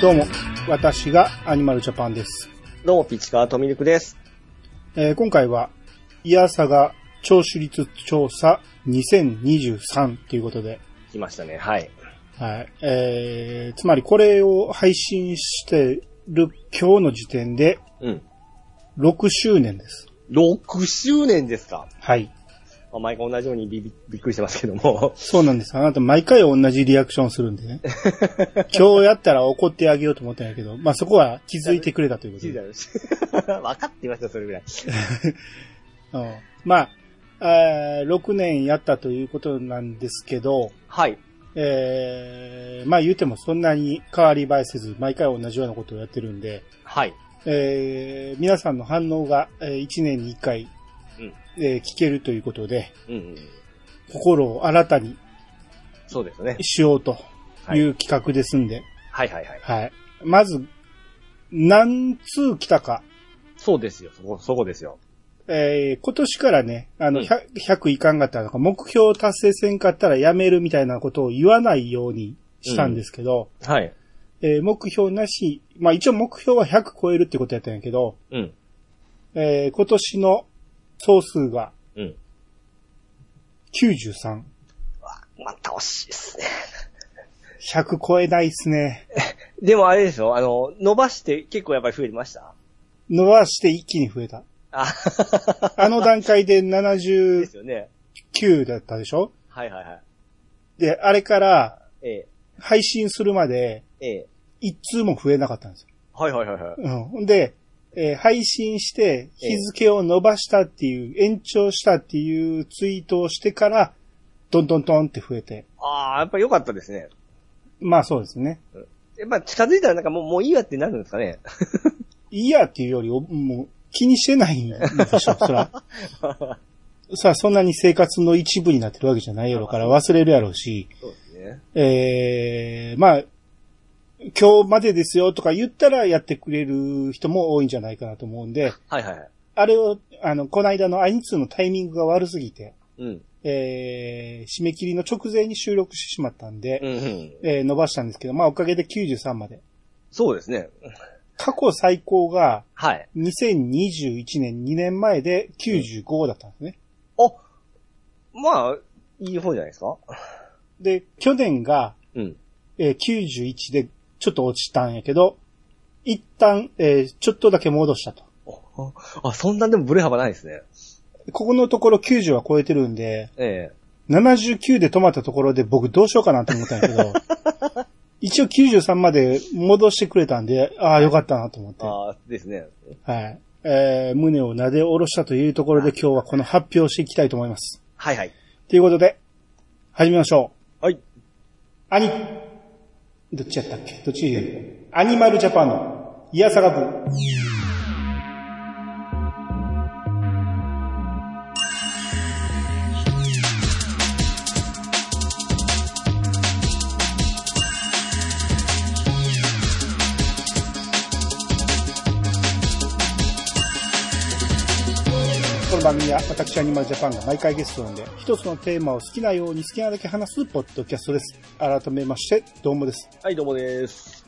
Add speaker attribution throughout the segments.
Speaker 1: どうも、私がアニマルジャパンです。
Speaker 2: どうも、ピチカートミルクです。
Speaker 1: えー今回は、イヤサガ聴取率調査2023ということで、
Speaker 2: 来ましたね。はい。
Speaker 1: はい。えー、つまりこれを配信してる今日の時点で
Speaker 2: うん。
Speaker 1: 6周年です。
Speaker 2: 6周年ですか。
Speaker 1: はい。
Speaker 2: まあ、毎回同じようにびびびっくりしてますけども。
Speaker 1: そうなんです。あなた毎回同じリアクションするんで ね。今日やったら怒ってあげようと思ったんやけど、まあ、そこは気づいてくれたということ
Speaker 2: 気づい
Speaker 1: で
Speaker 2: た。よ 分かっていました、それぐらい。
Speaker 1: うん、まあ、えー6年やったということなんですけど、
Speaker 2: はい。
Speaker 1: えーまあ言うてもそんなに変わり映えせず、毎回同じようなことをやってるんで、
Speaker 2: はい。
Speaker 1: えー皆さんの反応が、え1年に1回、
Speaker 2: うん
Speaker 1: えー聞けるということで、
Speaker 2: うん、うん。
Speaker 1: 心を新たに
Speaker 2: そうですね。
Speaker 1: しようと
Speaker 2: はいい。
Speaker 1: う企画ですんで、
Speaker 2: はいはいはい。
Speaker 1: はい。まず、何通来たか。
Speaker 2: そうですよ。そこ、そこですよ。
Speaker 1: えー今年からね、あの、
Speaker 2: うん
Speaker 1: 100, 100いかんかったのか、目標を達成せんかったらやめるみたいなことを言わないようにしたんですけど、
Speaker 2: はい。
Speaker 1: えー目標なし、まあ一応目標は100超えるってことやったんやけど、
Speaker 2: うん。
Speaker 1: えー今年の総数が
Speaker 2: うん。
Speaker 1: 93。
Speaker 2: また惜しいですね。
Speaker 1: 100超えないっすね。
Speaker 2: でもあれでしょあの、伸ばして結構やっぱり増えました
Speaker 1: 伸ばして一気に増えた。
Speaker 2: あ、
Speaker 1: あの段階で
Speaker 2: で
Speaker 1: 79
Speaker 2: すよね。
Speaker 1: だったでしょ
Speaker 2: はいはいはい。
Speaker 1: で、あれから
Speaker 2: え
Speaker 1: 配信するまで
Speaker 2: え、ええ。
Speaker 1: 一通も増えなかったんですよ
Speaker 2: はいはいはいはい。
Speaker 1: うん。ほんで、えー配信して日付を伸ばしたっていう、延長したっていうツイートをしてから、どんどんどんって増えて。
Speaker 2: ああ、やっぱ良かったですね。
Speaker 1: まあそうですね。
Speaker 2: やっぱ近づいたらなんかもう、もういいやってなるんですかね。
Speaker 1: いいやっていうより、おもう気にしてないんでしょ、そ ら。さあ、そんなに生活の一部になってるわけじゃないやろから忘れるやろうし、
Speaker 2: そうですね。
Speaker 1: えー、まあ、今日までですよとか言ったらやってくれる人も多いんじゃないかなと思うんで、
Speaker 2: はいはいはい。
Speaker 1: あれを、あの、この間のアイニツーのタイミングが悪すぎて、
Speaker 2: うん。
Speaker 1: えー締め切りの直前に収録してしまったんで、
Speaker 2: うんうん。
Speaker 1: えー伸ばしたんですけど、まあおかげで93まで。
Speaker 2: そうですね。
Speaker 1: 過去最高が
Speaker 2: はい。
Speaker 1: 2021年2年前で95だったんですね。
Speaker 2: あ、まあ、いい方じゃないですか。
Speaker 1: で、去年が、
Speaker 2: うん。
Speaker 1: えー91でちょっと落ちたんやけど、一旦、えーちょっとだけ戻したと。
Speaker 2: あ、そんなでもブレ幅ないですね。
Speaker 1: ここのところ90は超えてるんで、
Speaker 2: え
Speaker 1: 79で止まったところで僕どうしようかなと思ったんやけど、一応93まで戻してくれたんで、ああ、よかったなと思っ
Speaker 2: え
Speaker 1: て。
Speaker 2: ああ、ですね。
Speaker 1: はい。えー、胸を撫で下ろしたというところで今日はこの発表をしていきたいと思います。
Speaker 2: はいはい。
Speaker 1: ということで、始めましょう。
Speaker 2: はい。
Speaker 1: アニ、どっちやったっけどっちやアニマルジャパンのイヤサガ部。この番組は私アニマルジャパンが毎回ゲストなんで、一つのテーマを好きなように好きなだけ話すポッドキャストです。改めまして、どうもです。
Speaker 2: はい、どうもです。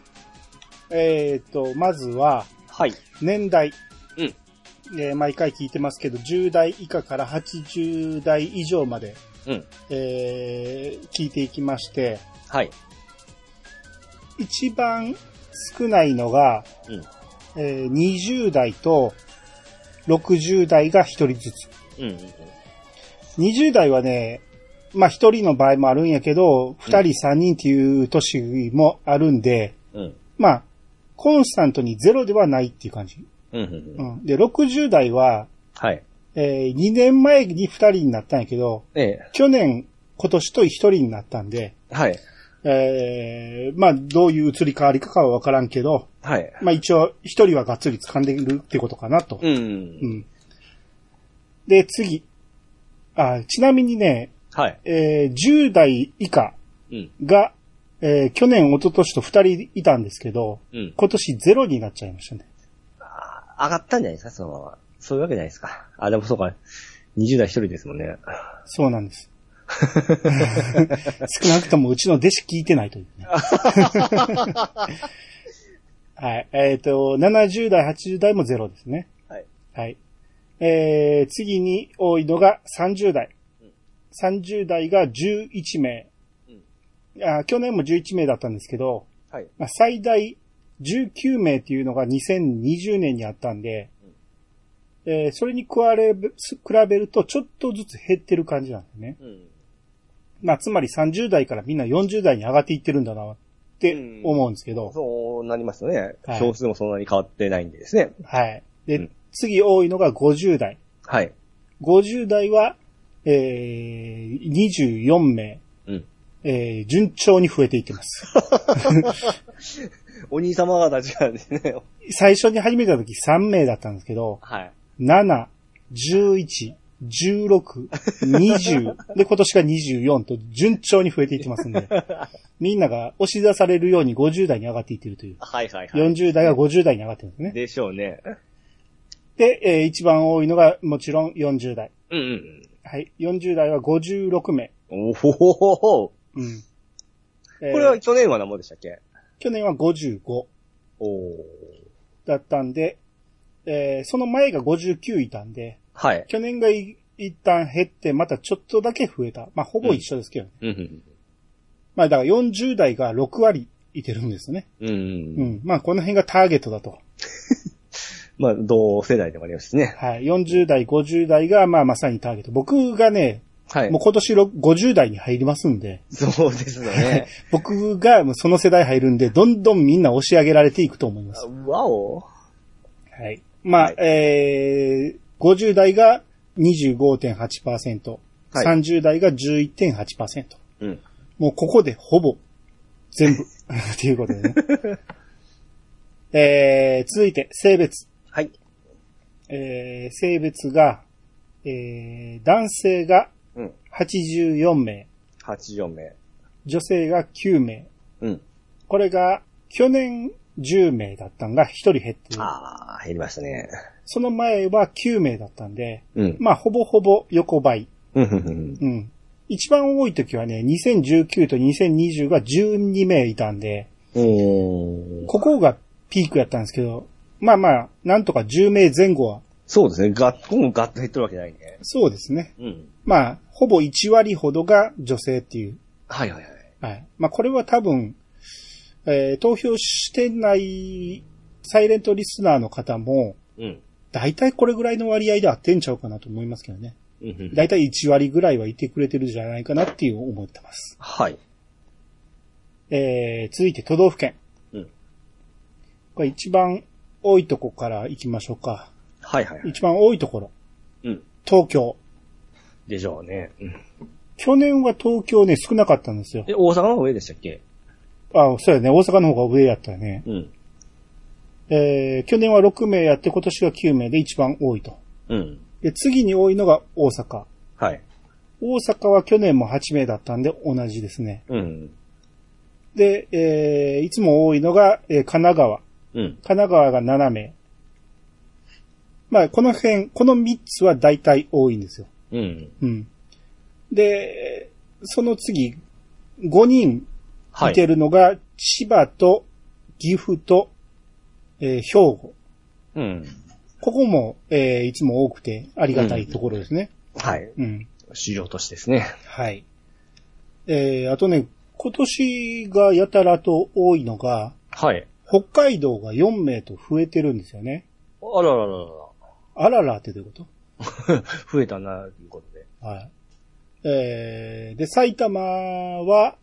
Speaker 1: えーと、まずは、
Speaker 2: はい。
Speaker 1: 年代。
Speaker 2: うん
Speaker 1: えー毎回聞いてますけど、10代以下から80代以上まで、
Speaker 2: うん。
Speaker 1: えー聞いていきまして、
Speaker 2: はい。
Speaker 1: 一番少ないのが、
Speaker 2: うん。
Speaker 1: えー20代と60代が1人ずつ。
Speaker 2: うんうんうん。
Speaker 1: 20代はね、まあ、1人の場合もあるんやけど、2人3人っていう年もあるんで、
Speaker 2: うん。
Speaker 1: まあ、コンスタントにゼロではないっていう感じ。
Speaker 2: うんうんう。
Speaker 1: うんん。で、60代は、
Speaker 2: はい。
Speaker 1: え2年前に2人になったんやけど、
Speaker 2: ええ。
Speaker 1: 去年、今年と1人になったんで、
Speaker 2: はい。
Speaker 1: えーまあ、どういう移り変わりかはわからんけど、
Speaker 2: はい。
Speaker 1: まあ一応、1人はがっつり掴んでるってことかなと。
Speaker 2: うん。
Speaker 1: うん。で、次。あ、ちなみにね、
Speaker 2: はい。
Speaker 1: えー10代以下
Speaker 2: うん。
Speaker 1: が、えー去年、一昨年と2人いたんですけど、
Speaker 2: うん。
Speaker 1: 今年ゼロになっちゃいましたね。
Speaker 2: 上がったんじゃないですか、そのまま。そういうわけじゃないですか。あ、でもそうか。20代一人ですもんね。
Speaker 1: そうなんです。 少なくともうちの弟子聞いてないというね。はい。えっ、と、70代、80代もゼロですね。
Speaker 2: はい。
Speaker 1: はい。えー、次に多いのが30代
Speaker 2: うん。
Speaker 1: 30代が11名。あ去年も11名だったんですけど、
Speaker 2: はい。
Speaker 1: まあ、最大19名っていうのが2020年にあったんで、えーそれに比べる比べるとちょっとずつ減ってる感じなんですね。
Speaker 2: うん。
Speaker 1: まあ、つまり30代からみんな40代に上がっていってるんだなって思うんですけど、
Speaker 2: そうなりますよね。
Speaker 1: はい
Speaker 2: 票数もそんなに変わってないんでですね。
Speaker 1: はい。で、
Speaker 2: うん
Speaker 1: 次多いのが50代。
Speaker 2: はい。
Speaker 1: 50代は、えー、24名、
Speaker 2: うん。
Speaker 1: えー、順調に増えていきます。
Speaker 2: お兄様方たちがですね。
Speaker 1: 最初に始めた時3名だったんですけど、
Speaker 2: はい。
Speaker 1: 7、11、16、20、で、今年が24と順調に増えていってますん で、みんなが押し出されるように50代に上がっていってるという。
Speaker 2: はいはいはい。
Speaker 1: 40代が50代に上がってるんですね。
Speaker 2: でしょうね。
Speaker 1: で、えー一番多いのがもちろん40代。
Speaker 2: うんうん
Speaker 1: はい。40代は56名。
Speaker 2: うん。おほほほほ。こ
Speaker 1: うん。えー
Speaker 2: れは去年は何もでしたっけ
Speaker 1: 去年は55
Speaker 2: おお。
Speaker 1: だったんで、えーその前が59いたんで、
Speaker 2: はい。
Speaker 1: 去年がい一旦減って、またちょっとだけ増えた。まあ、ほぼ一緒ですけどね。
Speaker 2: うん
Speaker 1: まあ、だから40代が6割いてるんですね。
Speaker 2: うん。うんうん
Speaker 1: う
Speaker 2: うん。
Speaker 1: ん。まあ、この辺がターゲットだと。
Speaker 2: まあ、同世代でもありますしね。
Speaker 1: はい。40代、50代が、まあ、まさにターゲット。僕がね、
Speaker 2: はい
Speaker 1: もう。今年ろ50代に入りますんで、
Speaker 2: そうですよね。
Speaker 1: 僕がもうその世代入るんで、どんどんみんな押し上げられていくと思います。
Speaker 2: わお。
Speaker 1: はい。まあ、
Speaker 2: はい
Speaker 1: えー、50代が25.8%、
Speaker 2: はい
Speaker 1: 30代が11.8%。
Speaker 2: うん。
Speaker 1: もうここでほぼ全 部っていうことでね。えー、続いて性別。
Speaker 2: はい。
Speaker 1: えー、性別が、えー、男性が
Speaker 2: うん。
Speaker 1: 84名、
Speaker 2: 84名。
Speaker 1: 女性が9名。
Speaker 2: うん。
Speaker 1: これが去年10名だったんが1人減ってる。
Speaker 2: ああ、減りましたね。
Speaker 1: その前は9名だったんで、
Speaker 2: うん。
Speaker 1: まあほぼほぼ横ばい。
Speaker 2: うんうんうん。
Speaker 1: うん。一番多い時はね、2019と2020が12名いたんで、
Speaker 2: おー
Speaker 1: ここがピークやったんですけど、まあまあ、なんとか10名前後は、
Speaker 2: そうですね。ガッ、ここもガッと減ってるわけないね。
Speaker 1: そうですね。
Speaker 2: うん。
Speaker 1: まあ、ほぼ1割ほどが女性っていう。
Speaker 2: はいはいはい。
Speaker 1: はい。まあこれは多分、えー投票してないサイレントリスナーの方も、
Speaker 2: うん。
Speaker 1: 大体これぐらいの割合で合ってんちゃうかなと思いますけどね。
Speaker 2: うんうん
Speaker 1: 大体1割ぐらいはいてくれてるんじゃないかなっていう思ってます。
Speaker 2: はい。
Speaker 1: えー、続いて都道府県。
Speaker 2: うん
Speaker 1: これ一番多いとこから行きましょうか。
Speaker 2: はいはいはい。
Speaker 1: 一番多いところ。
Speaker 2: うん。
Speaker 1: 東京。
Speaker 2: でしょうね。うん。
Speaker 1: 去年は東京ね、少なかったんですよ。
Speaker 2: え、大阪の方が上でしたっけ
Speaker 1: あ、そうやね。大阪の方が上やったよね。
Speaker 2: うん。
Speaker 1: えー、去年は6名やって、今年は9名で一番多いと。
Speaker 2: うん。
Speaker 1: で、次に多いのが大阪。
Speaker 2: はい。
Speaker 1: 大阪は去年も8名だったんで同じですね。
Speaker 2: うん。
Speaker 1: で、えー、いつも多いのが、えー神奈川。
Speaker 2: うん。
Speaker 1: 神奈川が7名。まあ、この辺、この3つは大体多いんですよ。
Speaker 2: うん。
Speaker 1: うん。で、その次、5人
Speaker 2: はいい。
Speaker 1: てるのが、千葉と岐阜と、えー兵庫。
Speaker 2: うん。
Speaker 1: ここも、えーいつも多くてありがたいところですね。
Speaker 2: はい。
Speaker 1: うん。
Speaker 2: 資料としてですね。
Speaker 1: はい。えーあとね、今年がやたらと多いのが、
Speaker 2: はい。
Speaker 1: 北海道が4名と増えてるんですよね。
Speaker 2: あらららら
Speaker 1: あららってどういうこと
Speaker 2: ら。増えたな、ということで。
Speaker 1: はい。えー、で、埼玉は、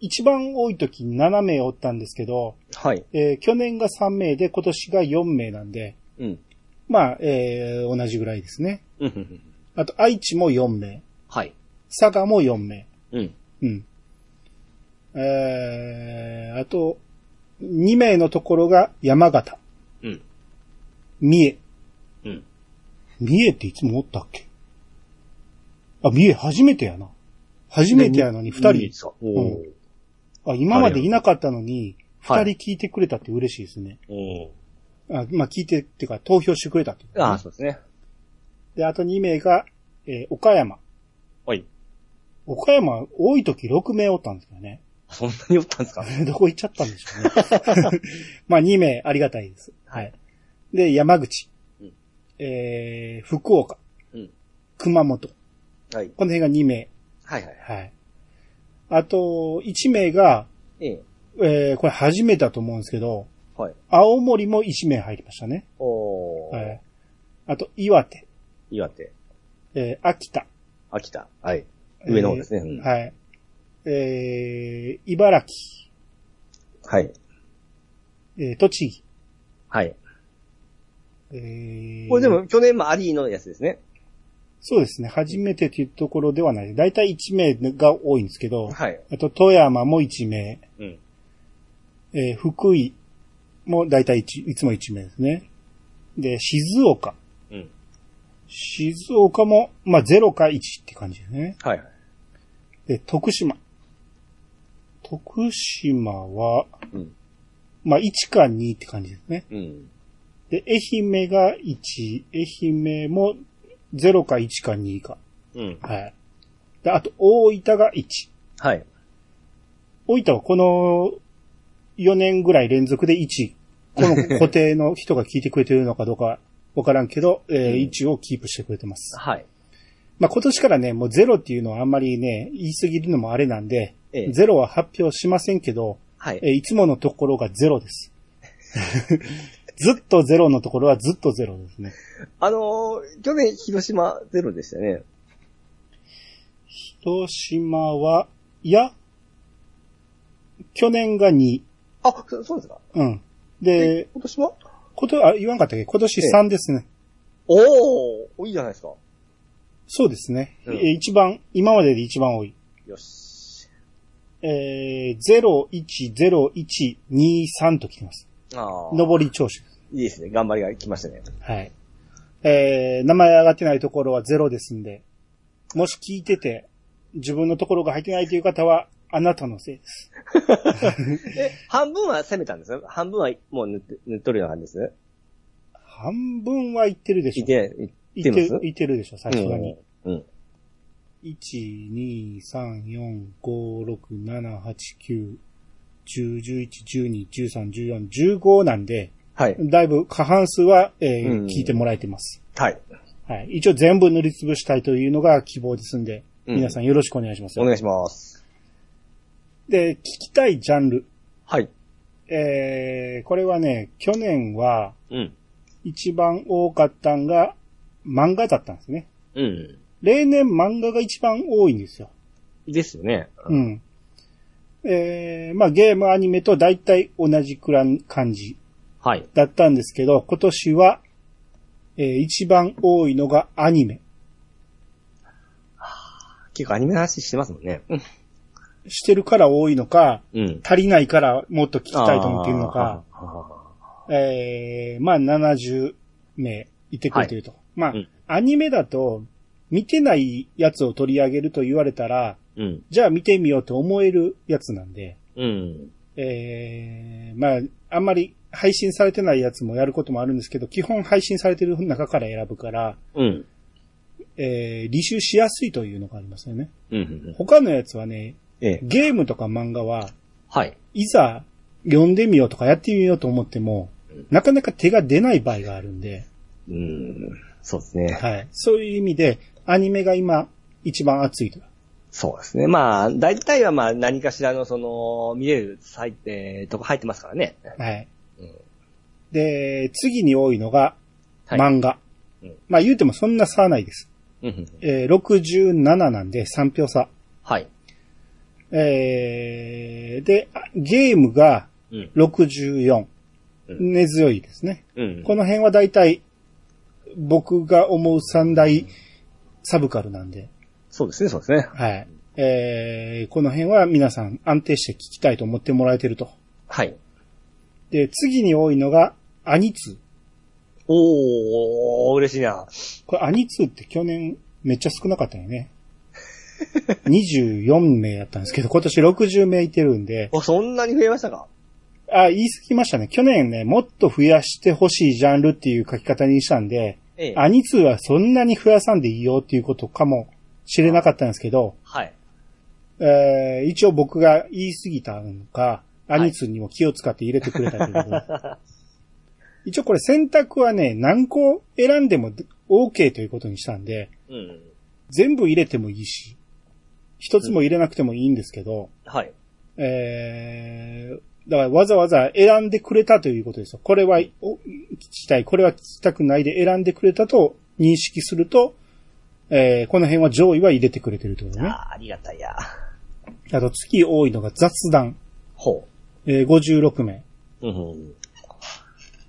Speaker 1: 一番多い時に7名おったんですけど、
Speaker 2: はい。
Speaker 1: えー去年が3名で今年が4名なんで、
Speaker 2: うん。
Speaker 1: まあ、えー同じぐらいですね。
Speaker 2: うんうんうん。
Speaker 1: あと、愛知も4名、
Speaker 2: はい。
Speaker 1: 佐賀も4名。
Speaker 2: うん。
Speaker 1: うん。えー、あと、2名のところが山形、
Speaker 2: うん。
Speaker 1: 三重。
Speaker 2: うん。
Speaker 1: 三重っていつもおったっけあ、三重初めてやな。初めてやのに2
Speaker 2: いい
Speaker 1: 人
Speaker 2: で。すかおー
Speaker 1: あ、今までいなかったのに、
Speaker 2: は
Speaker 1: 二
Speaker 2: い
Speaker 1: 人聞いてくれたって嬉しいですね。
Speaker 2: お
Speaker 1: あまあ聞いてっていうか投票してくれたっていう
Speaker 2: ーああ、そうですね。
Speaker 1: で、あと2名が、えー岡山。
Speaker 2: はい。
Speaker 1: 岡山、多い時6名おったんですよね。
Speaker 2: そんなにおったんですか
Speaker 1: どこ行っちゃったんでしょうね。 まあ、2名ありがたいです。はい。で、山口。
Speaker 2: うん
Speaker 1: えー、福岡。
Speaker 2: うん
Speaker 1: 熊本。こ
Speaker 2: はい。
Speaker 1: の辺が2名。
Speaker 2: はいはい。
Speaker 1: はい。あと、1名が、
Speaker 2: ええ。
Speaker 1: えー、これ初めてだと思うんですけど、
Speaker 2: はい。
Speaker 1: 青森も1名入りましたね。
Speaker 2: おー。
Speaker 1: はい。あと、岩手、
Speaker 2: 岩手、
Speaker 1: えー、秋田。
Speaker 2: 秋田。はい。上の方ですね。うん
Speaker 1: はい。えー、茨城、
Speaker 2: はい。
Speaker 1: えー、栃木。
Speaker 2: はい。
Speaker 1: えー
Speaker 2: これでも、去年もアリーのやつですね。
Speaker 1: そうですね。初めてというところではない。だいたい1名が多いんですけど、
Speaker 2: はい。
Speaker 1: あと富山も1名、
Speaker 2: うん。
Speaker 1: えー福井もだいたいいつも1名ですね。で、静岡。
Speaker 2: うん。
Speaker 1: 静岡も、まあ、0か1って感じですね。
Speaker 2: はいはい。
Speaker 1: で、徳島。徳島は、
Speaker 2: うん。
Speaker 1: まあ、1か2って感じですね。
Speaker 2: うん。
Speaker 1: で、愛媛が1、愛媛も0か1か2か。
Speaker 2: うん。
Speaker 1: はい。で、あと、大分が1。
Speaker 2: はい。
Speaker 1: 大分はこの4年ぐらい連続で1、こ の固定の人が聞いてくれてるのかどうかわからんけど、えー
Speaker 2: うん
Speaker 1: 1をキープしてくれてます。
Speaker 2: はい。
Speaker 1: まあ、今年からね、もう0っていうのはあんまりね、言い過ぎるのもあれなんで、
Speaker 2: ええ。
Speaker 1: 0は発表しませんけど、
Speaker 2: は
Speaker 1: えー
Speaker 2: い。
Speaker 1: いつものところが0です。 ずっと0のところはずっと0ですね。
Speaker 2: あのー、去年、広島ゼロでしたね。
Speaker 1: 広島は、いや、去年が2。
Speaker 2: あ、そそうですか
Speaker 1: うん。で、
Speaker 2: 今年は
Speaker 1: こと、あ、言わんかったっけ今年3ですね。
Speaker 2: おーいいじゃないですか。
Speaker 1: そうですね。
Speaker 2: うん
Speaker 1: えー一番、今までで一番多い。
Speaker 2: よし。
Speaker 1: えー、010123と来てます。
Speaker 2: ああ。
Speaker 1: 上り調子です。
Speaker 2: いいですね。頑張りが来ましたね。
Speaker 1: はい。えー、名前上がってないところはゼロですんで、もし聞いてて、自分のところが入ってないという方は、あなたのせいです。
Speaker 2: え、半分は攻めたんですよ。半分はもう塗って、塗っとるような感じです。
Speaker 1: 半分はいってるでし
Speaker 2: い
Speaker 1: ょ。
Speaker 2: て、
Speaker 1: い
Speaker 2: いってます
Speaker 1: いってるでしょ、さすがに。
Speaker 2: うん。うん。
Speaker 1: 1、2、3、4、5、6、7、8、9、10、11、12、13、14、15なんで、
Speaker 2: はい。
Speaker 1: だいぶ過半数は、えー
Speaker 2: うん
Speaker 1: 聞いてもらえてます。
Speaker 2: はい。
Speaker 1: はい。一応全部塗りつぶしたいというのが希望ですんで、
Speaker 2: うん
Speaker 1: 皆さんよろしくお願いします
Speaker 2: お
Speaker 1: よ、
Speaker 2: 願いします。
Speaker 1: で、聞きたいジャンル。
Speaker 2: はい。
Speaker 1: えー、これはね、去年は
Speaker 2: うん。
Speaker 1: 一番多かったんが漫画だったんですね。
Speaker 2: うん。
Speaker 1: 例年漫画が一番多いんですよ。
Speaker 2: ですよね。
Speaker 1: うん。えー、まあゲーム、アニメと大体同じくらい感じ
Speaker 2: はい。
Speaker 1: だったんですけど、今年は、えー一番多いのがアニメ。
Speaker 2: 結構アニメの話してますもんね。うん。
Speaker 1: してるから多いのか、
Speaker 2: うん。
Speaker 1: 足りないからもっと聞きたいと思っているのか、
Speaker 2: あー。あ
Speaker 1: えー、まあ70名いてくれてると。まあ、
Speaker 2: うん
Speaker 1: アニメだと、見てないやつを取り上げると言われたら、
Speaker 2: ーうん。
Speaker 1: じゃあ見てみようと思えるやつなんで、
Speaker 2: うん。
Speaker 1: えー、まあ、あんまり配信されてないやつもやることもあるんですけど、基本配信されてる中から選ぶから、
Speaker 2: うん。
Speaker 1: えー、履修しやすいというのがありますよね。
Speaker 2: うんうん。
Speaker 1: 他のやつはね、
Speaker 2: ええ。
Speaker 1: ゲームとか漫画は、
Speaker 2: はい。
Speaker 1: いざ読んでみようとかやってみようと思っても、なかなか手が出ない場合があるんで、
Speaker 2: うん。そうですね。
Speaker 1: はい。そういう意味で、アニメが今、一番熱いと。
Speaker 2: そうですね。まあ、大体はまあ、何かしらの、その、見れるサイト、えーとこ入ってますからね。
Speaker 1: はい
Speaker 2: うん。
Speaker 1: で、次に多いのが、
Speaker 2: はい。
Speaker 1: 漫画。
Speaker 2: うん
Speaker 1: まあ言うてもそんな差はないです。
Speaker 2: うんうん。
Speaker 1: えー、67なんで3票差。
Speaker 2: はい。
Speaker 1: えー、で、あゲームが
Speaker 2: うん。
Speaker 1: 64。
Speaker 2: うん
Speaker 1: 根強いですね。
Speaker 2: うん。
Speaker 1: この辺は大体、僕が思う三大サブカルなんで、
Speaker 2: そうですね、そうですね。
Speaker 1: はい。えー、この辺は皆さん安定して聞きたいと思ってもらえてると。
Speaker 2: はい。
Speaker 1: で、次に多いのが、アニツー。
Speaker 2: おー、嬉しいな。
Speaker 1: これアニツーって去年めっちゃ少なかったよ ね。24名やったんですけど、今年60名いてるんで、
Speaker 2: お、そんなに増えましたか
Speaker 1: あ、言い過ぎましたね。去年ね、もっと増やしてほしいジャンルっていう書き方にしたんで、
Speaker 2: ええ。
Speaker 1: アニツーはそんなに増やさんでいいよっていうことかもしれなかったんですけど、
Speaker 2: はい。
Speaker 1: えー一応僕が言い過ぎたのか、アニツにも気を使って入れてくれたという ことで。一応これ選択はね、何個選んでも OK ということにしたんで、
Speaker 2: うん。
Speaker 1: 全部入れてもいいし、一つも入れなくてもいいんですけど、
Speaker 2: はい。
Speaker 1: えー、だからわざわざ選んでくれたということですよ。これはお聞きたい、これは聞きたくないで選んでくれたと認識すると、えー、この辺は上位は入れてくれてるということね。
Speaker 2: ああ、ありがたいや。
Speaker 1: あと月多いのが雑談、
Speaker 2: ほ
Speaker 1: えー、56名。
Speaker 2: う。うん。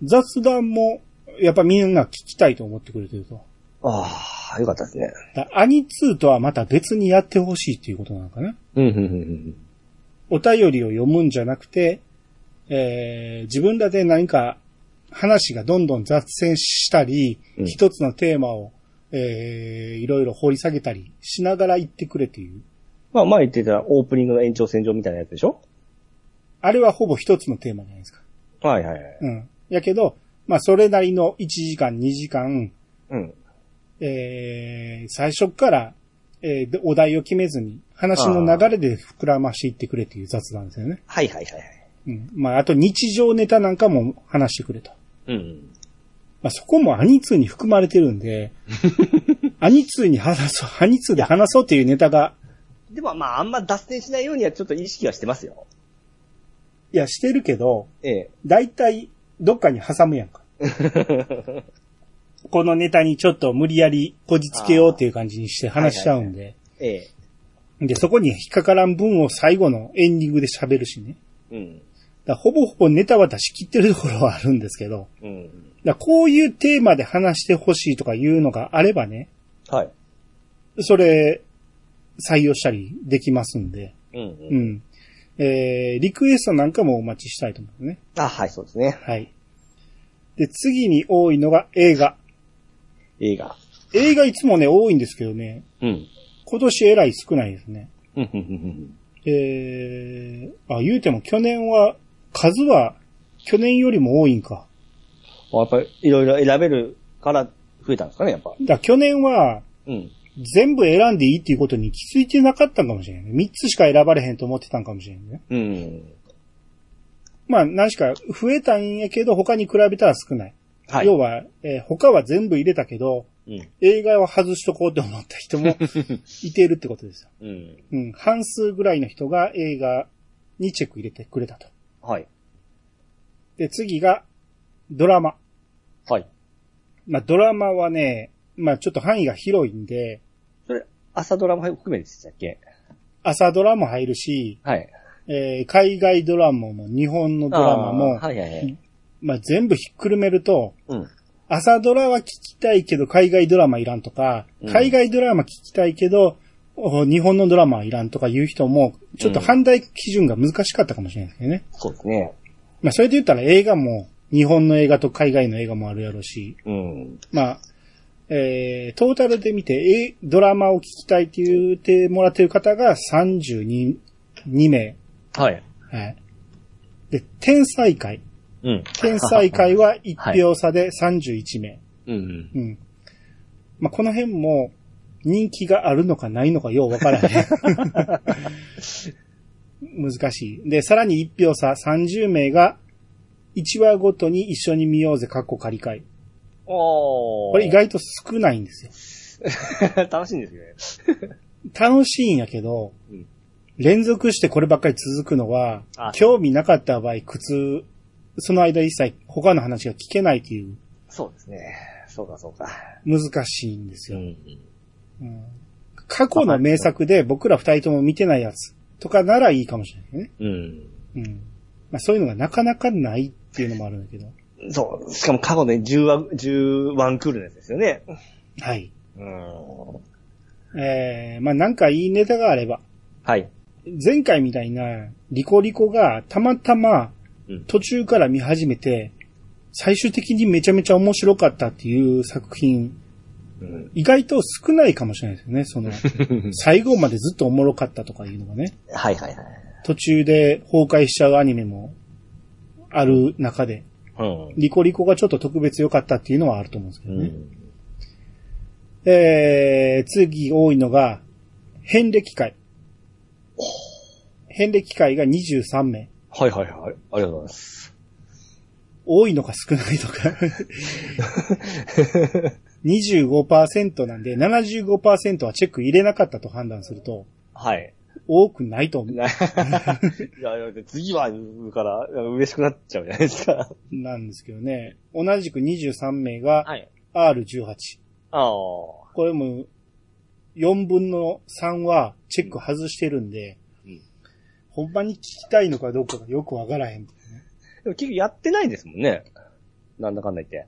Speaker 1: 雑談も、やっぱみんな聞きたいと思ってくれてると。
Speaker 2: ああ、よかったですね。
Speaker 1: だアニ2とはまた別にやってほしいっていうことなのかな。
Speaker 2: うん、うん、うん。
Speaker 1: お便りを読むんじゃなくて、えー自分らで何か話がどんどん雑誌したり、
Speaker 2: うん
Speaker 1: 一つのテーマを、えーいろいろ掘り下げたりしながら言ってくれっていう。
Speaker 2: まあ、前言ってたオープニングの延長線上みたいなやつでしょ
Speaker 1: あれはほぼ一つのテーマじゃないですか。
Speaker 2: はいはいはい。
Speaker 1: うん。やけど、まあそれなりの1時間、2時間、
Speaker 2: うん。
Speaker 1: えー最初から、えーでお題を決めずに、話の流れで膨らましていってくれっていう雑談ですよね。
Speaker 2: はいはいはいはい。
Speaker 1: うん。まあ、あと日常ネタなんかも話してくれと。
Speaker 2: うん。
Speaker 1: まあ、そこもアニツーに含まれてるんで、アニツーに話そう、アニツーで話そうっていうネタが、
Speaker 2: でもまあ、あんま脱線しないようにはちょっと意識はしてますよ。
Speaker 1: いや、してるけど、
Speaker 2: ええ。
Speaker 1: だいたいどっかに挟むやんか。このネタにちょっと無理やりこじつけようっていう感じにして話しちゃうんで。
Speaker 2: ええ。
Speaker 1: で、そこに引っかからん分を最後のエンディングで喋るしね。
Speaker 2: うん。
Speaker 1: だからほぼほぼネタは出し切ってるところはあるんですけど、
Speaker 2: うん。
Speaker 1: だからこういうテーマで話してほしいとかいうのがあればね、
Speaker 2: はい。
Speaker 1: それ、採用したりできますんで、
Speaker 2: うん、
Speaker 1: う
Speaker 2: うん。
Speaker 1: ん。えー、リクエストなんかもお待ちしたいと思うね。
Speaker 2: あ、はい、そうですね。
Speaker 1: はい。で、次に多いのが映画。
Speaker 2: 映画。
Speaker 1: 映画いつもね、多いんですけどね、
Speaker 2: うん。
Speaker 1: 今年えらい少ないですね。
Speaker 2: うん、うん、うん。
Speaker 1: えー、あ、言うても去年は、数は、去年よりも多いんか。
Speaker 2: やっぱり、いろいろ選べるから増えたんですかね、やっぱ。
Speaker 1: だから去年は、
Speaker 2: うん。
Speaker 1: 全部選んでいいっていうことに気づいてなかったんかもしれないね。3つしか選ばれへんと思ってたんかもしれないね。
Speaker 2: うん。
Speaker 1: まあ、何しか増えたんやけど、他に比べたら少ない。
Speaker 2: はい。
Speaker 1: 要は、えー他は全部入れたけど、
Speaker 2: うん。
Speaker 1: 映画は外しとこうと思った人 もいているってことですよ。
Speaker 2: うん。
Speaker 1: うん、半数ぐらいの人が映画にチェック入れてくれたと。
Speaker 2: はい。
Speaker 1: で、次が、ドラマ。
Speaker 2: はい。
Speaker 1: まあ、ドラマはね、まあ、ちょっと範囲が広いんで、
Speaker 2: それ、朝ドラも含めてしたっけ
Speaker 1: 朝ドラも入るし、
Speaker 2: はい。
Speaker 1: えー海外ドラマも日本のドラマも、
Speaker 2: あーはいはいはい。
Speaker 1: まあ、全部ひっくるめると、
Speaker 2: うん。
Speaker 1: 朝ドラは聞きたいけど海外ドラマいらんとか、
Speaker 2: うん
Speaker 1: 海外ドラマ聞きたいけど、お日本のドラマはいらんとかいう人も、ちょっと判断基準が難しかったかもしれないですけどね。
Speaker 2: そうですね。
Speaker 1: まあそれで言ったら映画も、日本の映画と海外の映画もあるやろうし、
Speaker 2: うん。
Speaker 1: まあ、えー、トータルで見て、えドラマを聞きたいって言ってもらってる方が32名。
Speaker 2: はい。
Speaker 1: はい。で、天才会。
Speaker 2: うん。
Speaker 1: 天才会は1票差で31名。
Speaker 2: うん。
Speaker 1: うん。まあ、この辺も、人気があるのかないのかようわからへん。 難しい。で、さらに1票差、30名が、1話ごとに一緒に見ようぜ、カッコ仮会。
Speaker 2: おー。
Speaker 1: これ意外と少ないんですよ。
Speaker 2: 楽しいんですよね。
Speaker 1: 楽しいんやけど、
Speaker 2: うん
Speaker 1: 連続してこればっかり続くのは
Speaker 2: あ、
Speaker 1: 興味なかった場合、苦痛、その間一切他の話が聞けないという、
Speaker 2: そうですね。そうかそうか。
Speaker 1: 難しいんです
Speaker 2: う
Speaker 1: よ。
Speaker 2: ん。
Speaker 1: うん過去の名作で僕ら二人とも見てないやつとかならいいかもしれないね。
Speaker 2: うん。
Speaker 1: うん。まあそういうのがなかなかないっていうのもあるんだけど。
Speaker 2: そう。しかも過去ね、10話、10ワンクールのやつですよね。
Speaker 1: はい。
Speaker 2: うん。
Speaker 1: えー、まあなんかいいネタがあれば。
Speaker 2: はい。
Speaker 1: 前回みたいなリコリコがたまたま
Speaker 2: うん
Speaker 1: 途中から見始めて、最終的にめちゃめちゃ面白かったっていう作品、
Speaker 2: うん。
Speaker 1: 意外と少ないかもしれないですよね。その、 最後までずっとおもろかったとかいうのがね。
Speaker 2: はいはいはい。
Speaker 1: 途中で崩壊しちゃうアニメもある中で。
Speaker 2: うん。
Speaker 1: リコリコがちょっと特別良かったっていうのはあると思うんですけど
Speaker 2: う
Speaker 1: ね。
Speaker 2: ん。
Speaker 1: えー、次多いのが、遍歴会。遍歴会が23名。
Speaker 2: はいはいはい。ありがとうござい ます。
Speaker 1: 多いのか少ないのか。25%なんで、75%はチェック入れなかったと判断すると、
Speaker 2: はい。
Speaker 1: 多くないと思う。
Speaker 2: ないやいや次は、から、嬉しくなっちゃうじゃないですか。
Speaker 1: なんですけどね。同じく23名が
Speaker 2: はい。
Speaker 1: R18。
Speaker 2: ああ。
Speaker 1: これも、4分の3はチェック外してるんで、
Speaker 2: うん
Speaker 1: ほんまに聞きたいのかどうかがよくわからへん。
Speaker 2: でも結局やってないですもんね。なんだかんだ言って。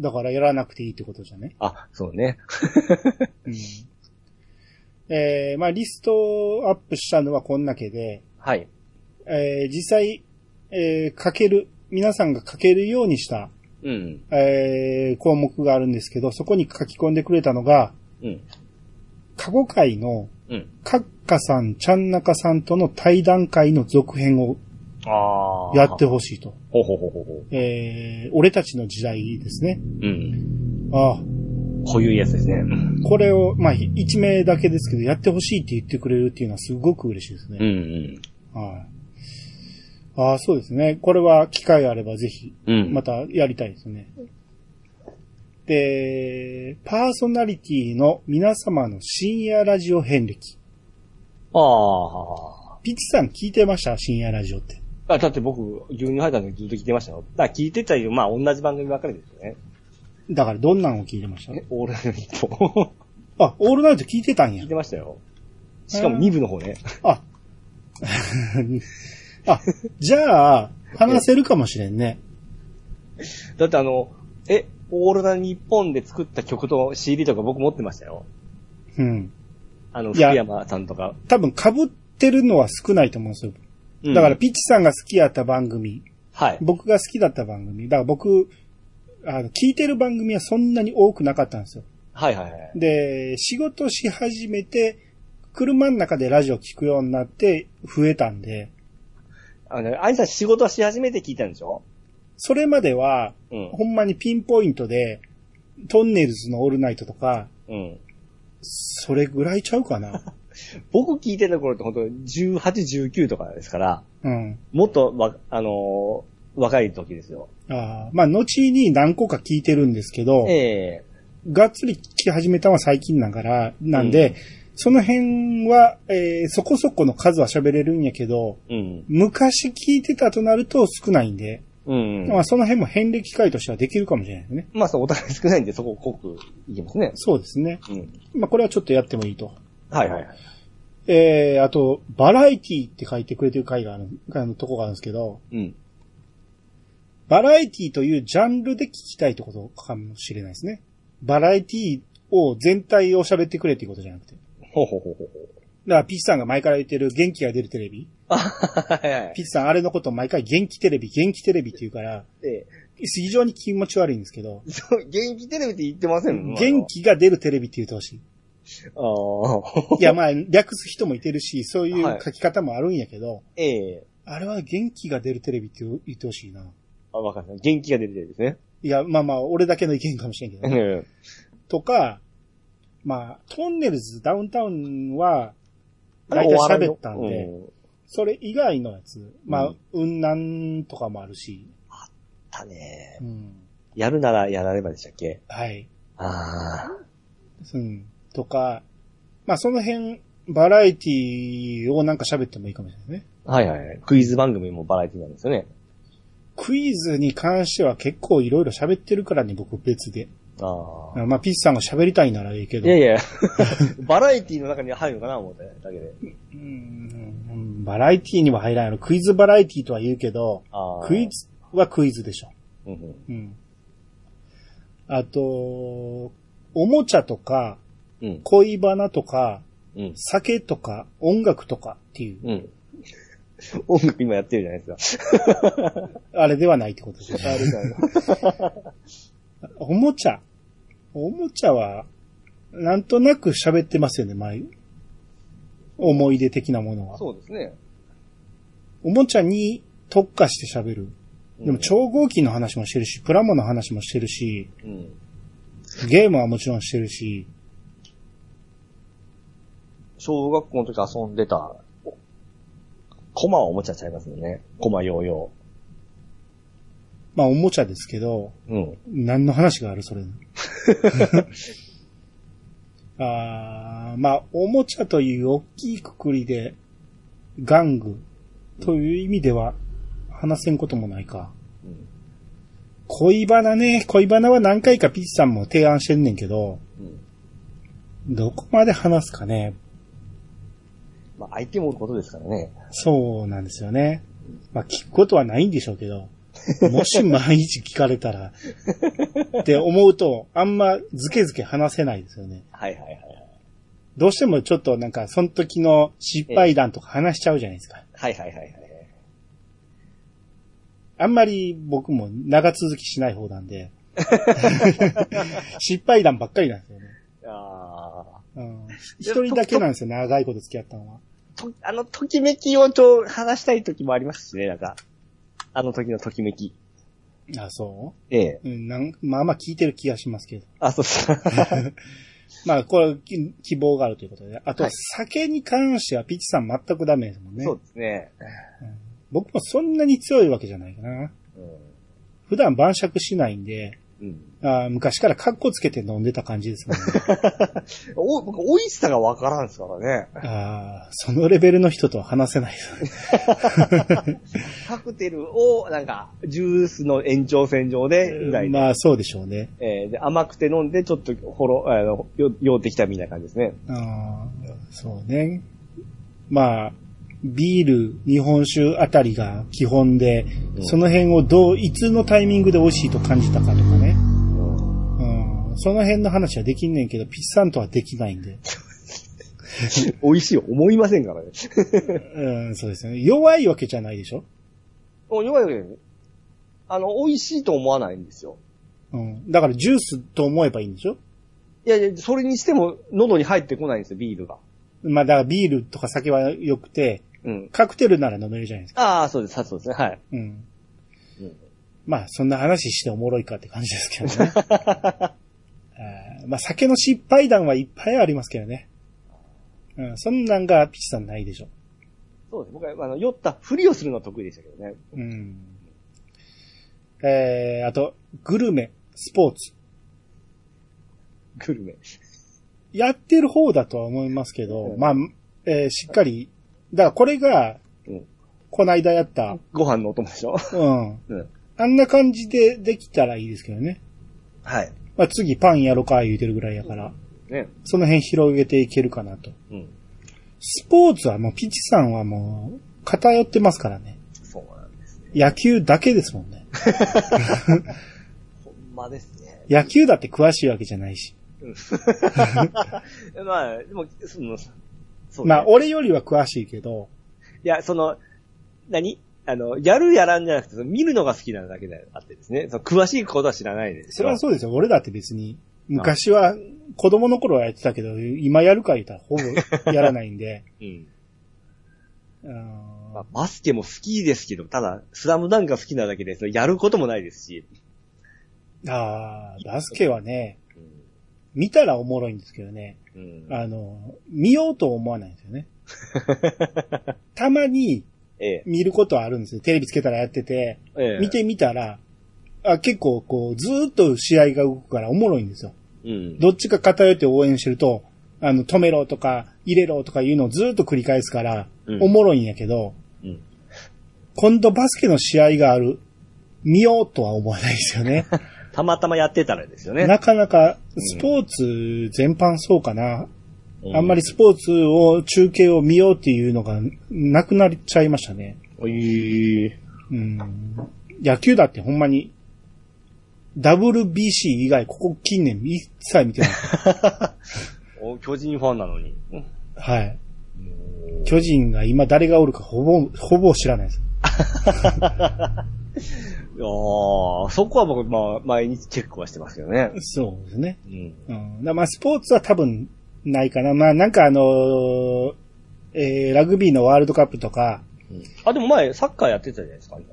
Speaker 1: だからやらなくていいってことじゃね。
Speaker 2: あ、そうね。
Speaker 1: うん。えー、まあリストをアップしたのはこんだけで、
Speaker 2: はい。
Speaker 1: えー、実際、えー、書ける、皆さんが書けるようにした、
Speaker 2: うん。
Speaker 1: えー、項目があるんですけど、そこに書き込んでくれたのが、
Speaker 2: うん。
Speaker 1: 過去回の、
Speaker 2: うん。
Speaker 1: カッカさん、ちゃんなかさんとの対談会の続編を
Speaker 2: ああ。
Speaker 1: やってほしいと。
Speaker 2: ほうほうほうほうほう。
Speaker 1: えー、俺たちの時代ですね。
Speaker 2: うん。
Speaker 1: ああ、
Speaker 2: こういうやつですね。うん。
Speaker 1: これを、まあ、一名だけですけど、やってほしいって言ってくれるっていうのはすごく嬉しいです
Speaker 2: うんう
Speaker 1: ね。
Speaker 2: ん。
Speaker 1: はい。ああ、そうですね。これは機会あればぜひ、
Speaker 2: うん。
Speaker 1: またやりたいですね。で、パーソナリティの皆様の深夜ラジオ遍歴。
Speaker 2: ああ。
Speaker 1: ピッチさん聞いてました深夜ラジオって。
Speaker 2: あ、だって僕、牛乳入った時ずっと聞いてましたよ。だから聞いてたより、まあ同じ番組ばっかりですよね。
Speaker 1: だからどんなんを聞いてました
Speaker 2: えオールナイトニッポン
Speaker 1: あ、オールナイト聞いてたんや
Speaker 2: 聞い。てましたよ。しかも2部の方ね。
Speaker 1: あ。 あ、じゃあ、話せるかもしれんね。
Speaker 2: だってあの、え、オールナイトニッポンで作った曲と CD とか僕持ってましたよ。
Speaker 1: うん。
Speaker 2: あの、
Speaker 1: いや
Speaker 2: 福山さんとか。
Speaker 1: 多分被ってるのは少ないと思うんですよ。
Speaker 2: うん
Speaker 1: だから、、ピッチさんが好きやった番組、
Speaker 2: はい。
Speaker 1: 僕が好きだった番組、だから僕、あの、聞いてる番組はそんなに多くなかったんですよ。
Speaker 2: はいはいはい。
Speaker 1: で、仕事し始めて、車の中でラジオ聞くようになって増えたんで、
Speaker 2: あの、アイさん仕事し始めて聞いたんでしょ
Speaker 1: それまでは、
Speaker 2: うん。
Speaker 1: ほんまにピンポイントで、トンネルズのオールナイトとか、
Speaker 2: うん。
Speaker 1: それぐらいちゃうかな。
Speaker 2: 僕聞いてた頃って本当18、19とかですから、
Speaker 1: うん。
Speaker 2: もっとわ、あのー若い時ですよ。
Speaker 1: あーまあ、後に何個か聞いてるんですけど、
Speaker 2: ええ
Speaker 1: がっつり聞き始めたのは最近だから、なんで、その辺は、えーそこそこの数は喋れるんやけど、
Speaker 2: うん。
Speaker 1: 昔聞いてたとなると少ないんで、
Speaker 2: うん。
Speaker 1: まあその辺も遍歴会としてはできるかもしれないですね。
Speaker 2: まあそう、お互い少ないんで、そこを濃くいきますね。
Speaker 1: そうですね。
Speaker 2: うん。
Speaker 1: まあこれはちょっとやってもいいと。
Speaker 2: はいはいはい。
Speaker 1: えー、あと、バラエティって書いてくれてる回がある、あのとこがあるんですけど、
Speaker 2: うん。
Speaker 1: バラエティというジャンルで聞きたいってことかもしれないですね。バラエティを全体を喋ってくれっていうことじゃなくて。だ
Speaker 2: ほうほうほうほうほう。
Speaker 1: から、ピッチさんが前から言ってる元気が出るテレビ。
Speaker 2: あはいはい。
Speaker 1: ピッツさんあれのことを毎回元気テレビ、元気テレビって言うから、
Speaker 2: え
Speaker 1: 非常に気持ち悪いんですけど
Speaker 2: え、 そう、元気テレビって言ってません
Speaker 1: 元気が出るテレビって言ってほ しい。
Speaker 2: ああ。
Speaker 1: いや、まあ、略す人もいてるし、そうい
Speaker 2: は
Speaker 1: う
Speaker 2: い
Speaker 1: 書き方もあるんやけど、
Speaker 2: ええ
Speaker 1: あれは元気が出るテレビって言ってほしいな。
Speaker 2: あ、わかりました。元気が出てるんですね。
Speaker 1: いや、まあまあ、俺だけの意見かもしれんけど
Speaker 2: う
Speaker 1: ね、
Speaker 2: ん。
Speaker 1: とか、まあ、トンネルズ、ダウンタウンは、大
Speaker 2: お笑
Speaker 1: 体
Speaker 2: いの
Speaker 1: 喋ったんで、
Speaker 2: う
Speaker 1: それ以外のやつ、ま
Speaker 2: う
Speaker 1: あ、雲南とかもあるし、
Speaker 2: だね
Speaker 1: う。ん、
Speaker 2: やるならやらればでしたっけ
Speaker 1: はい。
Speaker 2: ああ。
Speaker 1: うん。とか、まあその辺、バラエティをなんか喋ってもいいかもしれないね。
Speaker 2: はいはいはい。クイズ番組もバラエティなんですよね。
Speaker 1: クイズに関しては結構いろいろ喋ってるからね、僕別で。
Speaker 2: ああ。
Speaker 1: まあピッチさんが喋りたいならいいけ
Speaker 2: い
Speaker 1: ど。
Speaker 2: や いや、バラエティの中に入るのかな思っただけで。
Speaker 1: うんうんバラエティには入らないの。クイズバラエティとは言うけど、
Speaker 2: ああ。
Speaker 1: クイズはクイズでしょ。
Speaker 2: うんうん。
Speaker 1: うん。あと、おもちゃとか、
Speaker 2: うん。
Speaker 1: 恋バナとか、
Speaker 2: うん。
Speaker 1: 酒とか、音楽とかっていう、
Speaker 2: うん。音楽今やってるじゃないですか。
Speaker 1: あれではないってことですね。
Speaker 2: あれだよ
Speaker 1: おもちゃ。おもちゃは、なんとなく喋ってますよね、前。思い出的なものは。
Speaker 2: そうですね。
Speaker 1: おもちゃに特化して喋る。でも、
Speaker 2: うん、
Speaker 1: 超合金の話もしてるし、プラモの話もしてるし、
Speaker 2: うん。
Speaker 1: ゲームはもちろんしてるし、
Speaker 2: 小学校の時遊んでたコマはおもちゃちゃいますよね。コマヨーヨ
Speaker 1: まあ、おもちゃですけど、
Speaker 2: ー。うん。
Speaker 1: 何の話がある、それ。 あーまあ、おもちゃという大きいくくりで、玩具という意味では話せんこともないか。
Speaker 2: うん。
Speaker 1: 恋バナね、恋バナは何回かピッチさんも提案してんねんけど、
Speaker 2: うん。
Speaker 1: どこまで話すかね。
Speaker 2: まあ、相手もおることですからね。
Speaker 1: そうなんですよね。まあ、聞くことはないんでしょうけど、もし毎日聞かれたら、って思うと、あんまずけずけ話せないですよね。
Speaker 2: はいはいはいはい。
Speaker 1: どうしてもちょっとなんか、その時の失敗談とか話しちゃうじゃないですか。
Speaker 2: はいはいはいはい。
Speaker 1: あんまり僕も長続きしない方なん で、失敗談ばっかりなんですよね。
Speaker 2: ああ。
Speaker 1: うん一人だけなんですよ、長いこと付き合ったのは。
Speaker 2: と、あの、ときめきをちょ、話したい時もありますしね、なんか。あの時のときめき。
Speaker 1: あ、そう
Speaker 2: ええ。
Speaker 1: うん、なんまあまあ聞いてる気がしますけど。
Speaker 2: あ、そうそう。
Speaker 1: まあ、これ、き希望があるということで。あと、
Speaker 2: はい
Speaker 1: 酒に関してはピッチさん全くダメですもんね。
Speaker 2: そうですね。
Speaker 1: 僕もそんなに強いわけじゃないかな。
Speaker 2: う
Speaker 1: 普段晩酌しないんで、
Speaker 2: ん。うん。
Speaker 1: あー昔からカッコつけて飲んでた感じですもんね。
Speaker 2: お、僕、美味しさがわからんですからね。
Speaker 1: ああ、そのレベルの人とは話せないですね。
Speaker 2: カクテルを、なんか、ジュースの延長線上で、ぐらいで。
Speaker 1: まあ、そうでしょうね。
Speaker 2: えーで甘くて飲んで、ちょっと、ほろ、あの、よ、酔ってきたみたいな感じですね。
Speaker 1: あーそうね。まあ、ビール、日本酒あたりが基本で、
Speaker 2: うん
Speaker 1: その辺をどう、いつのタイミングで美味しいと感じたかとかね。
Speaker 2: うん
Speaker 1: うん、その辺の話はできんねんけど、ピッサンとはできないんで。
Speaker 2: 美味しいよ思いませんからね。
Speaker 1: うん、そうですよね。弱いわけじゃないでしょ
Speaker 2: お弱いわけですあの、美味しいと思わないんですよ。
Speaker 1: うん。だからジュースと思えばいいんでしょ
Speaker 2: いやいや、それにしても、喉に入ってこないんですよ、ビールが。
Speaker 1: まあ、だからビールとか酒は良くて、
Speaker 2: うん。
Speaker 1: カクテルなら飲めるじゃないですか。
Speaker 2: ああ、そうです、そうですね、はい。
Speaker 1: うん。
Speaker 2: うん
Speaker 1: まあ、そんな話しておもろいかって感じですけ どね。 あーまあ、酒の失敗談はいっぱいありますけどね。うん、そんなんがピッチさんないでしょ。
Speaker 2: そうです。僕は、あの、酔ったふりをするのは得意でしたけどね。
Speaker 1: うん。えー、あと、グルメ、スポーツ。
Speaker 2: グルメ。
Speaker 1: やってる方だとは思いますけど、
Speaker 2: うん
Speaker 1: まあ、えーしっかり、だからこれが、
Speaker 2: うん。
Speaker 1: こないだやった、
Speaker 2: ご飯のお供でしょ
Speaker 1: うん。
Speaker 2: うん。
Speaker 1: あんな感じでできたらいいですけどね。
Speaker 2: はい。
Speaker 1: まあ、次パンやろか言うてるぐらいやから、
Speaker 2: ね。
Speaker 1: その辺広げていけるかなと。
Speaker 2: うん。
Speaker 1: スポーツはもう、ピッチさんはもう、偏ってますからね。
Speaker 2: そうなんですね。
Speaker 1: 野球だけですもんね。
Speaker 2: ほんまですね。
Speaker 1: 野球だって詳しいわけじゃないし。
Speaker 2: まあ、でも、その、そう、ね。
Speaker 1: まあ、俺よりは詳しいけど、
Speaker 2: いや、その、何あの、やるやらんじゃなくて、その見るのが好きなだけであってですね。その詳しいことは知らないです
Speaker 1: そ
Speaker 2: よ。
Speaker 1: れはそうですよ。俺だって別に、昔は、子供の頃はやってたけど、今やるか言ったらほぼやらないん で。
Speaker 2: う。うん。
Speaker 1: うん
Speaker 2: まあ、バスケも好きですけど、ただ、スラムダンクが好きなだけで、そのやることもないですし。
Speaker 1: ああ、バスケはね、
Speaker 2: うん。
Speaker 1: 見たらおもろいんですけどね、
Speaker 2: うん、
Speaker 1: あの、見ようと思わないんですよ ね。たまに
Speaker 2: ええ。
Speaker 1: 見ることはあるんですよ。テレビつけたらやってて、
Speaker 2: ええ。
Speaker 1: 見てみたら、あ結構こう、ずーっと試合が動くからおもろいんですよ。
Speaker 2: うん。
Speaker 1: どっちか偏って応援してると、あの、止めろとか、入れろとかいうのをずーっと繰り返すから、
Speaker 2: うん
Speaker 1: おもろいんやけど、
Speaker 2: うん
Speaker 1: 今度バスケの試合がある、見ようとは思わないですよね。
Speaker 2: たまたまやってたらです よね。
Speaker 1: なかなか、スポーツ全般そうかな。
Speaker 2: う
Speaker 1: あんまり。スポーツを、中継を見ようっていうのがなくなっちゃいましたね。
Speaker 2: おい
Speaker 1: うん。野球だってほんまに、WBC 以外、ここ近年一切見て ない。
Speaker 2: お巨人ファンなのに。
Speaker 1: はい。巨人が今誰がおるかほぼ、ほぼ知らないです。
Speaker 2: ああ、そこは僕、まあ、毎日チェックはしてますけどね。
Speaker 1: そうですね。
Speaker 2: うん。
Speaker 1: うん。だからまあ、スポーツは多分、ないかな。まあ、なんかあのーえー、ラグビーのワールドカップとか、
Speaker 2: あ、でも前、サッカーやってたじゃないですか、今。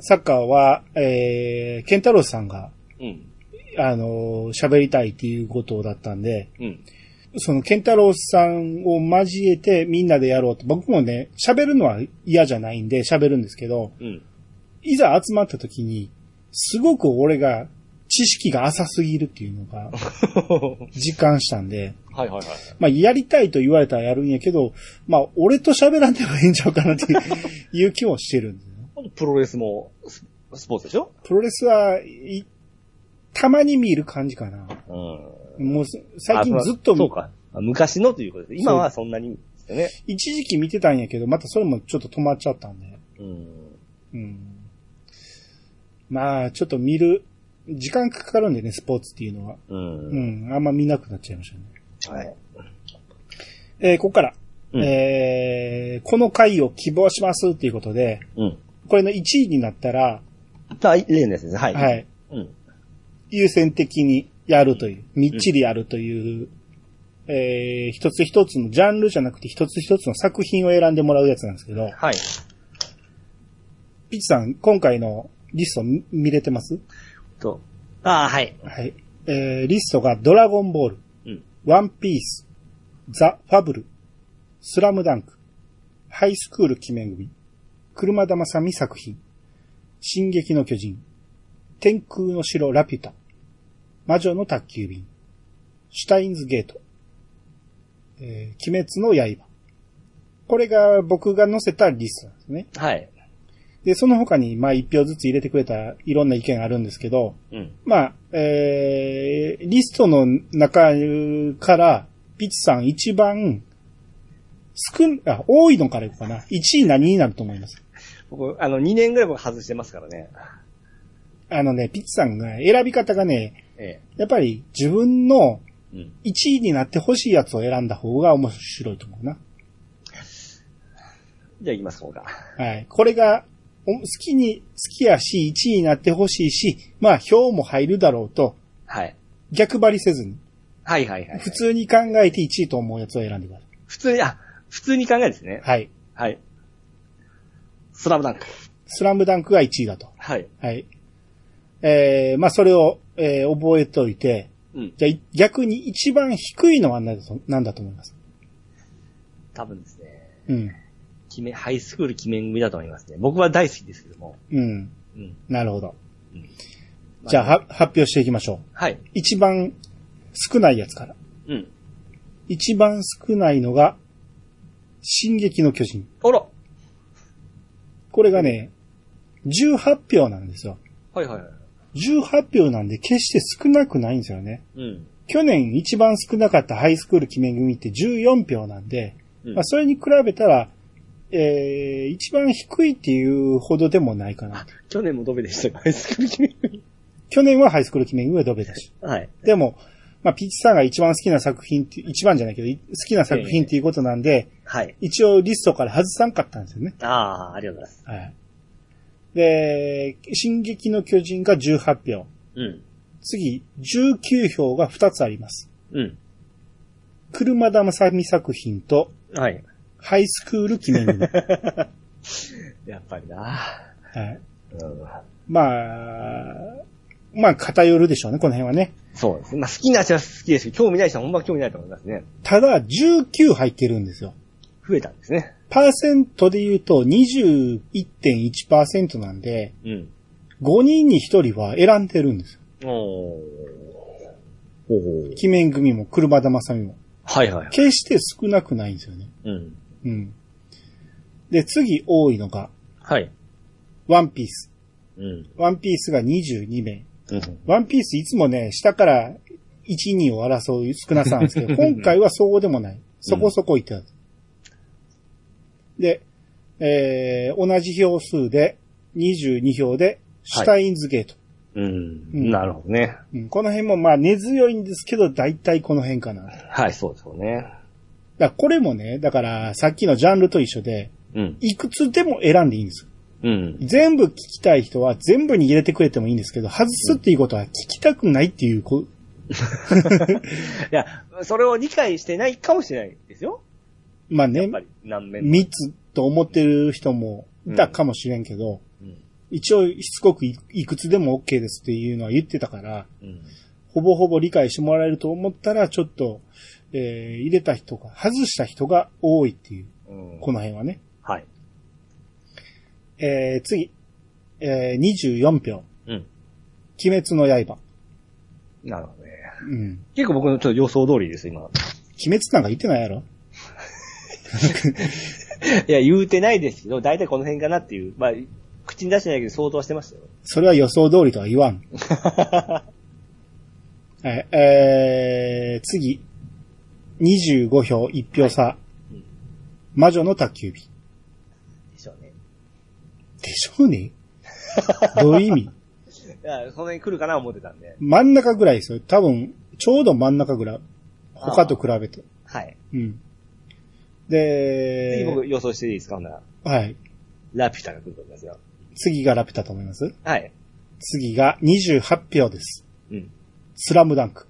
Speaker 1: サッカーは、えー、ケンタロスさんが、
Speaker 2: うん。
Speaker 1: あのー喋りたいっていうことだったんで、
Speaker 2: うん。
Speaker 1: その、ケンタロウさんを交えてみんなでやろうと。僕もね、喋るのは嫌じゃないんで喋るんですけど、
Speaker 2: うん。
Speaker 1: いざ集まった時に、すごく俺が知識が浅すぎるっていうのが実感したんで、
Speaker 2: はいはいはい。
Speaker 1: まあやりたいと言われたらやるんやけど、まあ俺と喋らんでもいいんちゃうかなっていう いう気もしてるんですね。
Speaker 2: プロレスもススポーツでしょ
Speaker 1: プロレスはい、たまに見る感じかな。
Speaker 2: うん。
Speaker 1: もう最近ずっと
Speaker 2: あそうか。あ昔のということです。今はそんなにですよね。
Speaker 1: 一時期見てたんやけど、またそれもちょっと止まっちゃったんで。
Speaker 2: うん。
Speaker 1: うん。まあ、ちょっと見る、時間かかるんでね、スポーツっていうのは。
Speaker 2: う。
Speaker 1: うんん、あんま見なくなっちゃいましたね。
Speaker 2: はい。
Speaker 1: えーここから、
Speaker 2: うん
Speaker 1: えーこの回を希望しますっていうことで、
Speaker 2: うん。
Speaker 1: これの1位になったら、
Speaker 2: あ、例のやつですね。はい。
Speaker 1: は。い、
Speaker 2: うん。
Speaker 1: 優先的にやるという、みっちりやるという、えー一つ一つのジャンルじゃなくて一つ一つの作品を選んでもらうやつなんですけど、
Speaker 2: はい。
Speaker 1: ピッチさん、今回のリスト見見れてます
Speaker 2: と。ああ、はい。
Speaker 1: はい。えー、リストがドラゴンボール、
Speaker 2: うん。
Speaker 1: ワンピース、ザ・ファブル、スラムダンク、ハイスクール記念組、車田正美作品、進撃の巨人、天空の城ラピュタ、魔女の宅急便、シュタインズゲート、えー鬼滅の刃。これが僕が載せたリストなんですね。
Speaker 2: はい。
Speaker 1: で、その他に、まあ、一票ずつ入れてくれたいろんな意見あるんですけど、
Speaker 2: うん。
Speaker 1: まあ、えー、リストの中から、ピッチさん一番、少ん、あ、多いのからいこうかな。1位何になると思います
Speaker 2: 僕、あの、2年ぐらい僕外してますからね。
Speaker 1: あのね、ピッチさんが選び方がね、
Speaker 2: え
Speaker 1: やっぱり自分の
Speaker 2: え。うん。
Speaker 1: 1位になってほしいやつを選んだ方が面白いと思うな。
Speaker 2: じゃあ行きます、こうか。
Speaker 1: はい。これが、お好きに、好きやし、1位になってほしいし、まあ、票も入るだろうと、
Speaker 2: はい。
Speaker 1: 逆張りせずに、
Speaker 2: はいはいはい。
Speaker 1: 普通に考えて1位と思うやつを選んでくださ
Speaker 2: 普通に、あ、普通に考えるんですね。
Speaker 1: い。はい。
Speaker 2: はい。スラムダンク。
Speaker 1: スラムダンクが1位だと。
Speaker 2: はい。
Speaker 1: はい。えー、まあ、それを、えー、覚えておいて、
Speaker 2: うん。
Speaker 1: じゃあ、逆に一番低いのは何だと、なんだと思います
Speaker 2: 多分ですね。
Speaker 1: うん。
Speaker 2: 決め、ハイスクール記念組だと思いますね。僕は大好きですけども。
Speaker 1: うん。
Speaker 2: うん。
Speaker 1: なるほど
Speaker 2: うん。
Speaker 1: じゃあ、は、発表していきましょう。
Speaker 2: はい。
Speaker 1: 一番少ないやつから。
Speaker 2: うん。
Speaker 1: 一番少ないのが、進撃の巨人。
Speaker 2: あら
Speaker 1: これがね、18票なんですよ。
Speaker 2: はいはいはい。
Speaker 1: 18票なんで決して少なくないんですよね。
Speaker 2: うん。
Speaker 1: 去年一番少なかったハイスクール決め組って14票なんで、
Speaker 2: うん
Speaker 1: まあ、それに比べたら、えー、一番低いっていうほどでもないかな。
Speaker 2: 去年もドベでしたが、ハイスクール記念組。
Speaker 1: 去年はハイスクール決め組はドベだし。
Speaker 2: はい。
Speaker 1: でも、まあ、ピッチさんが一番好きな作品って、一番じゃないけど、い好きな作品っていうことなんで、
Speaker 2: はい。
Speaker 1: 一応リストから外さんかったんですよね。
Speaker 2: ああ、ありがとうございます。
Speaker 1: はい。で、進撃の巨人が18票。
Speaker 2: うん。
Speaker 1: 次、19票が2つあります。
Speaker 2: うん。
Speaker 1: 車田正美作品と、
Speaker 2: はい。
Speaker 1: ハイスクール決 め組。
Speaker 2: やっぱりな。
Speaker 1: はい。
Speaker 2: うん。
Speaker 1: まあ、まあ偏るでしょうね、この辺はね。
Speaker 2: そうですね。まあ好きな人は好きですけど、興味ない人はほんま興味ないと思いますね。
Speaker 1: ただ、19入ってるんですよ。
Speaker 2: 増えたんですね。
Speaker 1: パーセントで言うと21.1%なんで、
Speaker 2: うん。
Speaker 1: 5人に1人は選んでるんですよ。
Speaker 2: おー。おー。
Speaker 1: 鬼面組も車田正美も。
Speaker 2: はいはいはい。
Speaker 1: 決して少なくないんですよね。
Speaker 2: うん。
Speaker 1: うん。で、次多いのが、
Speaker 2: はい。
Speaker 1: ワンピース。
Speaker 2: うん。
Speaker 1: ワンピースが22名。
Speaker 2: うん。
Speaker 1: ワンピースいつもね、下から1、2を争う少なさなんですけど、今回はそうでもない。そこそこいった。で、えー、同じ票数で、22票で、シュタインズゲート、
Speaker 2: うん。なるほどね。
Speaker 1: うんこの辺もまあ根強いんですけど、だいたいこの辺かな。だか
Speaker 2: はい、そうでしょうね。
Speaker 1: らこれもね、だからさっきのジャンルと一緒で、
Speaker 2: うん。
Speaker 1: いくつでも選んでいいんです。
Speaker 2: うん。
Speaker 1: 全部聞きたい人は全部に入れてくれてもいいんですけど、外すっていうことは聞きたくないっていうこ
Speaker 2: いや、それを理解してないかもしれないですよ。
Speaker 1: まあ
Speaker 2: やっ
Speaker 1: ね
Speaker 2: ぱ、り、何面も。
Speaker 1: 密と思ってる人もいたかもしれんけど、
Speaker 2: うん。
Speaker 1: 一応しつこくいいくつでも OK ですっていうのは言ってたから、
Speaker 2: うん。
Speaker 1: ほぼほぼ理解してもらえると思ったら、ちょっと、えー入れた人が、外した人が多いっていう、
Speaker 2: うん
Speaker 1: この辺はね。
Speaker 2: はい。
Speaker 1: えー、次。えー、24票。
Speaker 2: うん。
Speaker 1: 鬼滅の刃。
Speaker 2: なるほどね。
Speaker 1: うん。
Speaker 2: 結構僕のちょっと予想通りです、今。
Speaker 1: 鬼滅なんか言ってないやろ
Speaker 2: いや、言うてないですけど、大体この辺かなっていう。まあ、口に出してないけど相当はしてましたよ。
Speaker 1: それは予想通りとは言 わん。はい、えー、次。25票、1票差。
Speaker 2: うん
Speaker 1: 魔女の宅急便。
Speaker 2: でしょうね。
Speaker 1: でしょうねどういう意 味
Speaker 2: いや、その辺来るかな思ってたんで。
Speaker 1: 真ん中ぐらいですよ。多分、ちょうど真ん中ぐらい。他と比べて。
Speaker 2: はい。
Speaker 1: うん。
Speaker 2: 次
Speaker 1: で、
Speaker 2: 僕予想していいですかほんなら。
Speaker 1: はい。
Speaker 2: ラピュタが来ると思いますよ。
Speaker 1: 次がラピュタと思います
Speaker 2: はい。
Speaker 1: 次が28票です。
Speaker 2: うん。
Speaker 1: スラムダンク。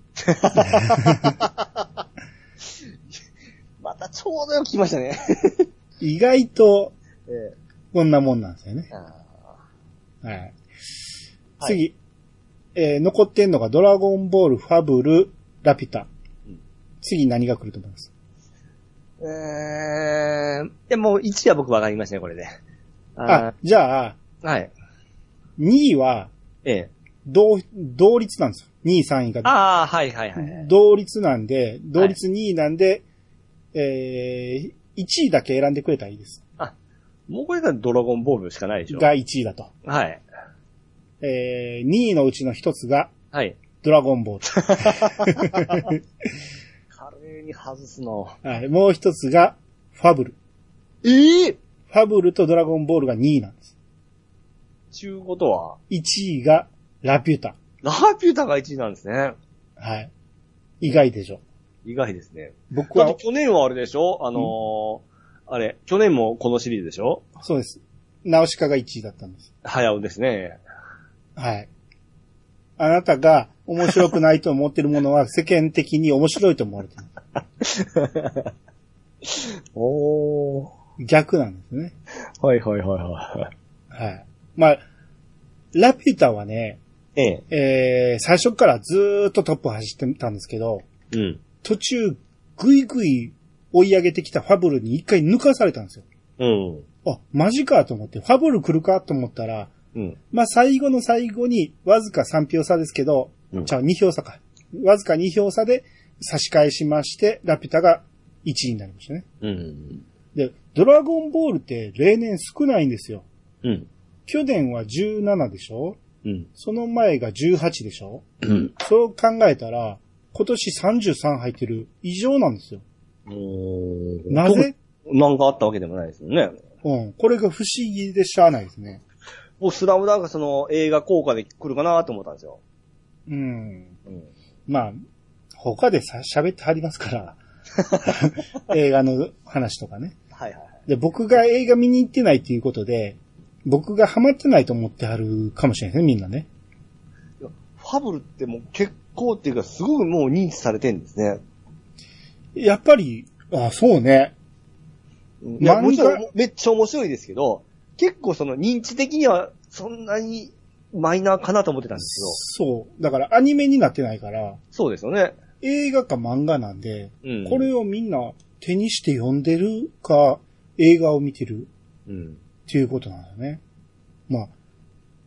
Speaker 2: またちょうどよく来ました ね。
Speaker 1: 意外と、
Speaker 2: ええ
Speaker 1: こんなもんなんですよね。
Speaker 2: あ
Speaker 1: はい。
Speaker 2: はい
Speaker 1: 次、えー残ってんのがドラゴンボール、ファブル、ラピュタ。
Speaker 2: うん
Speaker 1: 次何が来ると思います
Speaker 2: ーえー、でも1位は僕分かりましたね、これで。
Speaker 1: あ
Speaker 2: あ
Speaker 1: じゃあ、
Speaker 2: ーはい。
Speaker 1: 2位は、
Speaker 2: ええ。
Speaker 1: 同、同率なんですよ。2位、3位が。
Speaker 2: ああ、はいはいはい。
Speaker 1: 同率なんで、同率2位なんで、えー、1位だけ選んでくれたらいいです。
Speaker 2: もうこれがドラゴンボールしかないでしょ。
Speaker 1: が1位だと。
Speaker 2: はい。
Speaker 1: えー、2位のうちの1つが、
Speaker 2: はい。
Speaker 1: ドラゴンボー
Speaker 2: 華麗に外すの。
Speaker 1: ル。はい。もう1つが、ファブル。
Speaker 2: ええ
Speaker 1: ファブルとドラゴンボールが2位なんです。
Speaker 2: ちゅうことは、
Speaker 1: 1位が、ラピュタ。
Speaker 2: ラピュタが1位なんですね。
Speaker 1: はい。意外でしょ。
Speaker 2: 意外ですね。
Speaker 1: 僕
Speaker 2: だっ
Speaker 1: は
Speaker 2: て、去年はあれでしょあのー、あれ、去年もこのシリーズでしょ
Speaker 1: そうです。ナオシカが1位だったんです。
Speaker 2: 早尾ですね。
Speaker 1: はい。あなたが面白くないと思ってるものは 世間的に面白いと思われてる。
Speaker 2: おー。
Speaker 1: 逆なんですね。
Speaker 2: はいはいはいは
Speaker 1: はい。まあ、ラピュタはね、
Speaker 2: い。え
Speaker 1: えー、最初からずーっとトップ走ってたんですけど、
Speaker 2: え。うん。
Speaker 1: 途中、ぐいぐい追い上げてきたファブルに一回抜かされたんですよ。
Speaker 2: うん。
Speaker 1: あ、マジかと思って、ファブル来るかと思ったら、
Speaker 2: うん。
Speaker 1: まあ、最後の最後に、わずか3票差ですけど、
Speaker 2: うん
Speaker 1: じゃあ2票差か。わずか2票差で差し替えしまして、ラピュタが1位になりましたね。
Speaker 2: うん。
Speaker 1: で、ドラゴンボールって例年少ないんですよ。
Speaker 2: うん。
Speaker 1: 去年は17でしょ
Speaker 2: うん。
Speaker 1: その前が18でしょ
Speaker 2: うん。
Speaker 1: そう考えたら、今年33入ってる異常なんですよ。なぜ
Speaker 2: なんかあったわけでもないですよね。
Speaker 1: うん。これが不思議でしゃあないですね。
Speaker 2: 僕、スラムダンクはその映画効果で来るかなと思ったんですよ。
Speaker 1: うん。
Speaker 2: うん。
Speaker 1: まあ、他でさ喋ってはりますから。 映画の話とかね。
Speaker 2: はいはいはい。
Speaker 1: で、僕が映画見に行ってないということで、僕がハマってないと思ってはるかもしれないですね、みんなね。
Speaker 2: ファブルってもう結構っていうか、すごいもう認知されてるんですね。
Speaker 1: やっぱり、あ、そうね。
Speaker 2: うんいや、
Speaker 1: 漫画
Speaker 2: もちろんめっちゃ面白いですけど、結構その認知的にはそんなにマイナーかなと思ってたんですけ
Speaker 1: そう。だからアニメになってないから、
Speaker 2: ど、そうですよね。
Speaker 1: 映画か漫画なんで、
Speaker 2: うん。
Speaker 1: これをみんな手にして読んでるか、映画を見てる
Speaker 2: うん。
Speaker 1: っていうことなんだよね。まあ、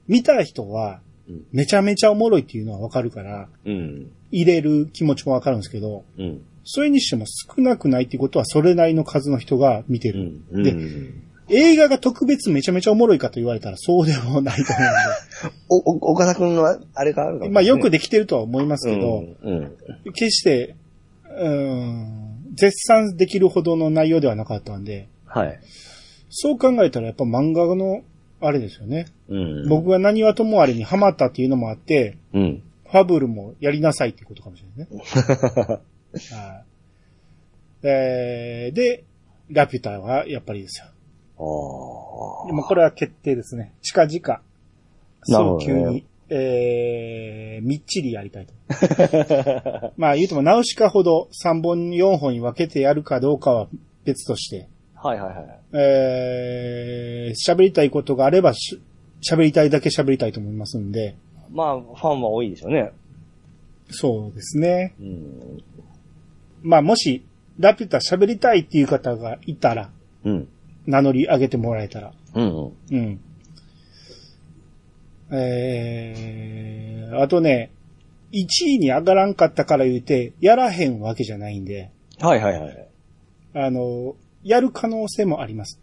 Speaker 1: 見た人は
Speaker 2: うん、
Speaker 1: めちゃめちゃおもろいっていうのはわかるから、
Speaker 2: うん。
Speaker 1: 入れる気持ちもわかるんですけど、
Speaker 2: うん。
Speaker 1: それにしても少なくないってことは、それなりの数の人が見てる。
Speaker 2: うん。
Speaker 1: で
Speaker 2: うん
Speaker 1: 映画が特別めちゃめちゃおもろいかと言われたらそうでもないと思
Speaker 2: お、お岡田くんのあれがある
Speaker 1: うん
Speaker 2: か
Speaker 1: で。
Speaker 2: も
Speaker 1: まあよくで
Speaker 2: で
Speaker 1: きてるとは思いますけど、
Speaker 2: うん。
Speaker 1: 決して、うーん、絶賛できるほどの内容ではなかったんで、
Speaker 2: はい。
Speaker 1: そう考えたらやっぱ漫画の、あれですよね。
Speaker 2: うん。
Speaker 1: 僕が何はともあれにハマったっていうのもあって、
Speaker 2: うん。
Speaker 1: ファブルもやりなさいっていうことかもしれないですね。はいえーで、ラピュタはやっぱりですよ。
Speaker 2: ああ。
Speaker 1: もうこれは決定ですね。近々、
Speaker 2: なる
Speaker 1: 早
Speaker 2: ほどね
Speaker 1: 急に、えー、みっちりやりたいと。 まあ言うても、ナウシカほど3本、4本に分けてやるかどうかは別として、
Speaker 2: はいはいはい。
Speaker 1: えー、喋りたいことがあればし、喋りたいだけ喋りたいと思いますんで、
Speaker 2: まあ、ファンは多いでしょうね。
Speaker 1: そうですね。
Speaker 2: うん。
Speaker 1: まあもし、ラピュタ喋りたいっていう方がいたら、
Speaker 2: うん。
Speaker 1: 名乗り上げてもらえたら。
Speaker 2: うん。
Speaker 1: うん。えー、あとね、1位に上がらんかったから言うて、やらへんわけじゃないんで、
Speaker 2: はいはいはい。
Speaker 1: あの、やる可能性もあります。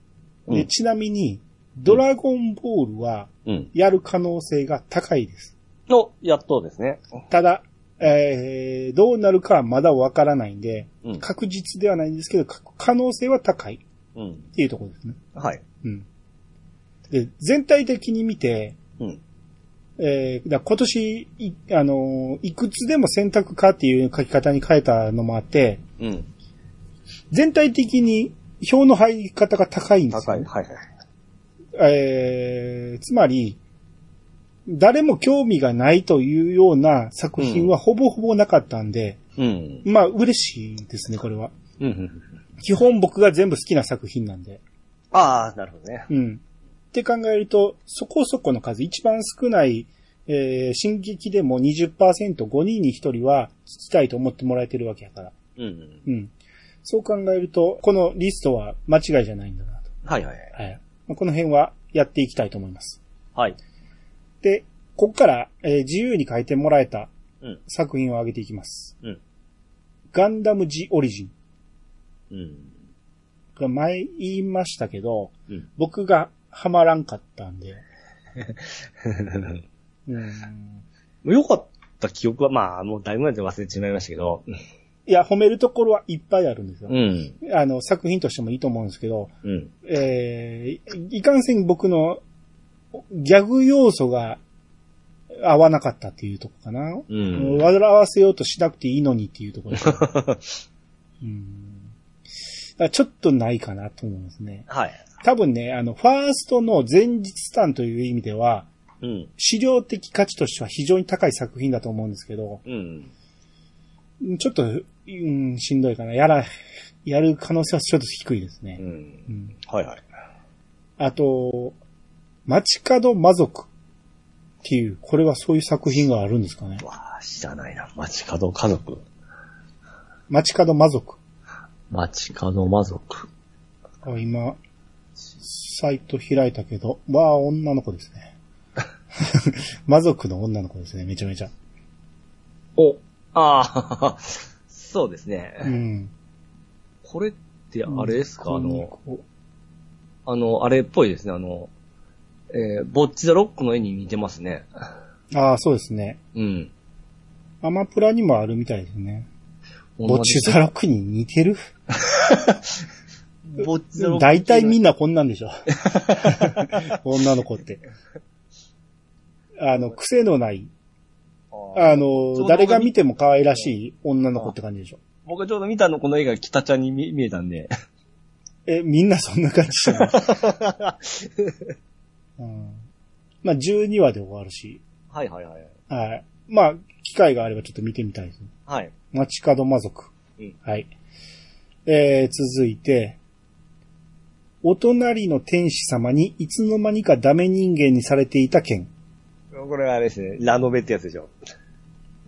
Speaker 2: う
Speaker 1: で
Speaker 2: ん
Speaker 1: ちなみに、ドラゴンボールは、
Speaker 2: うん。
Speaker 1: やる可能性が高いです。
Speaker 2: の、やっとですね。
Speaker 1: ただ、えー、どうなるかはまだわからないんで、
Speaker 2: うん
Speaker 1: 確実ではないんですけど、か可能性は高いっ
Speaker 2: うん。
Speaker 1: ていうところですね。
Speaker 2: はい。
Speaker 1: うん。で、全体的に見て、
Speaker 2: うん。
Speaker 1: えー、だから今年、い、あのーいくつでも選択かっていう書き方に変えたのもあって、
Speaker 2: うん。
Speaker 1: 全体的に票の入り方が高いんです
Speaker 2: 高
Speaker 1: よ、
Speaker 2: い。
Speaker 1: ね。
Speaker 2: はいはい。
Speaker 1: えー、つまり、誰も興味がないというような作品はほぼほぼなかったんで、
Speaker 2: うん。
Speaker 1: まあ嬉しいですね、これは。
Speaker 2: うん。
Speaker 1: 基本僕が全部好きな作品なんで。
Speaker 2: ああ、なるほどね。
Speaker 1: うん。って考えると、そこそこの数、一番少ない、えー、進撃でも20%、5人に1人は聞きたいと思ってもらえてるわけやから。
Speaker 2: うん。
Speaker 1: うん。そう考えると、このリストは間違いじゃないんだなと。
Speaker 2: はいはいはい。
Speaker 1: はい。まあこの辺はやっていきたいと思います。
Speaker 2: はい。
Speaker 1: で、ここから、えー自由に書いてもらえた
Speaker 2: うん。
Speaker 1: 作品を挙げていきます。
Speaker 2: うん。
Speaker 1: ガンダム・ジ・オリジン。
Speaker 2: うん。
Speaker 1: これ前言いましたけど、
Speaker 2: うん。
Speaker 1: 僕がハマらんかったん で。うん
Speaker 2: 良かった記憶は、まあ、もうだいぶ前で忘れてしまいましたけど。
Speaker 1: いや、褒めるところはいっぱいあるんですよ。
Speaker 2: ん。
Speaker 1: あの、作品としてもいいと思うんですけど、
Speaker 2: うん。
Speaker 1: えー、いいかんせん僕のギャグ要素が合わなかったっていうとこかな。
Speaker 2: うん
Speaker 1: 笑わせようとしなくていいのにっていうところ。 うんだからちょっとないかなと思うんですね。
Speaker 2: はい。
Speaker 1: 多分ね、あの、ファーストの前日スタンという意味では、
Speaker 2: うん。
Speaker 1: 資料的価値としては非常に高い作品だと思うんですけど、
Speaker 2: うん。
Speaker 1: うんちょっと、うん、しんどいかな。やら、 やる可能性はちょっと低いです
Speaker 2: う
Speaker 1: ね。
Speaker 2: ん。
Speaker 1: うん
Speaker 2: はいはい。
Speaker 1: あと、街角魔族っていう、これはそういう作品があるんですかね。
Speaker 2: わあ、知らないな。街角家族。
Speaker 1: 街角魔族。
Speaker 2: 街角魔族。
Speaker 1: あ今、サイト開いたけど、わあ、女の子です ね。魔族の女の子ですね、めちゃめちゃ。
Speaker 2: お、ああ、 そうですね。
Speaker 1: うん。
Speaker 2: これってあれですか、あの、
Speaker 1: こう
Speaker 2: あの、あれっぽいですね、あの、えー、ぼっちザロックの絵に似てますね。
Speaker 1: ああ、そうですね。
Speaker 2: うん。
Speaker 1: アマプラにもあるみたいですね。ぼっちザロックに似てる
Speaker 2: ぼっちザロック。
Speaker 1: 大体みんなこんなんでしょ。女の子って。あの、癖のない、
Speaker 2: あ
Speaker 1: あ
Speaker 2: ー
Speaker 1: の、誰が見ても可愛らしい女の子って感じでしょ。
Speaker 2: 僕がちょうど見たのこの絵が北ちゃんに見見えた んで。
Speaker 1: え、みんなそんな感じじゃない、うん、まあ、12話で終わるし、
Speaker 2: はいはいはい。
Speaker 1: はい。まあ、機会があればちょっと見てみたいですね。
Speaker 2: はい。
Speaker 1: 街角魔族
Speaker 2: うん。
Speaker 1: はい。えー、続いて、お隣の天使様にいつの間にかダメ人間にされていた剣。
Speaker 2: これはあれですね、ラノベってやつでしょ。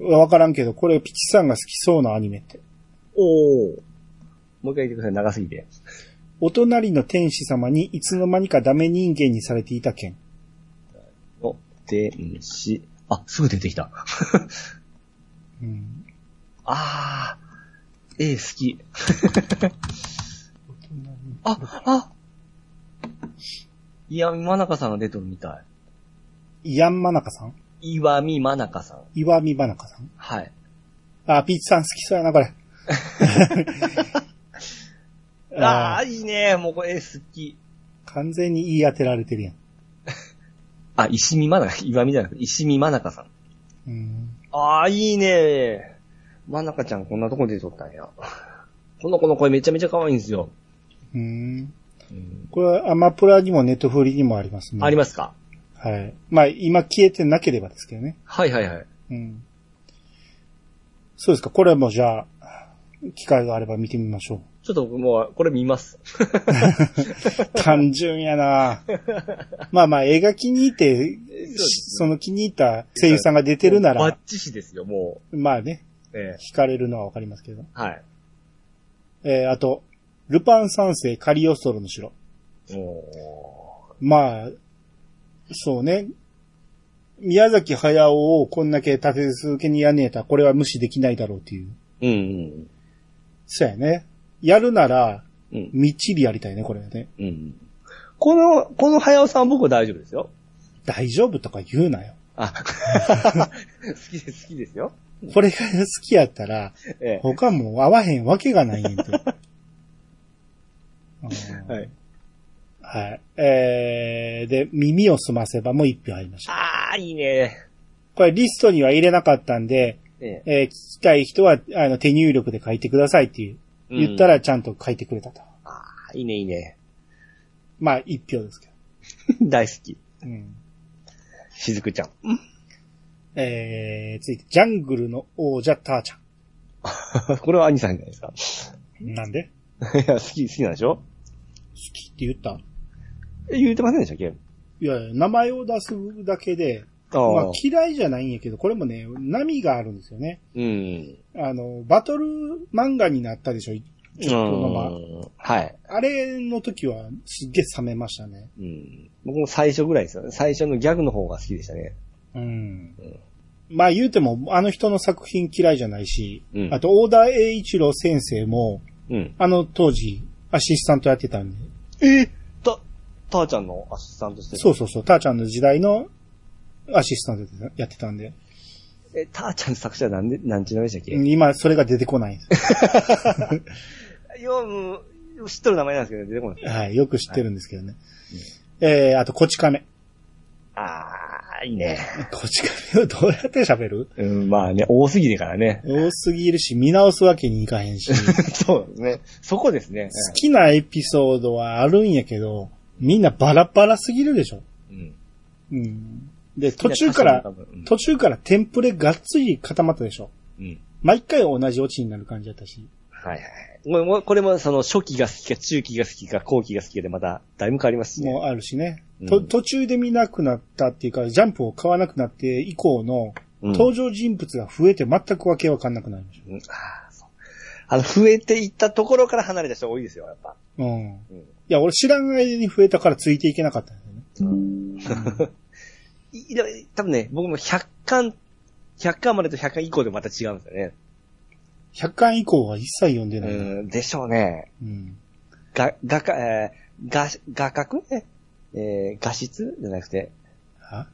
Speaker 1: わからんけど、これピチさんが好きそうなアニメって。
Speaker 2: おお。もう一回言ってください、長すぎて。
Speaker 1: お隣の天使様にいつの間にかダメ人間にされていた剣。
Speaker 2: の、天使。あ、すぐ出てきた。
Speaker 1: うん。
Speaker 2: あー、絵好き。あ、あ岩見真中さんが出てるみた
Speaker 1: ヤンマナカさん
Speaker 2: い。岩見真中さん。
Speaker 1: 岩見マナカさん
Speaker 2: はい。
Speaker 1: あ、ピーチさん好きそうやな、こ れ。
Speaker 2: あ
Speaker 1: あ
Speaker 2: ー、いいね。もうこれ絵好き。
Speaker 1: ー完全に言い当てられてるやん。
Speaker 2: あ、石見真中、岩見じゃなくて、石見真中さん。
Speaker 1: うん、
Speaker 2: あー、いいね。真中ちゃんこんなとこに出ておったんや。この子の声めちゃめちゃ可愛いんですよ。
Speaker 1: うんこれはアマプラにもネットフリにもありますね。
Speaker 2: ありますか
Speaker 1: す。はい。まあ、今消えてなければですけどね。
Speaker 2: はいはいはい。
Speaker 1: うん。そうですか。これもじゃあ、機会があれば見てみましょう。
Speaker 2: ちょっと僕もう、これ見ます。
Speaker 1: 単純やなまあまあ、映画気に入って、その気に入った声優さんが出てるな
Speaker 2: バッ
Speaker 1: ら、
Speaker 2: チシですよ、も
Speaker 1: まあね、
Speaker 2: う。ええ
Speaker 1: 惹かれるのはわかりますけど。
Speaker 2: はい。
Speaker 1: えー、あと、ルパン三世カリオストロの城。
Speaker 2: お
Speaker 1: まあ、そうね。宮崎駿をこんだけ立て続けにやんねえたら、これは無視できないだろうっていう。
Speaker 2: ーうん
Speaker 1: そうやね。やるなら、
Speaker 2: うん。うん。
Speaker 1: みっちりやりたいね、これはね。
Speaker 2: うん。この、この早尾さん僕大丈夫ですよ。
Speaker 1: 大丈夫とか言うなよ。
Speaker 2: あ、好きです、好きですよ。
Speaker 1: これが好きやったら、
Speaker 2: え
Speaker 1: 他もう合わへんわけがないねんと。
Speaker 2: え。はい。
Speaker 1: はい。えー、で、耳を澄ませばもう一票入りました。
Speaker 2: あー、いいね。
Speaker 1: これリストには入れなかったんで、
Speaker 2: ええ。
Speaker 1: えー聞きたい人は、あの、手入力で書いてくださいっていう。
Speaker 2: うん
Speaker 1: 言ったらちゃんと書いてくれたと。
Speaker 2: あー、いいね、いいね。
Speaker 1: まあ、一票ですけど。
Speaker 2: 大好き。
Speaker 1: うん。
Speaker 2: しずくちゃん。
Speaker 1: えー、続いて、ジャングルの王者、ターちゃ
Speaker 2: これは兄さんじゃないです
Speaker 1: ん。なんで
Speaker 2: か。い や、好き、好きなんでしょ
Speaker 1: 好きって言った
Speaker 2: え言うてませんでしたっけ
Speaker 1: いやいや、名前を出すだけで、
Speaker 2: あ
Speaker 1: まあ
Speaker 2: あ、
Speaker 1: 嫌いじゃないんやけど、これもね、波があるんですよね。
Speaker 2: うん。
Speaker 1: あの、バトル漫画になったでしょ
Speaker 2: う
Speaker 1: ちょっとまあ
Speaker 2: ん。はい。
Speaker 1: あれの時はすっげえ冷めましたね。
Speaker 2: うん。僕も最初ぐらいですよね。最初のギャグの方が好きでしたね。
Speaker 1: うん。まあ言うても、あの人の作品嫌いじゃないし、
Speaker 2: うん
Speaker 1: あと、大田栄一郎先生も、
Speaker 2: うん。
Speaker 1: あの当時、アシスタントやってたんで、
Speaker 2: えた、たーちゃんのアシスタントして。
Speaker 1: そううそうそう、ターちゃんの時代のアシスタントやってたんで、
Speaker 2: え、たーちゃんの作者はなんで、なんちゅう名前でしたっけ、
Speaker 1: 今それが出てこないんです。
Speaker 2: よう、うん知っとる名前なんですけど、出てこな い。
Speaker 1: はい、よく知ってるんですけどね。えー、あと、こち亀。
Speaker 2: あー、いいね。
Speaker 1: こち亀をどうやって喋る
Speaker 2: うん、まあね、多すぎるからね。
Speaker 1: 多すぎるし、見直すわけにいかへ んし、好
Speaker 2: そうですね。そこですね。
Speaker 1: きなエピソードはあるんやけど、みんなバラバラすぎるでしょ。
Speaker 2: うん。
Speaker 1: うん。で、途中から
Speaker 2: 多、分
Speaker 1: 途中からテンプレがっつり固まったでしょ。
Speaker 2: うん。
Speaker 1: 毎回同じオチになる感じだったし。
Speaker 2: はいはい。もうもうこれもその初期が好きか中期が好きか後期が好きかでまただいぶ変わりますしね。
Speaker 1: もうあるしね。
Speaker 2: うん
Speaker 1: と途中で見なくなったっていうか、ジャンプを買わなくなって以降の、
Speaker 2: うん
Speaker 1: 登場人物が増えて全くわけわかんなくなりまし
Speaker 2: うんあーそうあの、増えていったところから離れた人多いですよ、やっぱ。
Speaker 1: た。うん。い
Speaker 2: うん
Speaker 1: や、俺知らん間に増えたからついていけなかったんだよね。
Speaker 2: いいや多分ね、僕も100巻、100巻までと100巻以降でまた違うんですよね。
Speaker 1: 100巻以降は一切読んで
Speaker 2: う
Speaker 1: ない。うん。
Speaker 2: ん、でしょうね。が、画家、えー、画、画角ええー画質じゃなくて、
Speaker 1: あ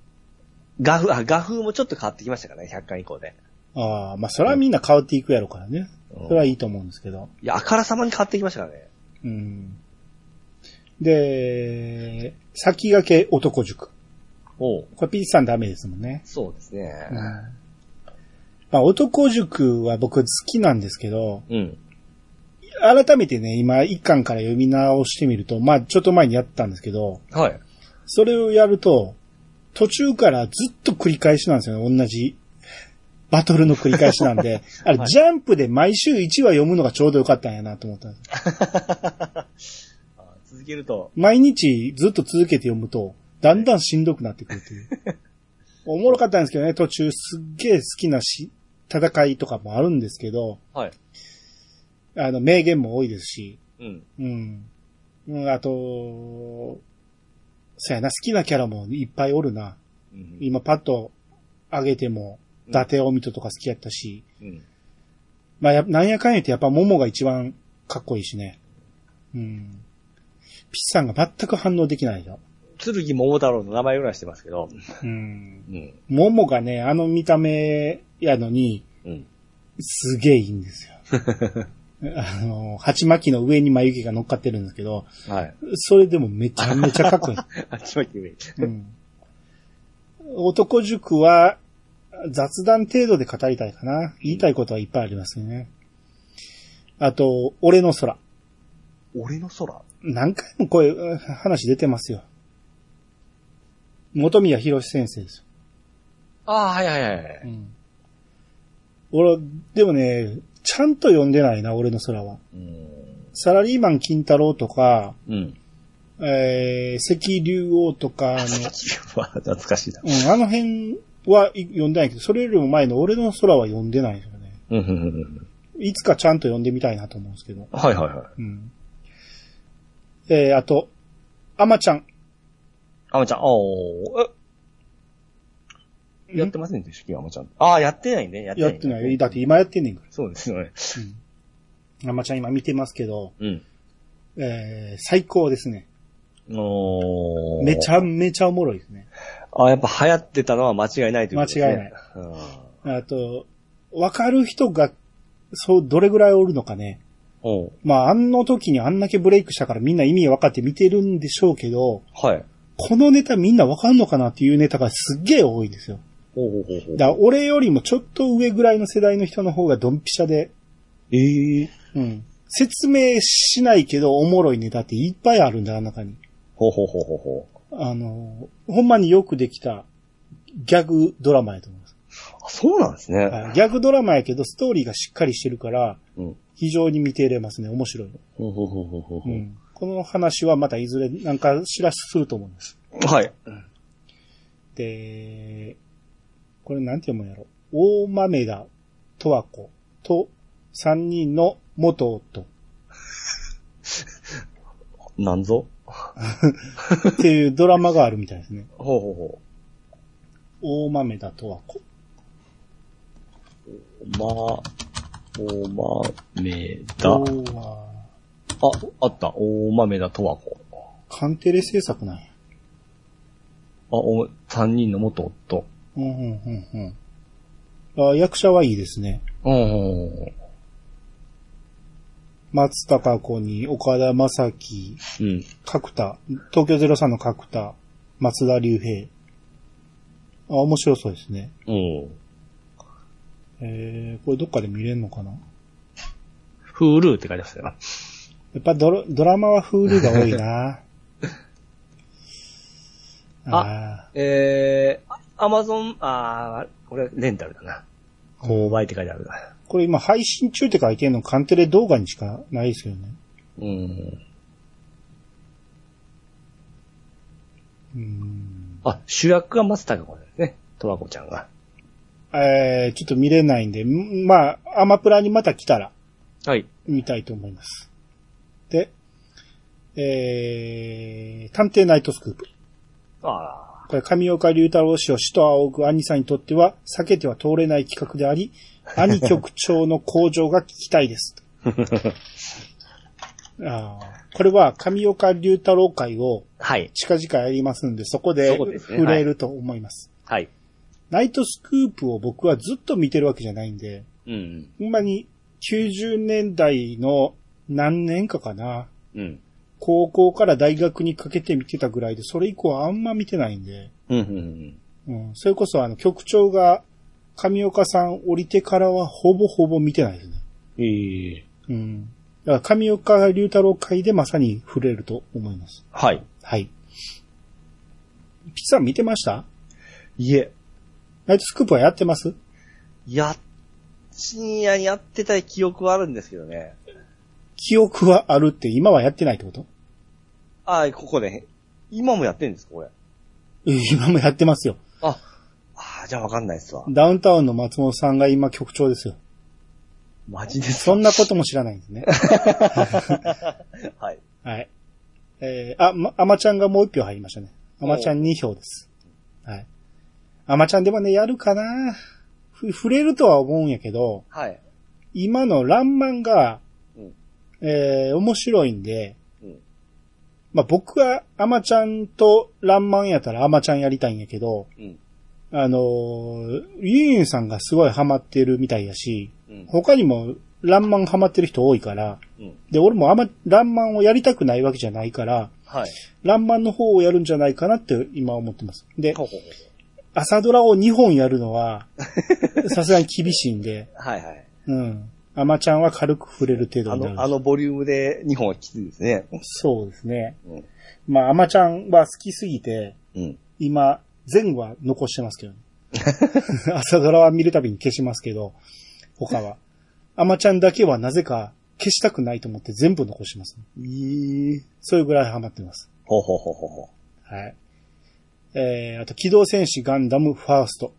Speaker 2: 画風、あ、画風もちょっと変わってきましたからね、100巻以降で。
Speaker 1: あー、まあ、それはみんな変わっていくやろからね。
Speaker 2: うん
Speaker 1: それはいいと思うんですけど。
Speaker 2: いや、あからさまに変わってきましたからね。
Speaker 1: うん。で、先駆け男塾。
Speaker 2: おう
Speaker 1: これピーチさんダメですもんね。
Speaker 2: そうですね。
Speaker 1: うん。まあ、男塾は僕好きなんですけど、
Speaker 2: うん。
Speaker 1: 改めてね、今一巻から読み直してみると、まあちょっと前にやったんですけど、
Speaker 2: はい。
Speaker 1: それをやると、途中からずっと繰り返しなんですよね、同じ。バトルの繰り返しなんで、あれ、ジャンプで毎週1話読むのがちょうどよかったんやなと思ったんです。
Speaker 2: あ続けると、
Speaker 1: 毎日ずっと続けて読むと、だんだんしんどくなってくるという。おもろかったんですけどね、途中すっげえ好きなし、戦いとかもあるんですけど、
Speaker 2: はい。
Speaker 1: あの、名言も多いですし、
Speaker 2: うん。
Speaker 1: うん。うん、あと、そうやな、好きなキャラもいっぱいおるな。
Speaker 2: うん。
Speaker 1: 今パッと上げても、
Speaker 2: うん
Speaker 1: 伊達オミトとか好きやったし、
Speaker 2: うん。
Speaker 1: まあや、なんやかんやってやっぱモモが一番かっこいいしね。うん。ピッさんが全く反応できないよ。
Speaker 2: 剣桃太郎の名前ぐらいしてますけど。
Speaker 1: うん。
Speaker 2: うん。
Speaker 1: モモがね、あの見た目やのに、
Speaker 2: うん。
Speaker 1: すげえいいんです よ。あの、鉢巻きの上に眉毛が乗っかってるんですけど、
Speaker 2: はい。
Speaker 1: それでもめちゃめちゃかっこいい。
Speaker 2: あ、ちょっと待って
Speaker 1: うん男塾は雑談程度で語りたいかな。言いたいことはいっぱいありますよね。あと、俺の空。
Speaker 2: 俺の空
Speaker 1: 何回もこういううん話出てますよ。元宮博先生です
Speaker 2: ああ、はいはいは
Speaker 1: よ。う
Speaker 2: い。
Speaker 1: ん。俺、でもね、ちゃんと読んでないな、俺の空は。
Speaker 2: うん。
Speaker 1: サラリーマン金太郎とか、
Speaker 2: うん。
Speaker 1: えー、赤竜王とかの、
Speaker 2: わ懐かしいな。
Speaker 1: うん、あの辺はい読んでないけど、それよりも前の俺の空は読んでないんですよね。
Speaker 2: うん、うん、うん。
Speaker 1: いつかちゃんと読んでみたいなと思うんですけど。
Speaker 2: はいはいはい。
Speaker 1: うん。えー、あと、アマちゃん。
Speaker 2: あまちゃん、おー、え、やってませんでしたっけ、あまちゃん。ああ、やってないね、やってな
Speaker 1: や
Speaker 2: い、
Speaker 1: ってない。だって今やってんねんか
Speaker 2: そうですよね。
Speaker 1: ら。アマちゃん今見てますけど、
Speaker 2: うん。
Speaker 1: えー、最高ですね。
Speaker 2: おー。
Speaker 1: めちゃめちゃおもろいですね。
Speaker 2: あやっぱ流行ってたのは間違いないということですね。
Speaker 1: 間違いない
Speaker 2: うん。
Speaker 1: あと、わかる人が、そう、どれぐらいおるのかね。
Speaker 2: おう
Speaker 1: まあ、あの時にあんだけブレイクしたからみんな意味分かって見てるんでしょうけど、
Speaker 2: はい。
Speaker 1: このネタみんな分かんのかなっていうネタがすっげえ多いんですよ。
Speaker 2: おうおうおうおう
Speaker 1: だから俺よりもちょっと上ぐらいの世代の人の方がドンピシャで、
Speaker 2: ええー。
Speaker 1: うん。説明しないけどおもろいネタっていっぱいあるんだ、あの中に。
Speaker 2: ほうほうほうほうほう。
Speaker 1: あの、ほんまによくできたギャグドラマやと思います。
Speaker 2: あ、そうなんですね。
Speaker 1: はいギャグドラマやけどストーリーがしっかりしてるから、
Speaker 2: うん。
Speaker 1: 非常に見てれますね。面白い。
Speaker 2: ほうほうほうほうほう
Speaker 1: う
Speaker 2: ほう。
Speaker 1: ん。この話はまたいずれなんか知らすると思うんです。
Speaker 2: はい。
Speaker 1: で、これなんて読むんやろ。大豆田十和子と三人の元夫
Speaker 2: なんぞ
Speaker 1: っていうドラマがあるみたいですね。
Speaker 2: ほうほうほ
Speaker 1: 大豆田十和子。
Speaker 2: う。ま、おまめだ。あ、
Speaker 1: おは、
Speaker 2: あった。おまめだとわこ。
Speaker 1: カンテレ制作なんや。
Speaker 2: あ、お、三人の元夫。
Speaker 1: うんうんうんうん。あ役者はいいですね。
Speaker 2: うんうんうん。
Speaker 1: 松たか子に岡田正樹、
Speaker 2: うん。
Speaker 1: 角田、東京03の角田、松田龍平。あ、面白そうですね。
Speaker 2: うん。
Speaker 1: えー、これどっかで見れんのかな
Speaker 2: フールーって書いてましたよ。
Speaker 1: やっぱドラドラマはフールが多いなあ
Speaker 2: えー、アマゾン、あー、これレンタルだな。
Speaker 1: ー
Speaker 2: 購買って書いてあるな。
Speaker 1: これ今配信中って書いてんのカンテレ動画にしかないですよね。
Speaker 2: うん。
Speaker 1: うん
Speaker 2: あ、主役が松たか子ですね。とわこちゃんが。
Speaker 1: えー、ちょっと見れないんで、んまあ、アマプラにまた来たら
Speaker 2: はい。
Speaker 1: 見たいと思います。で、えー、探偵ナイトスクープ。
Speaker 2: あ
Speaker 1: これ、上岡龍太郎氏を死と仰ぐ兄さんにとっては、避けては通れない企画で あり、兄局長の向上が聞きたいです。あーこれは、上岡龍太郎会を
Speaker 2: あ。はい。
Speaker 1: 近々やりますんで、そこで
Speaker 2: そこですね
Speaker 1: 触れると思います。
Speaker 2: はい。
Speaker 1: ナイトスクープを僕はずっと見てるわけじゃないんで、
Speaker 2: うん。
Speaker 1: ほんまに90年代の何年かかな。
Speaker 2: うん。
Speaker 1: 高校から大学にかけて見てたぐらいで、それ以降はあんま見てないんで、
Speaker 2: うん。うん。
Speaker 1: うん、それこそあの局長が上岡さん降りてからはほぼほぼ見てないですね。
Speaker 2: ええ
Speaker 1: うん。だから上岡龍太郎会でまさに触れると思います。
Speaker 2: はい。
Speaker 1: はい。ピッツァ見てました
Speaker 2: いえ、
Speaker 1: ナイトスクープはやってます
Speaker 2: や、深夜にやってた記憶はあるんですけどね。
Speaker 1: 記憶はあるって今はやってないってこと
Speaker 2: あここね。今もやってんですか、これ。
Speaker 1: うん 今もやってますよ。
Speaker 2: あ、あーじゃあわかんないっすわ。
Speaker 1: ダウンタウンの松本さんが今局長ですよ。
Speaker 2: マジです
Speaker 1: そんなことも知らないんです ね。
Speaker 2: はい。
Speaker 1: はい。えー、あ、ま、アマちゃんがもう一票入りましたね。アマちゃん2票です。はい。アマちゃんでもね、やるかなふ、触れるとは思うんやけど、
Speaker 2: はい。
Speaker 1: 今のランマンが、
Speaker 2: うん
Speaker 1: えー、面白いんで、
Speaker 2: うん
Speaker 1: まあ、僕はアマちゃんとランマンやったらアマちゃんやりたいんやけど、
Speaker 2: うん。
Speaker 1: あのーユンユンさんがすごいハマってるみたいやし、
Speaker 2: うん。
Speaker 1: 他にもランマンハマってる人多いから、
Speaker 2: うん。
Speaker 1: で、俺もあんま、ランマンをやりたくないわけじゃないから、
Speaker 2: はい。
Speaker 1: ランマンの方をやるんじゃないかなって今思ってます。で、
Speaker 2: ほうほうほ
Speaker 1: 朝ドラを2本やるの は、さすがに厳しいんで、
Speaker 2: う。はいはい。
Speaker 1: うん。アマちゃんは軽く触れる程度
Speaker 2: あ
Speaker 1: になるんで
Speaker 2: の、あのボリュームで2本はきついですね。
Speaker 1: そうですね。
Speaker 2: うん。
Speaker 1: まあ、アマちゃんは好きすぎて、
Speaker 2: うん。
Speaker 1: 今、全話残してますけど、ね、 朝ドラは見るたびに消しますけど、他は。アマちゃんだけはなぜか消したくないと思って全部残します、
Speaker 2: いい。
Speaker 1: そういうぐらいハマってます。
Speaker 2: ほうほうほうほうほ
Speaker 1: はい。えー、あと、機動戦士ガンダムファースト。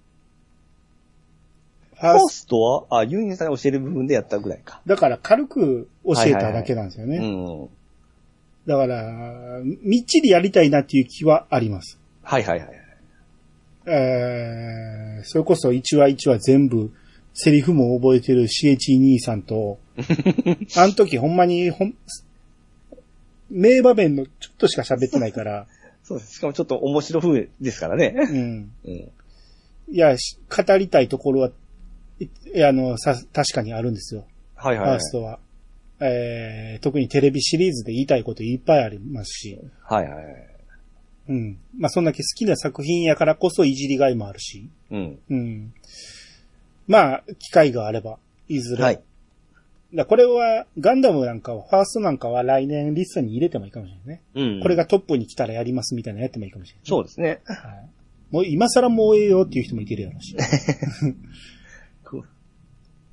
Speaker 1: フ
Speaker 2: う。
Speaker 1: ァー
Speaker 2: ファー
Speaker 1: スト。
Speaker 2: ストは、あ、ユンユンさんが教える部分でやったぐらいか。
Speaker 1: だから軽く教えただけなんですよね。
Speaker 2: うん。
Speaker 1: だから、みっちりやりたいなっていう気はあります。
Speaker 2: はいはいはい。
Speaker 1: えー、それこそ一話一話全部、セリフも覚えてるしげち兄さん と、あの時ほんまに、ほん、名場面のちょっとしか喋ってない から、
Speaker 2: そうです。しかもちょっと面白風ですからね。
Speaker 1: うん。
Speaker 2: うん。
Speaker 1: いや、し語りたいところは、いいやあの、さ、確かにあるんですよ。
Speaker 2: はい
Speaker 1: フ
Speaker 2: は
Speaker 1: ァ
Speaker 2: い、
Speaker 1: ー
Speaker 2: はい。
Speaker 1: ストは。えー、特にテレビシリーズで言いたいこといっぱいありますし、
Speaker 2: はいはいはい。
Speaker 1: うん。まあ、そんだけ好きな作品やからこそいじりがいもあるし、
Speaker 2: うん。
Speaker 1: うん。まあ、機会があれば、いずれ。
Speaker 2: はい。
Speaker 1: だこれは、ガンダムなんかは、ファーストなんかは来年リストに入れてもいいかもしれないね。
Speaker 2: うん。
Speaker 1: これ。がトップに来たらやりますみたいなのやってもいいかもしれない。
Speaker 2: そうですね。
Speaker 1: はい、もう今更もうええよっていう人もいてるやろうし。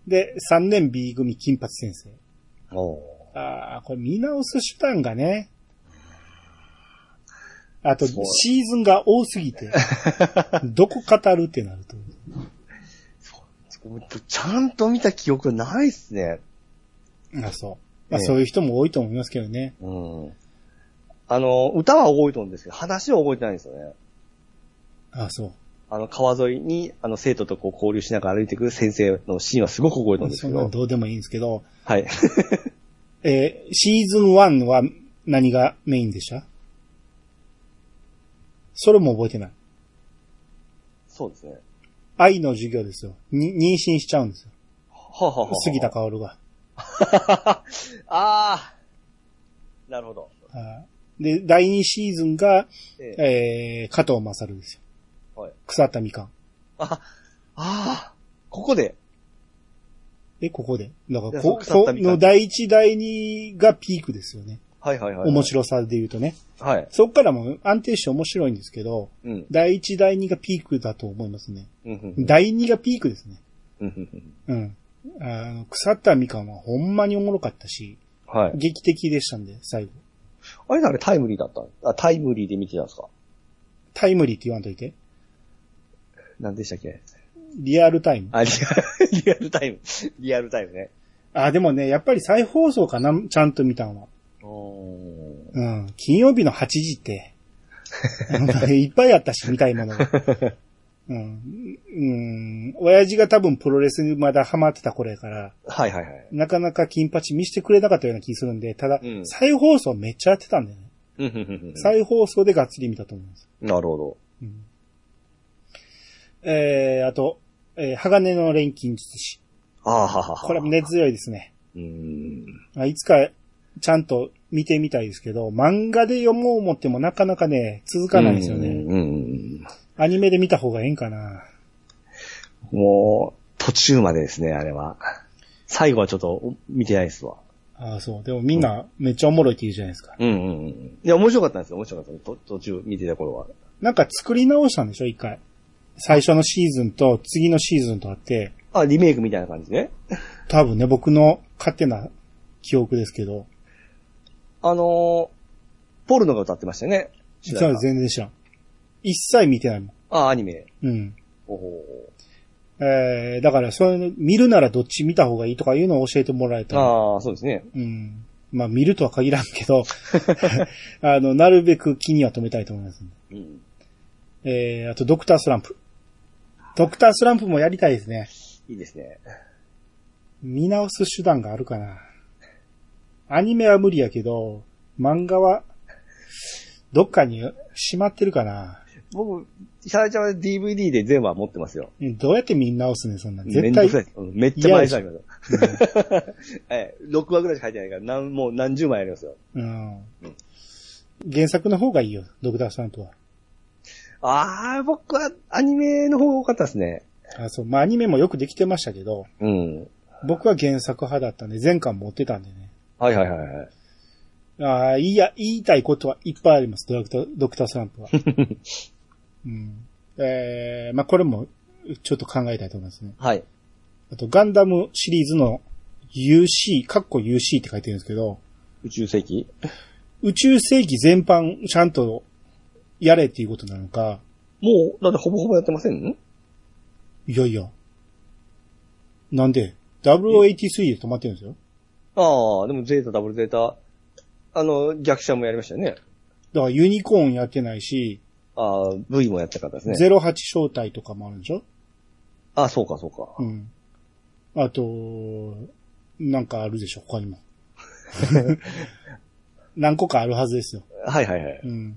Speaker 1: で、3年 B 組金髪先生。
Speaker 2: おー
Speaker 1: ああ、これ見直す手段がね。あと、シ
Speaker 2: そう
Speaker 1: ーズンが多すぎ て、どこ語るってなると。
Speaker 2: ちゃんと見た記憶ないっすね。
Speaker 1: あそう。まあ、
Speaker 2: ええ
Speaker 1: そういう人も多いと思いますけどね。
Speaker 2: うん。あの、歌は覚えとるんですけど、話は覚えてないんですよね。
Speaker 1: あそう。
Speaker 2: あの、川沿いに、あの、生徒とこう交流しながら歩いてくる先生のシーンはすごく覚えてるんです
Speaker 1: そ
Speaker 2: け
Speaker 1: んなん
Speaker 2: ど。
Speaker 1: どうでもいいんですけど、
Speaker 2: はい。
Speaker 1: えーシーズン1は何がメインでしたそれも覚えてない。
Speaker 2: そうですね。
Speaker 1: 愛の授業ですよ。に妊娠しちゃうんですよ。
Speaker 2: はあ、はあはあ、
Speaker 1: 杉田。薫が。
Speaker 2: あ あー。なるほど。
Speaker 1: はいで、第2シーズンが、
Speaker 2: ええ
Speaker 1: えー、加藤勝ですよ。
Speaker 2: はい。
Speaker 1: 腐ったみかん。
Speaker 2: あ、ああ。ここで。
Speaker 1: で、ここで。だか
Speaker 2: いや
Speaker 1: ら
Speaker 2: そう
Speaker 1: こ、
Speaker 2: 腐っ
Speaker 1: こ
Speaker 2: たみかん
Speaker 1: の第1、第2がピークですよね。
Speaker 2: はいはいはい。
Speaker 1: 面白さで言うとね。
Speaker 2: い。はい。
Speaker 1: そこからも安定して面白いんですけど、
Speaker 2: うん。
Speaker 1: 第1、第2がピークだと思いますね。
Speaker 2: うんうん
Speaker 1: 第2がピークですね。
Speaker 2: うんうんうん
Speaker 1: うん。あの、腐ったみかんはほんまにおもろかったし、
Speaker 2: はい。
Speaker 1: 劇的でしたんで、最後。
Speaker 2: あれあれタイムリーだったあ、タイムリーで見てたんですか
Speaker 1: タイムリーって言わんといて。
Speaker 2: 何でしたっけ
Speaker 1: リアルタイム。
Speaker 2: あ、リアリアル タイム。リアルタイムね。
Speaker 1: あ、でもね、やっぱり再放送かな、ちゃんと見たんは。
Speaker 2: お
Speaker 1: うん。金曜日の8時って、 いっぱいあったし、見たいものが。 うん。うん。親父が多分プロレスにまだハマってた頃やから、
Speaker 2: はいはいはい。
Speaker 1: なかなか金八見してくれなかったような気するんで、ただ、
Speaker 2: うん
Speaker 1: 再放送めっちゃやってたんだよね。
Speaker 2: うんうんうんうん
Speaker 1: 再放送でがっつり見たと思うんです。
Speaker 2: なるほど。
Speaker 1: うんえー、あと、えー鋼の錬金術師。
Speaker 2: ああははは。
Speaker 1: これも根強いですね。
Speaker 2: うーん。
Speaker 1: まあいつかちゃんと見てみたいですけど、漫画で読もう思ってもなかなかね、続かないですよ
Speaker 2: う
Speaker 1: ね。
Speaker 2: んうんうん
Speaker 1: アニメで見た方がええんかな。
Speaker 2: うん。もう、途中までですね、あれは。最後はちょっと見てないですわ。
Speaker 1: ああ、そう。でもみんなめっちゃおもろいって言うじゃないですか。
Speaker 2: うんうんうん。いや、面白かったんですよ、面白かったです。と途中見てた頃は。
Speaker 1: なんか作り直したんでしょ、一回。最初のシーズンと次のシーズンとあって、
Speaker 2: あ、リメイクみたいな感じね。
Speaker 1: 多分ね、僕の勝手な記憶ですけど、
Speaker 2: あのー、ポルノが歌ってましたよね。主
Speaker 1: 実
Speaker 2: 題
Speaker 1: は
Speaker 2: 歌
Speaker 1: 全然知らん。一切見てないもん。
Speaker 2: あ、アニメ。
Speaker 1: うん。
Speaker 2: おほ
Speaker 1: えー、だから、そういうの、見るならどっち見た方がいいとかいうのを教えてもらえたら。
Speaker 2: ああ、そうですね。
Speaker 1: うん。まあ、見るとは限らんけど、 あの、なるべく気には留めたいと思いますんで。
Speaker 2: うん。
Speaker 1: えー、あと、ドクタースランプ。ドクタースランプもやりたいですね。
Speaker 2: いいですね。
Speaker 1: 見直す手段があるかな。アニメは無理やけど、漫画は、どっかにしまってるかな。
Speaker 2: 僕、シャラちゃんは DVD で全話持ってますよ。
Speaker 1: どうやって見直すね、そんなん。
Speaker 2: め
Speaker 1: 絶
Speaker 2: んど
Speaker 1: 対
Speaker 2: く。さいですうんめっちゃ毎回あります。 ええ、6話ぐらいしか入ってないから、なんもう何十枚ありますよ。
Speaker 1: うん。原作の方がいいよ、ドクタースランプは。
Speaker 2: ああ、僕はアニメの方が多かったですね。
Speaker 1: あそう。まあ、アニメもよくできてましたけど、
Speaker 2: うん。
Speaker 1: 僕は原作派だったんで、全巻持ってたんでね。
Speaker 2: はいはいはいはい。
Speaker 1: ああ、いいや、言いたいことはいっぱいあります、ドクター、ドクタースランプは。うん。えー、まあ、これも、ちょっと考えたいと思いますね。
Speaker 2: はい。
Speaker 1: あと、ガンダムシリーズの UC、かっこ UC って書いてるんですけど、
Speaker 2: 宇宙世紀
Speaker 1: 宇宙世紀全般ちゃんとやれっていうことなのか、
Speaker 2: もう、だってほぼほぼやってません
Speaker 1: いやいや。なんで ?W83 で止まってるんですよ。
Speaker 2: ああ、でもゼータ、ダブルゼータ、あの、逆者もやりましたよね。
Speaker 1: だからユニコーンやってないし、
Speaker 2: ああ、V もやった方ですね。
Speaker 1: 08招待とかもあるんでしょ
Speaker 2: ああ、そうか、そうか。
Speaker 1: うん。あと、なんかあるでしょ他にも。 何個かあるはずですよ。
Speaker 2: はいはいはい。
Speaker 1: うん。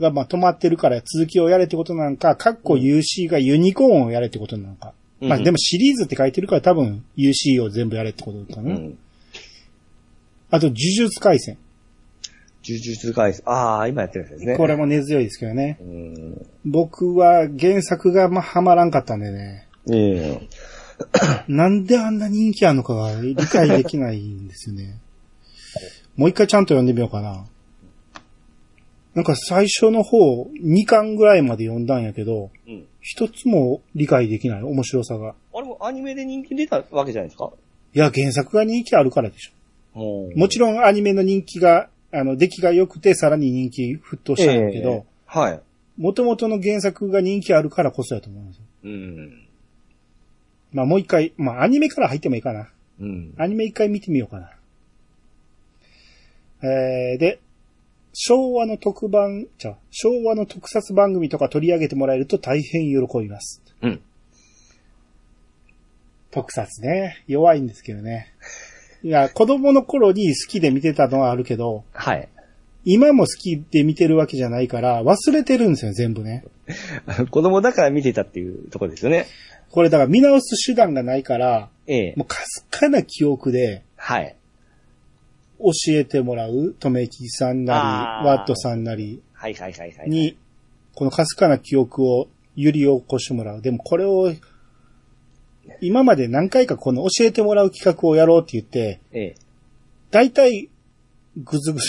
Speaker 1: が、まあ、止まってるから続きをやれってことなんか、かっこ UC がユニコーンをやれってことなのか。まあ、
Speaker 2: うん
Speaker 1: でもシリーズって書いてるから多分 UC を全部やれってことか
Speaker 2: う
Speaker 1: な。
Speaker 2: ん。
Speaker 1: あと、呪術回戦。
Speaker 2: 呪術回戦。ああ、今やってるやつですね。
Speaker 1: これも根強いですけどね
Speaker 2: う。ん。
Speaker 1: 僕は原作がまあハマらんかったんでね。
Speaker 2: ええ
Speaker 1: なんであんな人気あるのかが理解できないんですよ ね。もう一回ちゃんと読んでみようかな。なんか最初の方、2巻ぐらいまで読んだんやけど、
Speaker 2: うん。
Speaker 1: 一つも理解できない、面白さが。
Speaker 2: あれもアニメで人気出たわけじゃないですか
Speaker 1: いや、原作が人気あるからでしょ。
Speaker 2: も
Speaker 1: もちろんアニメの人気が、あの、出来が良くて、さらに人気沸騰したんだけど、
Speaker 2: はい。
Speaker 1: 元々の原作が人気あるからこそやと思うんですよ。
Speaker 2: うん。
Speaker 1: まあもう一回、まあアニメから入ってもいいかな。
Speaker 2: うん。
Speaker 1: アニメ一回見てみようかな。えー、で、昭和の特番、じゃあ昭和の特撮番組とか取り上げてもらえると大変喜びます。
Speaker 2: うん。
Speaker 1: 特撮ね。弱いんですけどね。いや、子供の頃に好きで見てたのはあるけど、
Speaker 2: はい。
Speaker 1: 今も好きで見てるわけじゃないから、忘れてるんですよ、全部ね。
Speaker 2: 子供だから見てたっていうところですよね。
Speaker 1: これだから見直す手段がないから、
Speaker 2: ええ
Speaker 1: もうかすかな記憶で
Speaker 2: はい。
Speaker 1: 教えてもらう、とめきさんな
Speaker 2: あー
Speaker 1: り、ワットさんなり
Speaker 2: はいはいはいはい。
Speaker 1: に、このかすかな記憶を揺り起こしてもらう。でもこれを、今まで何回かこの教えてもらう企画をやろうって言って、
Speaker 2: ええ
Speaker 1: 大体、ぐずぐず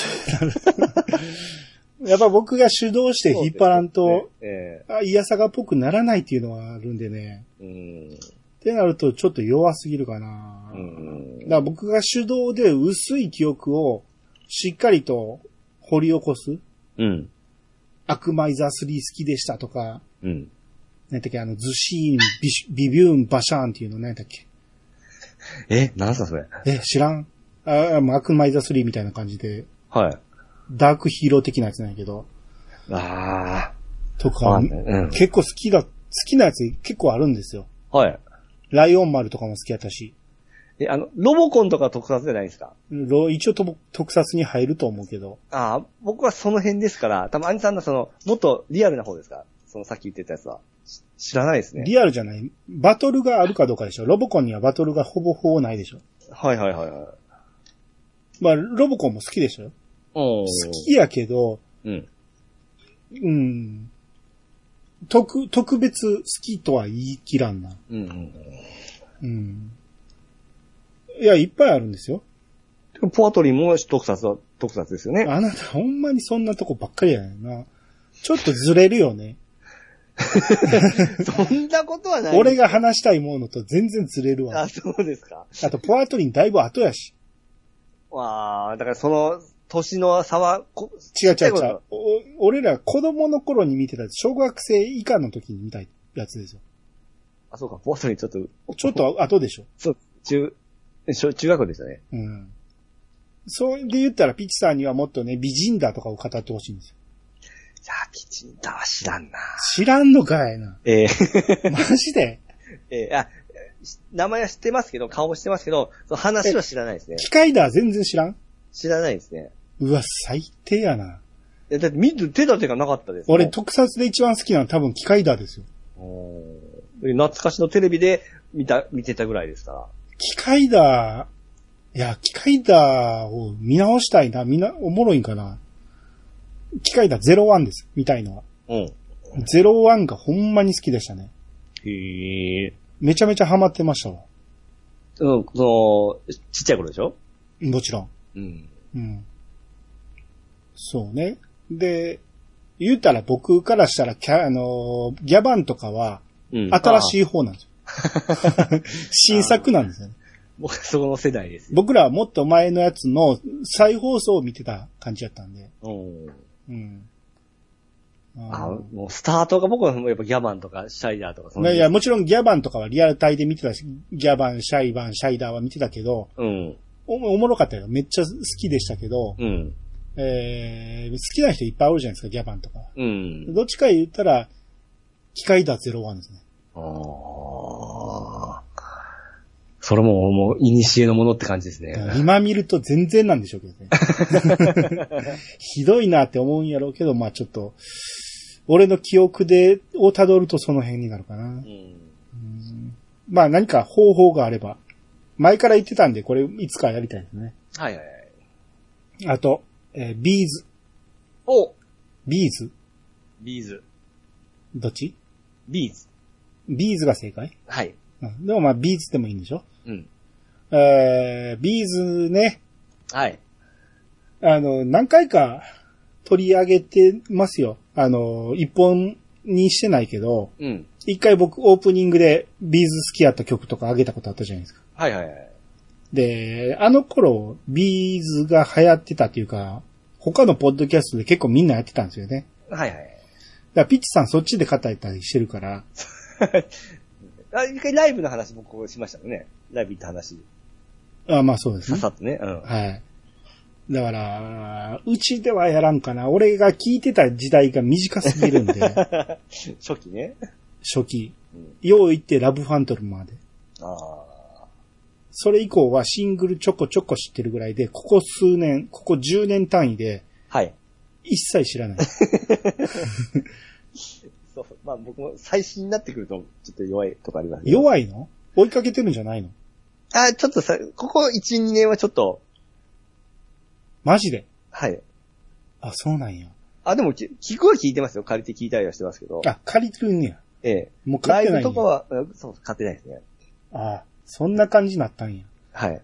Speaker 1: にな る。やっぱ僕が主導して引っ張らんと、、
Speaker 2: え
Speaker 1: あ、いやさがっぽくならないっていうのはあるんでね。
Speaker 2: えうん。
Speaker 1: ってなるとちょっと弱すぎるかな。
Speaker 2: うん
Speaker 1: だから僕が主導で薄い記憶をしっかりと掘り起こす。
Speaker 2: うん。
Speaker 1: アクマイザー3好きでしたとか、
Speaker 2: うん。
Speaker 1: 何やったっけ、あの、ズシーン、ビシビビューン、バシャーンっていうの何やったっけ。
Speaker 2: え、なんすかそれ。
Speaker 1: え、知らんあ、もうアクマイザー3みたいな感じで、
Speaker 2: はい。
Speaker 1: ダークヒーロー的なやつなんやけど、
Speaker 2: あ
Speaker 1: と
Speaker 2: あ。
Speaker 1: か
Speaker 2: わかん、ないうん。
Speaker 1: 結構好きだ、好きなやつ結構あるんですよ。
Speaker 2: はい。
Speaker 1: ライオン丸とかも好きやったし、
Speaker 2: え、あの、ロボコンとか特撮じゃないですか。
Speaker 1: ロ一応とも特撮に入ると思うけど、
Speaker 2: ああ、僕はその辺ですから、多分アニさんのその、もっとリアルな方ですかそのさっき言ってたやつは。し知らないですね。
Speaker 1: リアルじゃない。バトルがあるかどうかでしょ。ロボコンにはバトルがほぼほぼないでしょ。
Speaker 2: はいはいはいはい。
Speaker 1: まあ、ロボコンも好きでしょ。
Speaker 2: 好
Speaker 1: 好きやけど、
Speaker 2: うん。
Speaker 1: うん。特、特別好きとは言い切らんな。
Speaker 2: うんうん
Speaker 1: うん。いや、いっぱいあるんですよ。
Speaker 2: でもポアトリーも特撮は特撮ですよね。
Speaker 1: あなたほんまにそんなとこばっかりやねんな。ちょっとずれるよ ね。
Speaker 2: そんなことはない。
Speaker 1: 俺が話したいものと全然ずれるわ
Speaker 2: あ、。そうですか。
Speaker 1: あと、ポアトリンだいぶ後やし。
Speaker 2: わあ、だからその、年の差は、こ
Speaker 1: 違う
Speaker 2: ち
Speaker 1: 違
Speaker 2: っ
Speaker 1: う
Speaker 2: ち
Speaker 1: 違
Speaker 2: ゃいうこ。
Speaker 1: お俺ら子供の頃に見てた、小学生以下の時に見たやつですよ。
Speaker 2: とあ、そうか、ポアトリーちょっと、
Speaker 1: ちょっと後でしょ。
Speaker 2: そう、中、小中学校でしたね。
Speaker 1: うん。それで言ったら、ピチさんにはもっとね、美人だとかを語ってほしいんですよ。
Speaker 2: いや、キチンタは知らんな。
Speaker 1: 知らんのかいな。
Speaker 2: ええ
Speaker 1: マジで。
Speaker 2: ええあ、し名前は知ってますけど、顔も知ってますけど、その話は知らないですね。
Speaker 1: 機械だ、全然知らん。
Speaker 2: 知らないですね。
Speaker 1: うわ、最低やな。
Speaker 2: えだって、見る手立てがなかったですもん。
Speaker 1: 俺、特撮で一番好きなの多分機械だですよ。
Speaker 2: おー懐かしのテレビで見た、見てたぐらいですから。
Speaker 1: 機械だ、いや、機械だを見直したいな。みんな、おもろいんかな。機械だ01です。みたいのは。
Speaker 2: うん。
Speaker 1: 01がほんまに好きでしたね。
Speaker 2: へえ。
Speaker 1: めちゃめちゃハマってましたわ。
Speaker 2: うん、その、ちっちゃい頃でしょ
Speaker 1: もちろん。
Speaker 2: うん。
Speaker 1: うん。そうね。で、言うたら僕からしたら、キャ、あのーギャバンとかは、
Speaker 2: うん
Speaker 1: 新し
Speaker 2: い。
Speaker 1: い方なんですよ。新作なんですよね。
Speaker 2: 僕はその世代ですよ。
Speaker 1: 僕らはもっと前のやつの再放送を見てた感じやったんで。
Speaker 2: うん。
Speaker 1: うん。
Speaker 2: あ
Speaker 1: あー
Speaker 2: もうスタートが僕はやっぱギャバンとかシャイダーとかそ
Speaker 1: い
Speaker 2: の。
Speaker 1: やいや、もちろんギャバンとかはリアルタイで見てたし、ギャバン、シャイバン、シャイダーは見てたけど、
Speaker 2: うん。
Speaker 1: おおもろかったよ。めっちゃ好きでしたけど、
Speaker 2: うん。
Speaker 1: えー、好きな人いっぱいおるじゃないですか、ギャバンとか。
Speaker 2: うん。
Speaker 1: どっちか言ったら、機械だ01ですね。
Speaker 2: ああ。それももう、いにしえのものって感じですね。
Speaker 1: 今見ると全然なんでしょうけどね。ひどいなって思うんやろうけど、まあちょっと、俺の記憶で、をたどるとその辺になるかな
Speaker 2: う。ん。
Speaker 1: まあ何か方法があれば。前から言ってたんで、これいつかやりたいですね。
Speaker 2: はいはいはい。
Speaker 1: あと、えービーズ。
Speaker 2: お
Speaker 1: ビーズ
Speaker 2: ビーズ。
Speaker 1: どっち
Speaker 2: ビーズ。
Speaker 1: ビーズが正解、
Speaker 2: はい。
Speaker 1: うん、でもまあビーズでもいいんでしょ
Speaker 2: うん。
Speaker 1: えー、ビーズね、
Speaker 2: はい。
Speaker 1: あの、何回か取り上げてますよ。あの、一本にしてないけど、
Speaker 2: うん。
Speaker 1: 一回僕オープニングでビーズ好きやった曲とか上げたことあったじゃないですか。
Speaker 2: はいはいはい。
Speaker 1: で、あの頃、ビーズが流行ってたっていうか、他のポッドキャストで結構みんなやってたんですよね。
Speaker 2: はいはい。
Speaker 1: だからピッチさんそっちで語ったりしてるから、
Speaker 2: あ、一回ライブの話僕しましたよね。ライブ行った話。
Speaker 1: あまあそうです
Speaker 2: さ
Speaker 1: ね。
Speaker 2: さっとね。うん。
Speaker 1: はい。だから、うちではやらんかな。俺が聞いてた時代が短すぎるんで、
Speaker 2: 初期ね。
Speaker 1: 初期
Speaker 2: うん。
Speaker 1: よう言ってラブファントルまで。
Speaker 2: あ
Speaker 1: それ以降はシングルちょこちょこ知ってるぐらいで、ここ数年、ここ10年単位で、
Speaker 2: あ。はい。
Speaker 1: 一切知らない。
Speaker 2: そう、まあ僕も最新になってくると、ちょっと弱いとかありますい
Speaker 1: 弱いの追いかけてるんじゃないの
Speaker 2: あ、ちょっとさ、ここ1、2年はちょっと、
Speaker 1: マジで。
Speaker 2: はい。
Speaker 1: あ、そうなんや。
Speaker 2: あ、でもき、聞くは聞いてますよ。借りて聞いたりはしてますけど。
Speaker 1: あ、借りてるんや。
Speaker 2: ええ。
Speaker 1: もう
Speaker 2: ラ
Speaker 1: 買っ
Speaker 2: イ
Speaker 1: てな
Speaker 2: ブ
Speaker 1: いん
Speaker 2: とか
Speaker 1: や。
Speaker 2: は、うんそう、買ってないですね。
Speaker 1: あそんな感じになったんや。
Speaker 2: はい。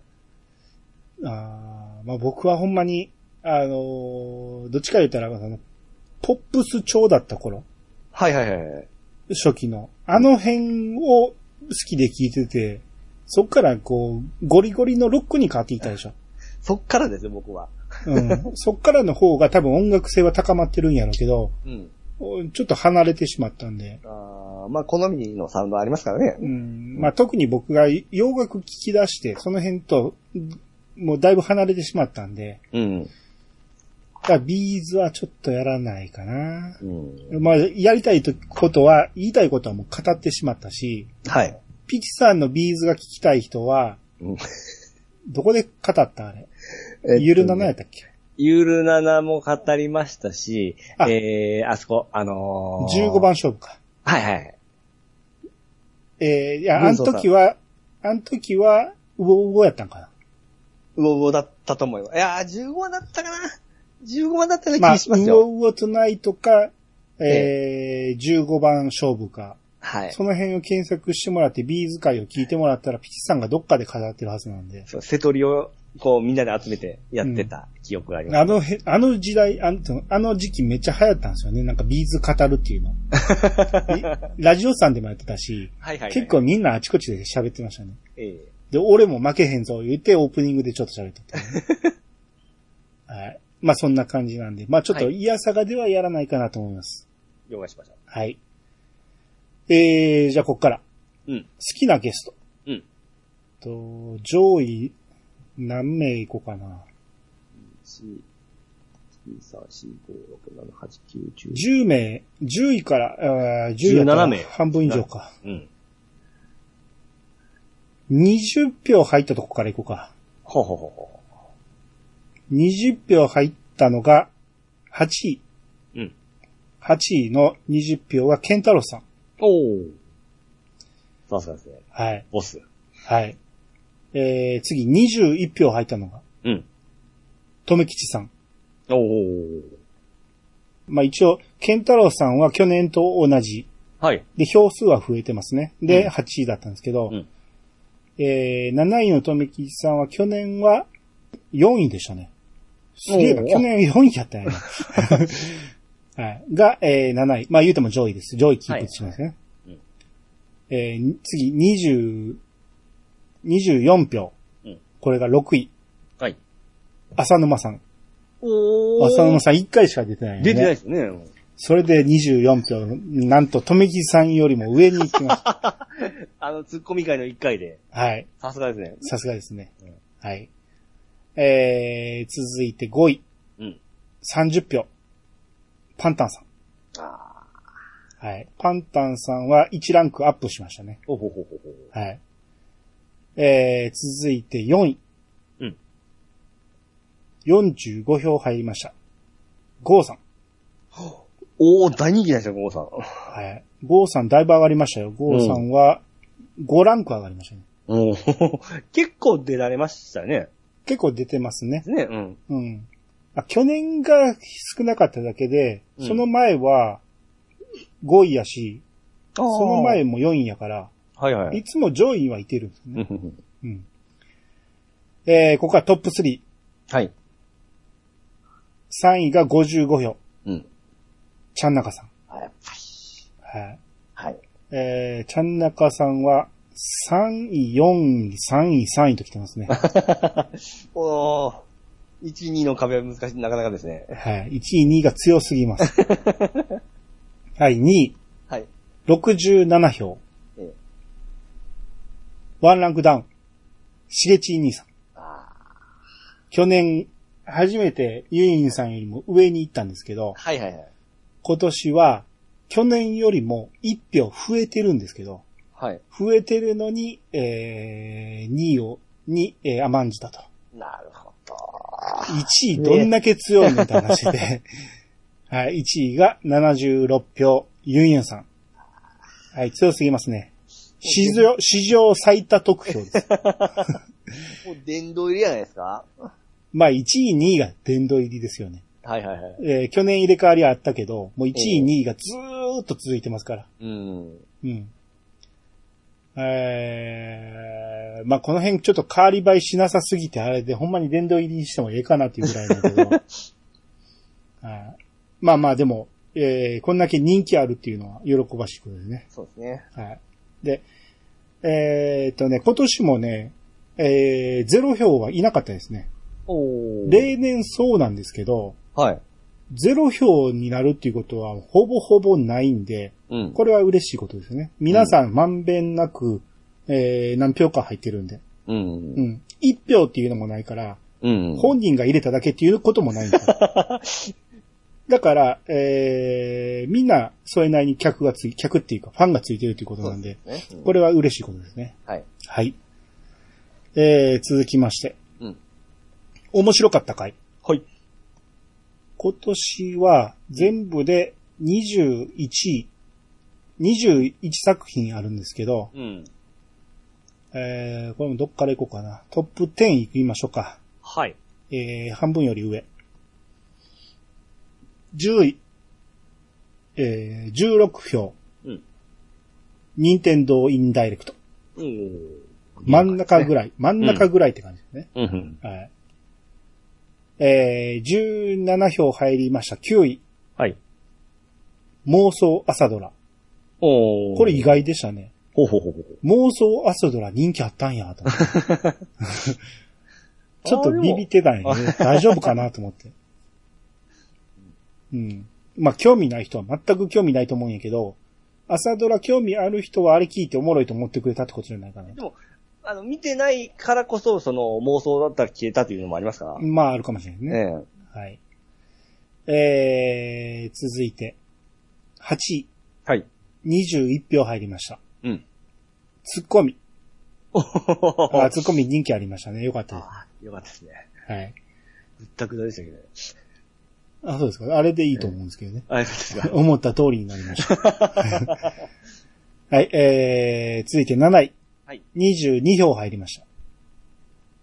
Speaker 1: あーまあ僕はほんまに、あのーどっちか言ったら、その、ポップス調だった頃、
Speaker 2: はいはいはいはい。
Speaker 1: 初期の。あの辺を好きで聞いてて、そっからこう、ゴリゴリのロックに変わっていったでしょ。
Speaker 2: そっからですよ、僕は。
Speaker 1: うん。 そっからの方が多分音楽性は高まってるんやろうけど、
Speaker 2: うん。
Speaker 1: ちょっと離れてしまったんで。
Speaker 2: あーまあ、好みのサウンドありますからね。
Speaker 1: うん。まあ特に僕が洋楽聞き出して、その辺と、もうだいぶ離れてしまったんで、
Speaker 2: うん。
Speaker 1: だからビーズはちょっとやらないかな。
Speaker 2: うん。
Speaker 1: まあ、やりたいとことは、言いたいことはもう語ってしまったし、
Speaker 2: はい。
Speaker 1: ピチさんのビーズが聞きたい人は、
Speaker 2: うん
Speaker 1: どこで語ったあれ、ゆるななや
Speaker 2: や
Speaker 1: ったっけ
Speaker 2: ゆるななも語りましたし、
Speaker 1: あ
Speaker 2: えー、あそこ、あのー、
Speaker 1: ?15 番。勝負か。
Speaker 2: はいはい。
Speaker 1: えー、いや、あ
Speaker 2: 文
Speaker 1: の
Speaker 2: 蔵さん
Speaker 1: 時は、あの時は、うぼうぼやったんかな。
Speaker 2: うおうおだったと思います。いやー、15番だったかな ?15 番だったよう
Speaker 1: ま
Speaker 2: な気
Speaker 1: あ、
Speaker 2: がします
Speaker 1: う
Speaker 2: よ。
Speaker 1: おうおトナイトか、えー、15番勝負か。
Speaker 2: はい。
Speaker 1: その辺を検索してもらって、ビーズ会を聞いてもらったら、ピチさんがどっかで語ってるはずなんで。
Speaker 2: そう、瀬取りを、こう、みんなで集めてやってた記憶があります。
Speaker 1: あのへ、あの時代、あの、あの時期めっちゃ流行ったんですよね。なんかビーズ語るっていうの。 いラジオさんでもやってたし、
Speaker 2: はいはい、はい。
Speaker 1: 結構、みんなあちこちで喋ってましたね。
Speaker 2: ええ
Speaker 1: で、俺も負けへんぞ言ってオープニングでちょっと喋っとった、 はい。まあそんな感じなんで、まあちょっと
Speaker 2: はい
Speaker 1: いやさがではやらないかなと思います。
Speaker 2: 了解しました。
Speaker 1: はい。えー、じゃあこっから。
Speaker 2: うん。
Speaker 1: 好きなゲスト。
Speaker 2: うん。
Speaker 1: と、上位何名いこうかな。
Speaker 2: 1、2、3、4、5、6、7、8、9、10。
Speaker 1: 10名、10位から、あー10位やったら
Speaker 2: 17名
Speaker 1: 半分以上か。
Speaker 2: うん。
Speaker 1: 20票入ったとこからいこうか。
Speaker 2: ほうほうほうほ
Speaker 1: 20票入ったのが、8位。
Speaker 2: う。うん。
Speaker 1: 8位の20票がケンタロウさん。
Speaker 2: おー。さすがですね。
Speaker 1: はい。
Speaker 2: ボス。
Speaker 1: はい。えー、次、21票入ったのが、
Speaker 2: うん。
Speaker 1: とめきちさん。
Speaker 2: おー。
Speaker 1: まあ一応、ケンタロウさんは去年と同じ。
Speaker 2: はい。
Speaker 1: で、票数は増えてますね。
Speaker 2: う
Speaker 1: で、
Speaker 2: ん
Speaker 1: 8位だったんですけど、
Speaker 2: うん
Speaker 1: えー、7位のとめきちさんは去年は4位でしたね。すげえな、
Speaker 2: おー
Speaker 1: 去年4位やったんや な。はい。が、えー、7位。まあ言うても上位です。上位キープしますね。
Speaker 2: はいうん
Speaker 1: えー、次、20、24票。これが6位。
Speaker 2: はい。
Speaker 1: 浅沼さん。
Speaker 2: お
Speaker 1: 浅沼さん1回しか出てない、ね。
Speaker 2: 出てないですね。
Speaker 1: それで24票、なんと、とめきさんよりも上に行きました。
Speaker 2: あの、ツッコミ会の1回で。
Speaker 1: はい。
Speaker 2: さすがですね。
Speaker 1: さすがですね。はい。えー、続いて5位。
Speaker 2: うん。
Speaker 1: 30票。パンタンさん。
Speaker 2: ああ。
Speaker 1: はい。パンタンさんは1ランクアップしましたね。
Speaker 2: ほうほうほうほうほう。
Speaker 1: はい。えー、続いて4位。
Speaker 2: うん。
Speaker 1: 45票入りました。ゴーさん。
Speaker 2: おー、大人気なんですよ、ゴーさん。
Speaker 1: はい。ゴーさんだいぶ上がりましたよ。ゴーさんは5ランク上がりましたね。
Speaker 2: おー結構出られましたよね。
Speaker 1: 結構出てますね
Speaker 2: で。すね、うん。
Speaker 1: うん。あ、去年が少なかっただけで、
Speaker 2: うん
Speaker 1: その前は5位やし、
Speaker 2: そ
Speaker 1: その前。も4位やから、
Speaker 2: はいはいい。
Speaker 1: つも上位にはいてるんですね。
Speaker 2: うんうんうん
Speaker 1: うん。えー、ここはトップ3。
Speaker 2: はい。
Speaker 1: 3位が55票。
Speaker 2: うん。
Speaker 1: ちゃんなかさん。
Speaker 2: あやっぱり
Speaker 1: はい。
Speaker 2: はい。
Speaker 1: えー、ちゃんなかさんは、3位、4位、3位、3位と来て ますね。
Speaker 2: おー、1、2の壁は難しい、なかなかですね。
Speaker 1: はい。1位、2位が強すぎ ます。はい、2位、
Speaker 2: はい。
Speaker 1: 67票
Speaker 2: ええ。
Speaker 1: ワンランクダウン。しげちい兄さん。
Speaker 2: あ
Speaker 1: 去年、初めてユインさんよりも上に行ったんですけど
Speaker 2: ー、はいはいはい。
Speaker 1: 今年は、去年よりも1票増えてるんですけど、
Speaker 2: はい。
Speaker 1: 増えてるのに、えー、2位を、に、えー、甘んじたと。
Speaker 2: なるほど。
Speaker 1: 1位どんだけ強いのって話で。 はい、1位が76票、ユンユンさん。はい、強すぎますね。史上、史上最多得票です。
Speaker 2: もう殿堂入りじゃないですか
Speaker 1: まあ、1位、2位が殿堂入りですよね。
Speaker 2: はいはいはい。
Speaker 1: えー去年入れ替わりはあったけど、もう1
Speaker 2: え
Speaker 1: 位、
Speaker 2: え
Speaker 1: 2位がずーっと続いてますから。
Speaker 2: うん。
Speaker 1: うん。えー、まあ、この辺ちょっと変わり映えしなさすぎて、あれでほんまに殿堂入りにしてもええかなっていうぐらいだけど。はいまあまあでも、えー、こんだけ人気あるっていうのは喜ばしいことですね。
Speaker 2: そうですね。
Speaker 1: はい。で、えー、っとね、今年もね、えー、ゼロ票はいなかったですね。
Speaker 2: おー。
Speaker 1: 例年そうなんですけど、
Speaker 2: はい。
Speaker 1: ゼロ票になるっていうことはほぼほぼないんで、
Speaker 2: うん。
Speaker 1: これは嬉しいことですね。皆さんまんべんなく、えー、何票か入ってるんで。う
Speaker 2: う。
Speaker 1: んん。一票っていうのもないから、
Speaker 2: うん。
Speaker 1: 本人が入れただけっていうこともないんですよ だから、えー、みんな、それなりに客がつい、客っていうかファンがついてるということなんで、
Speaker 2: ね。うん
Speaker 1: これは嬉しいことですね。
Speaker 2: はい。
Speaker 1: はい。えー、続きまして。
Speaker 2: うん。
Speaker 1: 面白かった回。
Speaker 2: はい。
Speaker 1: 今年は全部で21位、21作品あるんですけど、
Speaker 2: うん。
Speaker 1: えー、これもどっから行こうかな。トップ10行きましょうか。
Speaker 2: はい。
Speaker 1: えー、半分より上。10位。えー、16票。
Speaker 2: うん。
Speaker 1: 任天堂インダイレクト。
Speaker 2: おー。
Speaker 1: 真ん中ぐらい。真ん中ぐらいって感じですね。
Speaker 2: うんうん。
Speaker 1: はい。えー、17票入りました。9位。
Speaker 2: はい。
Speaker 1: 妄想朝ドラ。
Speaker 2: おー。
Speaker 1: これ意。外でしたね。
Speaker 2: ほうほうほうほう。
Speaker 1: 妄想朝ドラ人気あったんや、と思って。 ちょっとビビってたんやね。大丈夫かなと思って。うん。まあ、興味ない人は全く興味ないと思うんやけど、朝ドラ興味ある人はあれ聞いておもろいと思ってくれたってことじゃないかな。
Speaker 2: あの、見てないからこそ、その、妄想だったら消えたというのもありますから。
Speaker 1: まあ、あるかもしれないね。
Speaker 2: ねえ。
Speaker 1: はい。えー、続いて、8位、
Speaker 2: はい。
Speaker 1: 21票入りました。
Speaker 2: うん。
Speaker 1: ツッコミ。
Speaker 2: お
Speaker 1: あ、
Speaker 2: ー
Speaker 1: ツッコミ人気ありましたね。よかったで
Speaker 2: あ ーよかったですね。
Speaker 1: す。はい。
Speaker 2: ぶったくだでしたけどね。
Speaker 1: あ、そうですか。あれでいいと思うんですけどね。
Speaker 2: あ、よかったです か。
Speaker 1: 思った通りになりました。はい、えー、続いて7位。
Speaker 2: はい
Speaker 1: 22票入りました。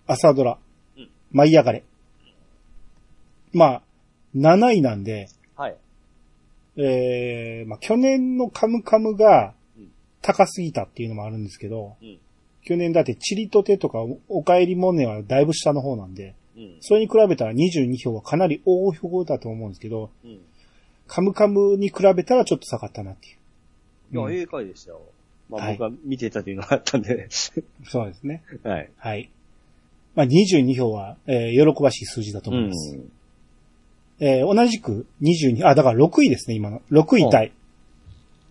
Speaker 1: 朝ドラ。
Speaker 2: うん
Speaker 1: 舞い上がれ。まあ、7位なんで、
Speaker 2: はい。
Speaker 1: えー、まあ去年のカムカムが
Speaker 2: うん
Speaker 1: 高すぎたっていうのもあるんですけど、
Speaker 2: うん
Speaker 1: 去年だってチリとてとかおお帰りモネはだいぶ下の方なんで、
Speaker 2: うん。
Speaker 1: それに比べたら22票はかなり大票だと思うんですけど、
Speaker 2: うん。
Speaker 1: カムカムに比べたらちょっと下がったなっていう。
Speaker 2: いや、
Speaker 1: うん
Speaker 2: ええ回でしたよ。ま
Speaker 1: は
Speaker 2: あ
Speaker 1: い
Speaker 2: 僕は見てたというのがあったんで。
Speaker 1: そうですね。
Speaker 2: はい。
Speaker 1: はい。まあ、22票は、えー喜ばしい数字だと思います。
Speaker 2: うん
Speaker 1: えー同じく22、あ、だから6位ですね、今の。6位タイ。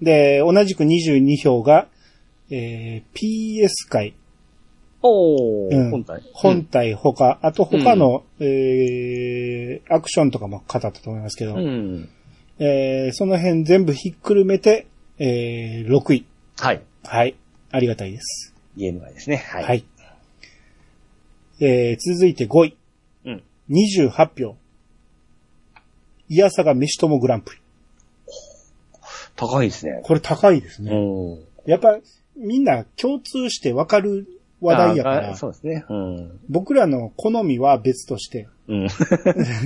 Speaker 1: で、同じく22票が、えー PS 界、
Speaker 2: おー、
Speaker 1: うん
Speaker 2: 本体。
Speaker 1: 本体他、あと他の、えーアクションとかも語ったと思いますけど、
Speaker 2: うん。
Speaker 1: えーその辺全部ひっくるめて、えー6位。
Speaker 2: はい。
Speaker 1: はい。ありがたいです。
Speaker 2: EMI ですね。は。
Speaker 1: はいい。えー続いて5位。
Speaker 2: うん。
Speaker 1: 28票。いやさが飯ともグランプリ。
Speaker 2: 高いですね。
Speaker 1: これ高いですね。
Speaker 2: うん。
Speaker 1: やっぱ、みんな共通してわかる話題やか
Speaker 2: ああ
Speaker 1: ら、
Speaker 2: そうですね。うん。
Speaker 1: 僕らの好みは別として、
Speaker 2: うん。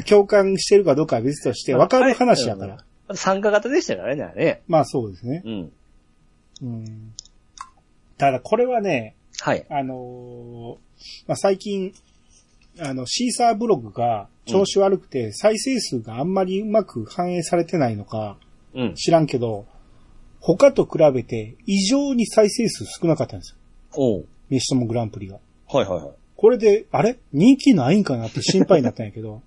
Speaker 1: 共感してるかどうかは別として、わかる話やから。
Speaker 2: うん。 参加型でしたからね、あれね。
Speaker 1: まあそうですね。
Speaker 2: うん。
Speaker 1: うん、ただこれはね、
Speaker 2: はい。
Speaker 1: あのーまあ最近、あの、シーサーブログが調子悪くて、再生数があんまりうまく反映されてないのか
Speaker 2: うん。
Speaker 1: 知らんけど、他と比べて異常に再生数少なかったんですよ。
Speaker 2: おう
Speaker 1: メシともグランプリが。
Speaker 2: はいはいはい。
Speaker 1: これで、あれ人気ないんかなって心配になったんやけど、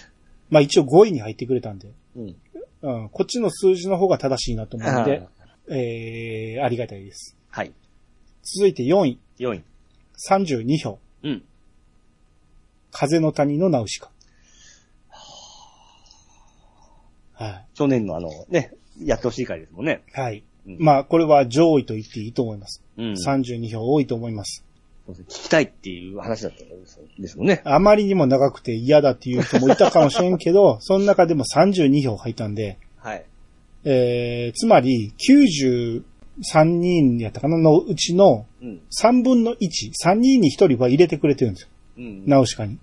Speaker 1: まあ一応5位に入ってくれたんで、
Speaker 2: うん。
Speaker 1: うん、こっちの数字の方が正しいなと思うんで
Speaker 2: あ、
Speaker 1: えー、ありがたいです。
Speaker 2: はい。
Speaker 1: 続いて4位、
Speaker 2: 4位。
Speaker 1: 32票、
Speaker 2: うん。
Speaker 1: 風の谷のナウシカ。は
Speaker 2: 去年のあの、ね、やってほしい回ですもんね。
Speaker 1: い。はい。
Speaker 2: うん
Speaker 1: まあ、これは上位と言っていいと思います。
Speaker 2: うんそう
Speaker 1: 32票多いと思います。
Speaker 2: ですね聞きたいっていう話だったんですですもんね。
Speaker 1: あまりにも長くて嫌だっていう人もいたかもしれんけ ど、その中でも32票入ったんで、
Speaker 2: はい。
Speaker 1: えー、つまり、93人やったかなのうちの
Speaker 2: うん。
Speaker 1: 3分の1、3人に1人は入れてくれてるんですよ。
Speaker 2: うん。
Speaker 1: ナウシカに。っ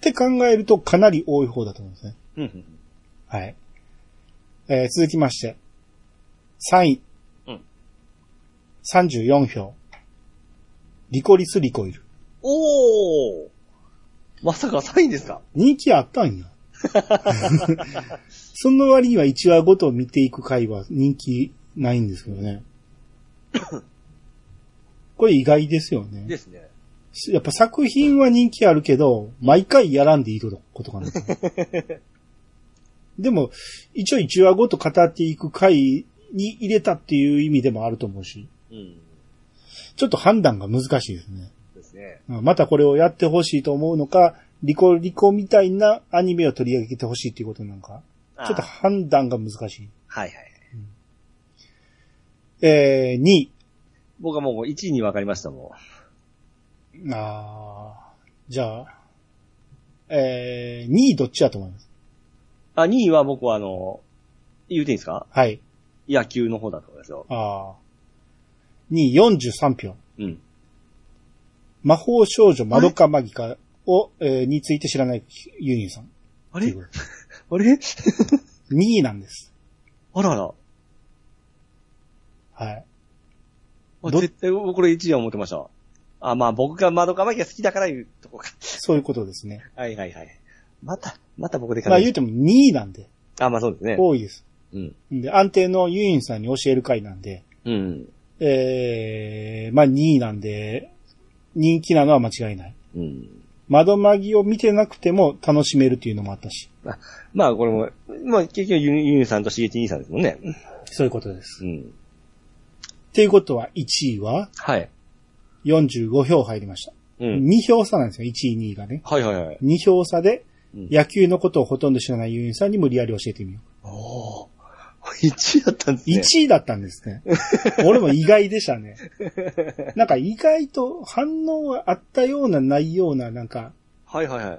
Speaker 1: て考えるとかなり多い方だと思うんですね。
Speaker 2: うんうん。
Speaker 1: はい。えー、続きまして。3位。
Speaker 2: うん。
Speaker 1: 34票。リコリスリコイル。
Speaker 2: おーまさか3位ですか
Speaker 1: 人気あったん や。その割には1話ごと見ていく回は人気ないんですけど ね。これ意外ですよね。
Speaker 2: すね。
Speaker 1: やっぱ作品は人気あるけど、毎回やらんでいいことか な。でも、一応1話ごと語っていく回に入れたっていう意味でもあると思うし、
Speaker 2: うん。
Speaker 1: ちょっと判断が難しいですね。
Speaker 2: ですね。
Speaker 1: うんまたこれをやってほしいと思うのか、リコリコみたいなアニメを取り上げてほしいっていうことなんか、
Speaker 2: あー
Speaker 1: ちょっと判断が難しい。
Speaker 2: はいはい。
Speaker 1: えー、2位。
Speaker 2: 僕はもう1位に分かりましたも
Speaker 1: あーじゃあ、えー、2位どっちやと思います
Speaker 2: ん。あ、2位は僕はあの、言うていいですか
Speaker 1: はい。
Speaker 2: 野球の方だと思いますよ。
Speaker 1: ああ。に43票。
Speaker 2: うん。
Speaker 1: 魔法少女マドカマギカを、えーについて知らないユニンさん。
Speaker 2: あ
Speaker 1: とい
Speaker 2: れ
Speaker 1: うことで
Speaker 2: あれ
Speaker 1: 2位なんです。
Speaker 2: あらあら。
Speaker 1: はい。
Speaker 2: あ
Speaker 1: ど
Speaker 2: 絶対僕これ1位は思ってました。あ、まあ僕が窓かまきが好きだからいうとこか。
Speaker 1: そういうことですね。
Speaker 2: はいはいはい。また、また僕で考
Speaker 1: まあ
Speaker 2: え
Speaker 1: 言うても2位なんで、
Speaker 2: あ、まあそうですね。
Speaker 1: 多いです。
Speaker 2: うん。
Speaker 1: で、安定のユニンさんに教える会なんで、
Speaker 2: うん。
Speaker 1: えー、まあ2位なんで、人気なのは間違いない。
Speaker 2: うん。
Speaker 1: 窓マギを見てなくても楽しめるっていうのもあったし。
Speaker 2: あまあこれも、まあ結局ユンユンさんとしげち兄さんですもんね。
Speaker 1: そういうことです。
Speaker 2: うん。
Speaker 1: っていうことは1位は
Speaker 2: はい。
Speaker 1: 45票入りました。
Speaker 2: うん。
Speaker 1: 2票差なんですよ、1位、2位がね。
Speaker 2: はいはいはい。
Speaker 1: 2票差で、
Speaker 2: うん
Speaker 1: 野球のことをほとんど知らないユーインさんに無理やり教えてみよう。
Speaker 2: おお。1位だったんですね。
Speaker 1: 1位だったんですね。 俺も意外でしたね。なんか意外と反応はあったようなないような、なんか、
Speaker 2: はいはいはい。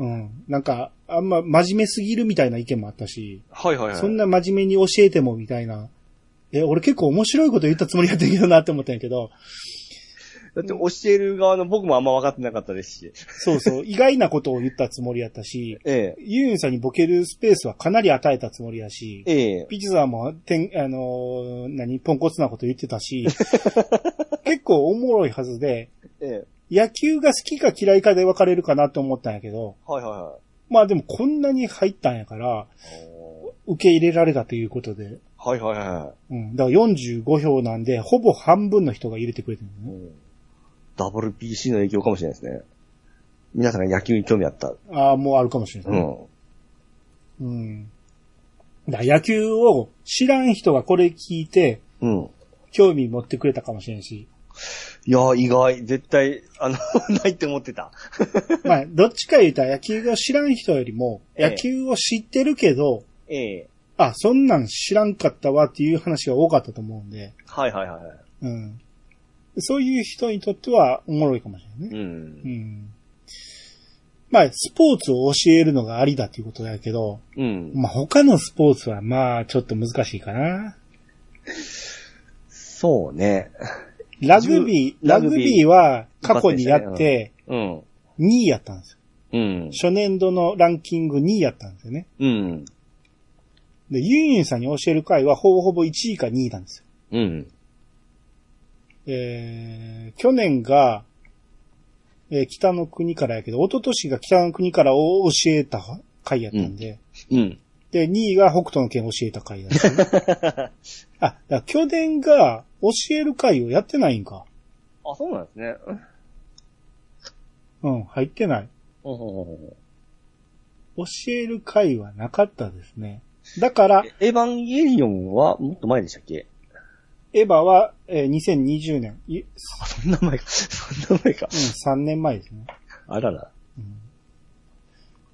Speaker 1: うん。なんか、あんま真面目すぎるみたいな意見もあったし、
Speaker 2: はいはいはい。
Speaker 1: そんな真面目に教えてもみたいな。え、俺結構面白いこと言ったつもりやったけどなって思ったんやけど、
Speaker 2: だって教える側の僕もあんま分かってなかったですし。
Speaker 1: そうそう、意外なことを言ったつもりやったし、
Speaker 2: え
Speaker 1: ユーインさんにボケるスペースはかなり与えたつもりやし、
Speaker 2: え。ええ。
Speaker 1: ピチさんも、てん、あのー何、ポンコツなこと言ってたし、 結構おもろいはずで、
Speaker 2: ええ。
Speaker 1: 野球が好きか嫌いかで分かれるかなと思ったんやけど、
Speaker 2: はいはいは
Speaker 1: まあでもこんなに入ったんやから、
Speaker 2: い。お
Speaker 1: 受け入れられたということで、
Speaker 2: ーはいはいはいは
Speaker 1: うん。だから45票なんで、ほぼ半分の人が入れてくれてる
Speaker 2: い。
Speaker 1: のね。
Speaker 2: うん WBC の影響かもしれないですね。皆さんが野球に興味あった。
Speaker 1: ああ、もうあるかもしれ
Speaker 2: う
Speaker 1: ない。
Speaker 2: ん。
Speaker 1: うん。だから野球を知らん人がこれ聞いて、
Speaker 2: うん。
Speaker 1: 興味持ってくれたかもしれんし。
Speaker 2: いやー、意外。絶対、あの、 ないって思ってた。
Speaker 1: まあ、どっちか言うたら野球を知らん人よりも、
Speaker 2: ええ
Speaker 1: 野球を知ってるけど、
Speaker 2: ええ
Speaker 1: あ、そんなん知らんかったわっていう話が多かったと思うんで、
Speaker 2: はいはいはいはい。
Speaker 1: うん。そういう人にとってはおもろいかもしれないね。
Speaker 2: う。
Speaker 1: うんん。まあ、スポーツを教えるのがありだっていうことだけど、
Speaker 2: うん。
Speaker 1: まあ、他のスポーツはまあ、ちょっと難しいかな。
Speaker 2: そうね。
Speaker 1: ラグビー、
Speaker 2: ラ
Speaker 1: ラ
Speaker 2: グ
Speaker 1: グ
Speaker 2: ビー
Speaker 1: ビーは過去にやって
Speaker 2: うん。
Speaker 1: 2位やったんですよ。
Speaker 2: うん。
Speaker 1: 初年度のランキング2位やったんですよね。
Speaker 2: うん。
Speaker 1: で、ユンユンさんに教える会はほぼほぼ1位か2位なんですよ。
Speaker 2: うん。
Speaker 1: えー、去年が、えー北の国からやけど、一昨年が北の国からを教えた回やったんで、
Speaker 2: うん。
Speaker 1: で、2位が北斗の県を教えた回だった、ね。あ、だから去年が教える会をやってないんか。
Speaker 2: あ、そうなんですね。
Speaker 1: うん、入ってない。
Speaker 2: ほうほうほうほう
Speaker 1: 教える会はなかったですね。だから、
Speaker 2: エヴァンゲリオンはもっと前でしたっけ
Speaker 1: エヴァは、えー2020年、いうん、
Speaker 2: あ、そんな前か。 そんな前か。
Speaker 1: 3年前ですね。
Speaker 2: あらら。
Speaker 1: だか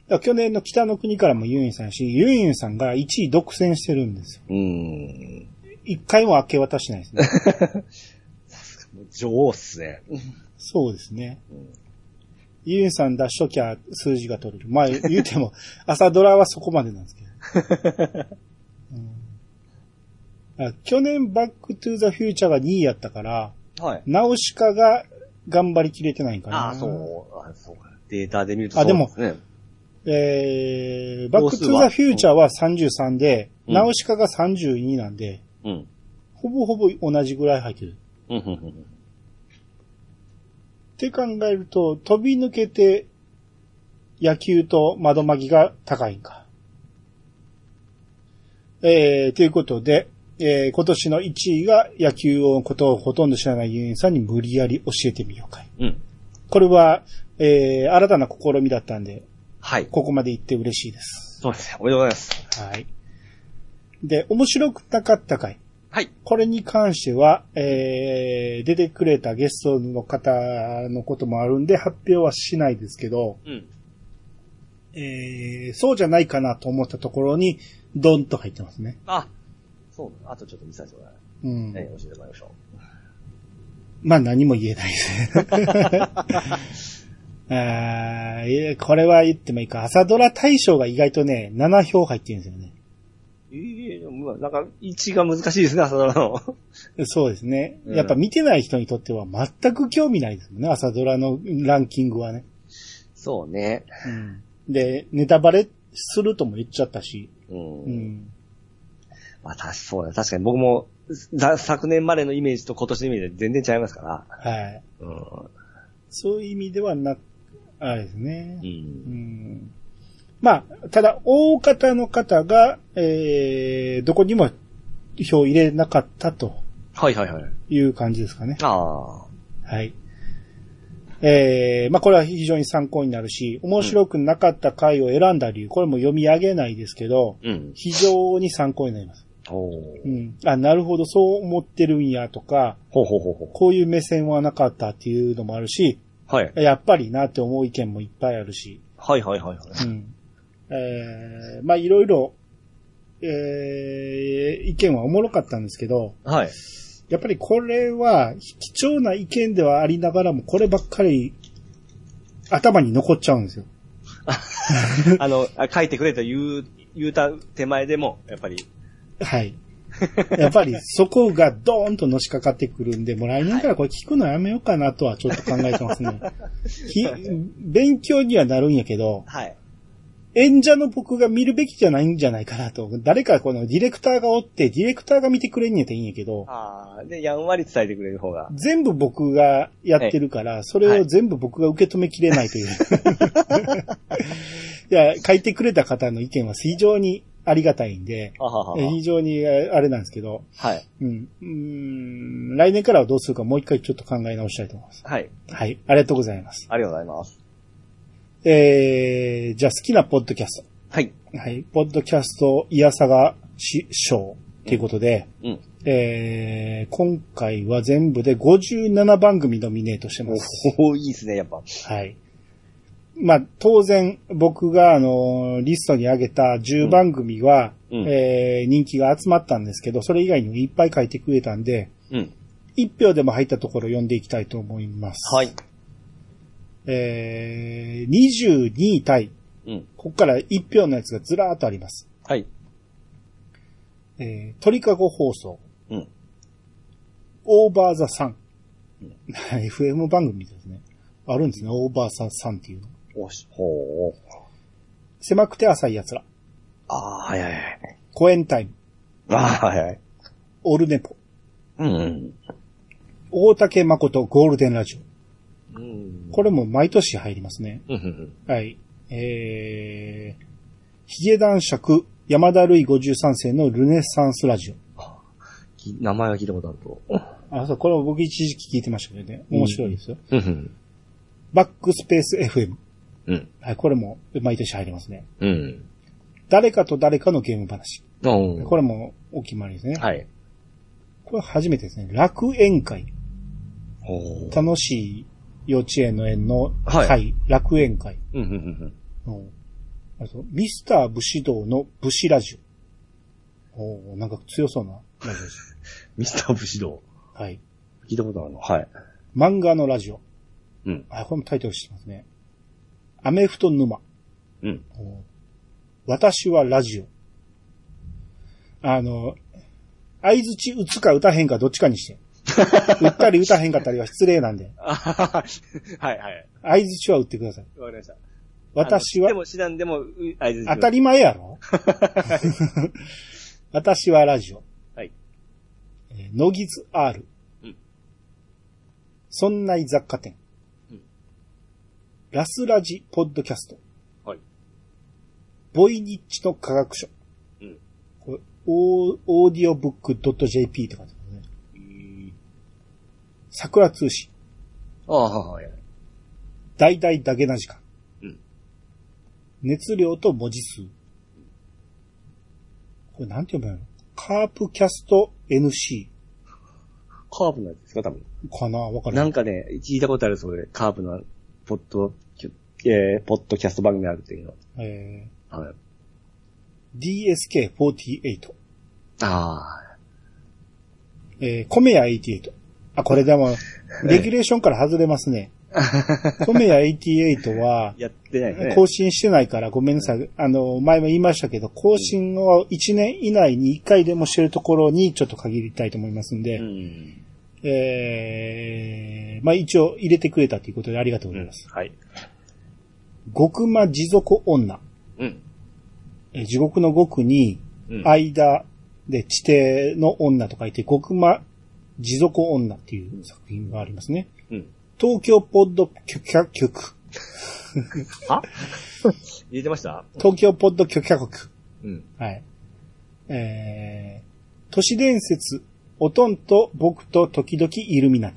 Speaker 1: ら去年の北の国からもユンユンさんやし、ユンユンさんが1位独占してるんですよ。
Speaker 2: うーん。
Speaker 1: 一回も明け渡してないですね。
Speaker 2: 女王っすね。
Speaker 1: そうですね。ユンさん出しときゃ数字が取れる。まあ言うても、 朝ドラはそこまでなんですけど。 うんあ去年バックトゥーザフューチャーが2位やったから、
Speaker 2: はい。
Speaker 1: ナウシカが頑張りきれてないんかな。
Speaker 2: ああ、そう。あそうか。データで見ると
Speaker 1: あ
Speaker 2: そうすね。
Speaker 1: えー、バックトゥーザフューチャーは33で、
Speaker 2: うん
Speaker 1: ナウシカが32なんで、
Speaker 2: うん。
Speaker 1: ほぼほぼ同じぐらい入ってる。
Speaker 2: うん、うん、うん。
Speaker 1: って考えると、飛び抜けて野球と窓巻きが高いんか。えー、ということで、えー、今年の1位が野球のことをほとんど知らないユンさんに無理やり教えてみようかい。
Speaker 2: うん。
Speaker 1: これは、えー、新たな試みだったんで、
Speaker 2: はい。
Speaker 1: ここまで行って嬉しいです。
Speaker 2: そうですね。おめでとうございます。
Speaker 1: はい。で、面白くなかったかい。
Speaker 2: はい。
Speaker 1: これに関しては、えー、出てくれたゲストの方のこともあるんで発表はしないですけど、
Speaker 2: うん。
Speaker 1: えー、そうじゃないかなと思ったところに、ドンと入ってますね。
Speaker 2: あ、そう。あとちょっと見させてもらえ
Speaker 1: うん。
Speaker 2: ええ教えてもらいましょ
Speaker 1: まあ何も言えないです ね。あーえーこれは言ってもいいか。朝ドラ大賞が意外とね、7票入ってるんですよね。
Speaker 2: う。ええまあなんか、位置が難しいですね、朝ドラの。
Speaker 1: そうですね。
Speaker 2: うん
Speaker 1: やっぱ見てない人にとっては全く興味ないですもんね。朝ドラのランキングはね。
Speaker 2: そうね。
Speaker 1: で、ネタバレするとも言っちゃったし。
Speaker 2: うん。
Speaker 1: うん。
Speaker 2: まあ、確かそうだ。確かに僕も、ざ昨年までのイメージと今年のイメージで全然違いますから。
Speaker 1: はい。
Speaker 2: うん。
Speaker 1: そういう意味ではな、あれですね
Speaker 2: う。。
Speaker 1: うんん。まあ、ただ、大方の方が、えー、どこにも票入れなかったと
Speaker 2: はいはいはい。
Speaker 1: いう感じですかね。
Speaker 2: ああ。
Speaker 1: はい。えー、まあこれは非常に参考になるし、面白くなかった回を選んだ理由、これも読み上げないですけど、
Speaker 2: うん。
Speaker 1: 非常に参考になります。
Speaker 2: お
Speaker 1: う
Speaker 2: ー
Speaker 1: ん。あ、なるほど、そう思ってるんやとか、
Speaker 2: ほうほうほうほ
Speaker 1: こういう目線はなかったっていうのもあるし、
Speaker 2: う。はい。
Speaker 1: やっぱりなって思う意見もいっぱいあるし、
Speaker 2: はいはいはいはい。
Speaker 1: うん。えー、まあいろいろ、えー、意見はおもろかったんですけど、
Speaker 2: はい。
Speaker 1: やっぱりこれは貴重な意見ではありながらも、こればっかり頭に残っちゃうんですよ。
Speaker 2: あの、あ書いてくれと言う、言うた手前でも、やっぱり。
Speaker 1: はい。やっぱりそこがドーンとのしかかってくるんで、もう来年からこれ聞くのやめようかなとはちょっと考えてますね。ひ勉強にはなるんやけど、
Speaker 2: はい。
Speaker 1: 演者の僕が見るべきじゃないんじゃないかなと。誰かこのディレクターがおって、ディレクターが見てくれんやったらいいんやけど、
Speaker 2: ああ。で、やんわり伝えてくれる方が。
Speaker 1: 全部僕がやってるから、それを全部僕が受け止めきれ ないという。いや、書いてくれた方の意見は非常にありがたいんで、
Speaker 2: あははは
Speaker 1: えー非常にえーあれなんですけど、
Speaker 2: はい。
Speaker 1: うん。うーん来年からはどうするかもう一回ちょっと考え直したいと思います。
Speaker 2: はい。
Speaker 1: はい。ありがとうございます。
Speaker 2: ありがとうございます。
Speaker 1: えー、じゃあ好きなポッドキャス
Speaker 2: はい。
Speaker 1: ト。はい。ポッドキャスト、いやさがし、賞ということで、
Speaker 2: うん。
Speaker 1: えー、今回は全部で57番組ノミネートしてます。
Speaker 2: おおいいですね、やっぱ。
Speaker 1: はい。まあ、当然、僕が、あのーリストに上げた10番組は、
Speaker 2: うん
Speaker 1: えー人気が集まったんですけど、それ以外にもいっぱい書いてくれたんで、
Speaker 2: うん。
Speaker 1: 1票でも入ったところ読んでいきたいと思います。
Speaker 2: はい。
Speaker 1: えー、22位タイ。
Speaker 2: うん。
Speaker 1: ここから1票のやつがずらーっとあります。
Speaker 2: はい。
Speaker 1: えー、鳥かご放送、
Speaker 2: うん。
Speaker 1: オーバーザサン
Speaker 2: うん。
Speaker 1: FM 番組みたいですね。あるんですね、オーバーザサンっていうの。
Speaker 2: おし、ほう。
Speaker 1: 狭くて浅い奴ら。
Speaker 2: ああ、はいはいはい。
Speaker 1: 公演タイム。
Speaker 2: ああ、はいはい。
Speaker 1: オールネポ。
Speaker 2: うんうん。
Speaker 1: 大竹誠ゴールデンラジ
Speaker 2: うん
Speaker 1: オ。これも毎年入りますね。
Speaker 2: うんうん
Speaker 1: はい。えー、ヒゲ男爵、山田るい53世のルネサンスラジオ。
Speaker 2: き名前は聞いたことあると。
Speaker 1: あ、そう、これは僕一時期聞いてましたけどね。面白いですよ。
Speaker 2: うんうん。
Speaker 1: バックスペース FM。
Speaker 2: うん。
Speaker 1: はい、これも毎年入りますね。
Speaker 2: うん。
Speaker 1: 誰かと誰かのゲーム話。
Speaker 2: おー
Speaker 1: これもお決まりですね。
Speaker 2: はい。
Speaker 1: これ初めてですね。楽園会。
Speaker 2: ほう。
Speaker 1: 楽しい幼稚園の園の
Speaker 2: は
Speaker 1: 会。
Speaker 2: い
Speaker 1: 楽園会。
Speaker 2: うんうんうん
Speaker 1: うんあとミスター武士道の武士ラジオ。おーなんか強そう なラジオです。
Speaker 2: ミスター武士道。
Speaker 1: はい。
Speaker 2: 聞いたことあるのはい。
Speaker 1: 漫画のラジオ。
Speaker 2: うん。
Speaker 1: あ、これもタイトルしてますね。アメフト沼。
Speaker 2: うん。
Speaker 1: おー私はラジオ。あの、相づち打つか打たへんかどっちかに して。打ったり打たへんかったりは失礼なんで。
Speaker 2: あ ははははいはい。
Speaker 1: 相づちは打ってください。
Speaker 2: わかりました。
Speaker 1: 私
Speaker 2: あので
Speaker 1: は、
Speaker 2: も、知らんでも、うあい
Speaker 1: 当たり前やろ私はラジオ。
Speaker 2: はい。
Speaker 1: えー、ノギズ R。
Speaker 2: うん。
Speaker 1: そんない雑貨店。
Speaker 2: うん
Speaker 1: ラスラジポッドキャスト。
Speaker 2: はい。
Speaker 1: ボイニッチの科学書。
Speaker 2: うん。
Speaker 1: これ、オーオーディオブック .jp って書いてますね。桜通信。
Speaker 2: ああ、はいはい。
Speaker 1: 大々だけな時間。
Speaker 2: うん
Speaker 1: 熱量と文字数。これなんて読むのカープキャスト NC
Speaker 2: カーブのやつですか多分。
Speaker 1: かなわかる。
Speaker 2: な
Speaker 1: なん
Speaker 2: かね、聞いたことあるそれ。カーブの、ポッド、えー、ポッドキャスト番組あるっていうの。
Speaker 1: え
Speaker 2: はい。
Speaker 1: ー、DSK48。
Speaker 2: あ
Speaker 1: えー、コメヤ88。あ、これ でも、レギュレーションから外れますね。コメヤ88は
Speaker 2: あ、、やってないですね。
Speaker 1: 更新してないからごめんなさい。あの、前も言いましたけど、更新を1年以内に1回でもしてるところにちょっと限りたいと思いますんで、
Speaker 2: うん。
Speaker 1: えー、まあ一応入れてくれたということでありがとうございます。
Speaker 2: はい。
Speaker 1: 極魔地獄女。
Speaker 2: うん。
Speaker 1: え地獄の極に、
Speaker 2: うん
Speaker 1: 間で地底の女と書いて、極魔地獄女っていう作品がありますね。
Speaker 2: うん。
Speaker 1: 東京ポッド許可局。
Speaker 2: は入れてました
Speaker 1: 東京ポッド許可局。
Speaker 2: うん。
Speaker 1: はい。えー、都市伝説、おとんと僕と時々イルミナテ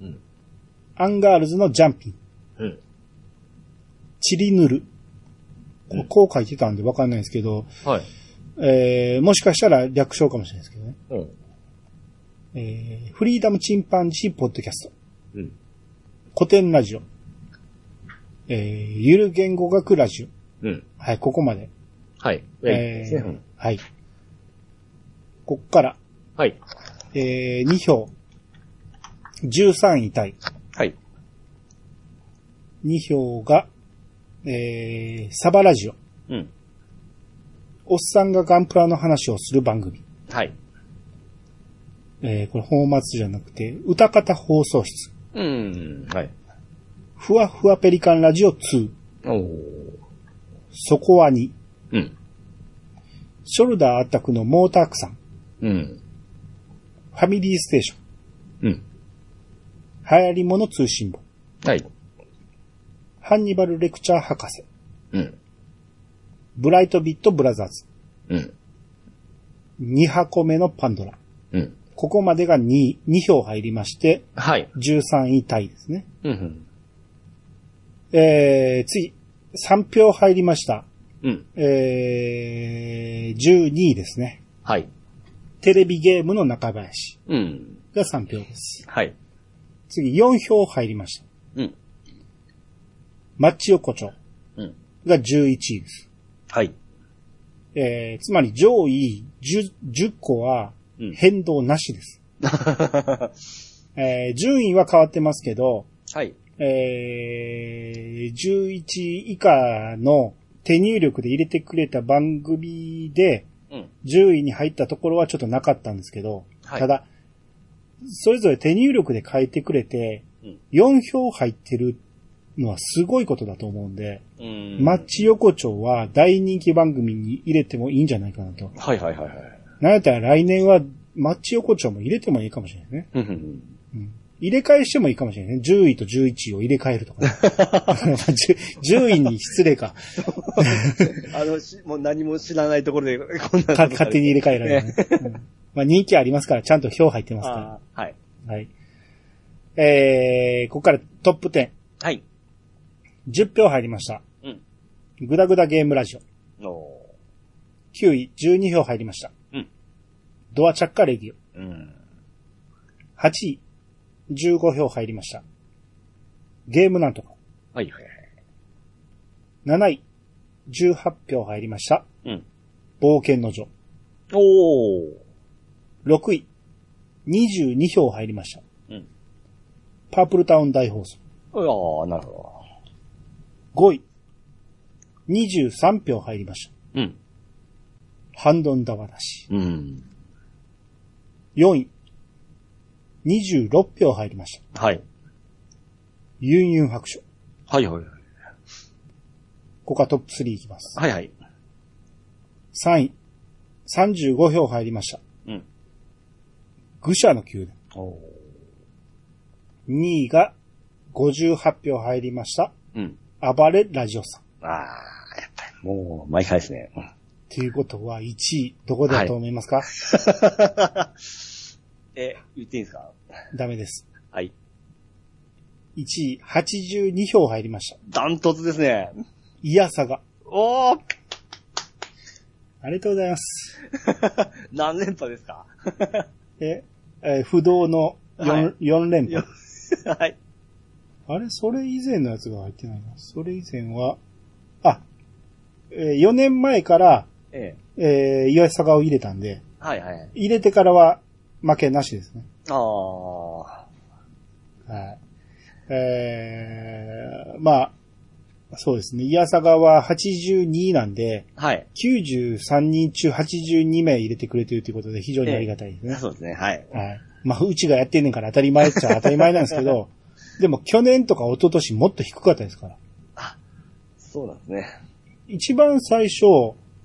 Speaker 1: ィ。
Speaker 2: うん。
Speaker 1: アンガールズのジャンピン。
Speaker 2: うん。
Speaker 1: チリヌル。こ
Speaker 2: う
Speaker 1: うんこう書いてたんでわかんないですけど、
Speaker 2: はい。
Speaker 1: えー、もしかしたら略称かもしれないですけどね。
Speaker 2: うん。
Speaker 1: えー、フリーダムチンパンジーポッドキャスト。
Speaker 2: うん。
Speaker 1: 古典ラジオ。えー、ゆる言語学ラジオ。
Speaker 2: うん。
Speaker 1: はい、ここまで。
Speaker 2: はい。
Speaker 1: え
Speaker 2: ですねう
Speaker 1: ー
Speaker 2: ん、
Speaker 1: はい。こっから、
Speaker 2: はい。
Speaker 1: えー、2票。13位タイ。
Speaker 2: はい。
Speaker 1: 2票が、えー、サバラジオ。
Speaker 2: うん。
Speaker 1: おっさんがガンプラの話をする番組。
Speaker 2: はい。
Speaker 1: えー、これ、本末じゃなくて、歌方放送室。
Speaker 2: うん。はい。
Speaker 1: ふわふわペリカンラジオ2。
Speaker 2: おー。
Speaker 1: そこは2。
Speaker 2: うん。
Speaker 1: ショルダーアタックのモータークさん。
Speaker 2: うん。
Speaker 1: ファミリーステーション。
Speaker 2: うん。
Speaker 1: 流行り物通信簿。
Speaker 2: はい。
Speaker 1: ハンニバルレクチャー博士。
Speaker 2: うん。
Speaker 1: ブライトビットブラザーズ。
Speaker 2: うん。
Speaker 1: 2箱目のパンドラ。
Speaker 2: うん。
Speaker 1: ここまでが2位、2票入りまして、
Speaker 2: はい。
Speaker 1: 13位タイですね。
Speaker 2: うん。
Speaker 1: えー、次、3票入りました。
Speaker 2: うん。
Speaker 1: えー、12位ですね。
Speaker 2: はい。
Speaker 1: テレビゲームの中林
Speaker 2: うん。
Speaker 1: が3票です。
Speaker 2: はい。
Speaker 1: 次、4票入りました。
Speaker 2: うん。
Speaker 1: マッチ横丁
Speaker 2: うん。
Speaker 1: が11位です。
Speaker 2: はい。
Speaker 1: えー、つまり上位 10, 10個は
Speaker 2: うん
Speaker 1: 変動なしです。えー、順位は変わってますけど、
Speaker 2: はい。
Speaker 1: えー、11以下の手入力で入れてくれた番組で
Speaker 2: うん。
Speaker 1: 10位に入ったところはちょっとなかったんですけど、
Speaker 2: はい
Speaker 1: ただ、それぞれ手入力で変えてくれて
Speaker 2: うん、
Speaker 1: 4票入ってるのはすごいことだと思うんで、
Speaker 2: うん
Speaker 1: マッ。チ横丁は大人気番組に入れてもいいんじゃないかなと。
Speaker 2: はいはいはいはい。
Speaker 1: なんやったら来年はマッチ横丁も入れてもいいかもしれないね。
Speaker 2: うんうん
Speaker 1: うん入れ替えしてもいいかもしれないね。10位と11位を入れ替えるとか、ね、10, 位に失礼か。
Speaker 2: うん。あの、しもう何も知らないところで、こんな
Speaker 1: か勝手に入れ替えられる、ねうんまあ人気ありますから、ちゃんと票入ってますか
Speaker 2: ああ、はい。
Speaker 1: ら。はい。えー、ここからトップ10。
Speaker 2: はい。
Speaker 1: 10票入りました。
Speaker 2: うん。
Speaker 1: グダグダゲームラジオ。
Speaker 2: の
Speaker 1: 9位、12票入りました。
Speaker 2: うん。
Speaker 1: ドアチャッカレディオ。
Speaker 2: うん。
Speaker 1: 8位、15票入りました。ゲームなんとか。
Speaker 2: はいはいはい。
Speaker 1: 7位、18票入りました。
Speaker 2: うん。
Speaker 1: 冒険の女。
Speaker 2: おー。
Speaker 1: 6位、22票入りました。
Speaker 2: うん。
Speaker 1: パープルタウン大放送。
Speaker 2: ああ、なるほ
Speaker 1: 5位、23票入りました。
Speaker 2: ど。うん。
Speaker 1: ハンドンダ話。
Speaker 2: うん。
Speaker 1: 4位、26票入りました。
Speaker 2: はい。
Speaker 1: ユンユン白書。
Speaker 2: はいはいはい。
Speaker 1: ここはトップ3いきます。
Speaker 2: はいはい。
Speaker 1: 3位、35票入りました。
Speaker 2: うん。
Speaker 1: 愚者の宮殿。
Speaker 2: おー。
Speaker 1: 2位が58票入りました。
Speaker 2: うん。
Speaker 1: 暴れラジオさん。
Speaker 2: ああ、やっぱりもう、毎回ですね。うん
Speaker 1: ということは1位、どこだと思いますか、
Speaker 2: え、言っていいんですか
Speaker 1: ダメです。
Speaker 2: はい。
Speaker 1: 1位、82票入りました。
Speaker 2: ダントツですね。
Speaker 1: いやさが。
Speaker 2: おー
Speaker 1: ありがとうございます。
Speaker 2: 何連覇ですか
Speaker 1: え、えー不動の 4,、
Speaker 2: はい
Speaker 1: 四連
Speaker 2: よ
Speaker 1: 覇。
Speaker 2: はい。
Speaker 1: あれそれ以前のやつが入ってないな。それ以前は、あ、え4年前から、
Speaker 2: ええ。
Speaker 1: えー、いやさがを入れたんで、
Speaker 2: はいはい。
Speaker 1: 入れてからは負けなしですね。
Speaker 2: ああ。
Speaker 1: はい。えー、まあ、そうですね。いやさがは82なんで、
Speaker 2: はい。
Speaker 1: 93人中82名入れてくれてるということで非常にありがたいですね。
Speaker 2: そうですね。はい。
Speaker 1: はい。まあ、うちがやってんねんから当たり前っちゃ当たり前なんですけ ど、でも去年とか一昨年もっと低かったですから。
Speaker 2: そうなんですね。
Speaker 1: 一番最初、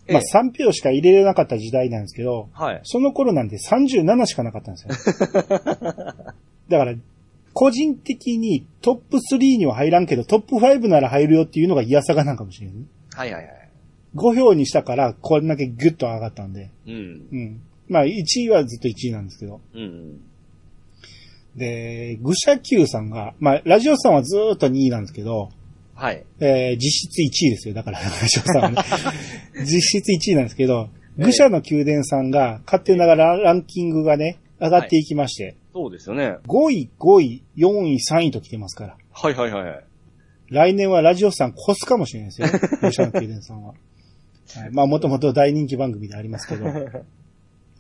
Speaker 1: まあ
Speaker 2: ええ
Speaker 1: 3票しか入れれなかった時代なんですけど、
Speaker 2: はい。
Speaker 1: その頃なんで37しかなかったんですよ。 だから、個人的にトップ3には入らんけど、トップ5なら入るよっていうのが嫌さがなんかもしれない、ね。
Speaker 2: はいはいはい。
Speaker 1: 5票にしたから、これだけギュッと上がったんで。
Speaker 2: うん。
Speaker 1: うん。まあ、1位はずっと1位なんですけど。
Speaker 2: うん。
Speaker 1: で、愚者級さんが、まあ、ラジオさんはずーっと2位なんですけど、
Speaker 2: はい。
Speaker 1: えー実質1位ですよ。だから、ラジオさんはね。実質1位なんですけど、愚者の宮殿さんが、勝手ながらランキングがね、上がっていきまして、
Speaker 2: そうですよね。
Speaker 1: 5位、5位、4位、3位と来てますから。
Speaker 2: はいはいはい。
Speaker 1: 来年はラジオさん越すかもしれないですよ。愚者の宮殿さんは。はい、まあ、もともと大人気番組でありますけど。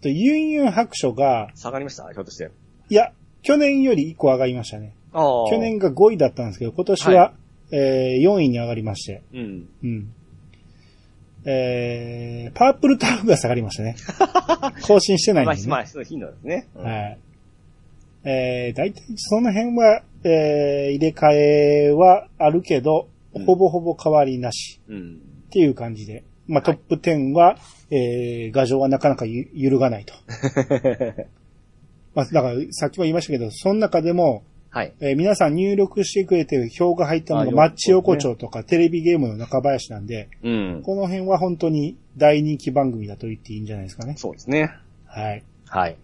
Speaker 1: とユンユン白書が、
Speaker 2: 下がりましたひょっとして。
Speaker 1: いや、去年より1個上がりましたね。
Speaker 2: ああ。
Speaker 1: 去。年が5位だったんですけど、今年は、
Speaker 2: は
Speaker 1: えー4位に上がりまして、
Speaker 2: うん。
Speaker 1: うん。えー、パープルタウンが下がりま したね。更新してないん
Speaker 2: まあ
Speaker 1: で、、
Speaker 2: ま
Speaker 1: ね。
Speaker 2: あ、その頻度ですね。うん
Speaker 1: はい。えー、大体その辺は、えー、入れ替えはあるけど、
Speaker 2: うん
Speaker 1: ほぼほぼ変わりなし
Speaker 2: うん。
Speaker 1: っていう感じで。まあ、トップ10は、えー、画像はなかなかゆ 揺るがないと。まあ、だから、さっきも言いましたけど、その中でも、
Speaker 2: はい。
Speaker 1: えー皆さん入力してくれてる表が入ったのが
Speaker 2: あ
Speaker 1: マッチ横丁とかテレビゲームの中林なんで、
Speaker 2: うん。
Speaker 1: この辺は本当に大人気番組だと言っていいんじゃないですかね。
Speaker 2: そうですね。
Speaker 1: はい。
Speaker 2: はい。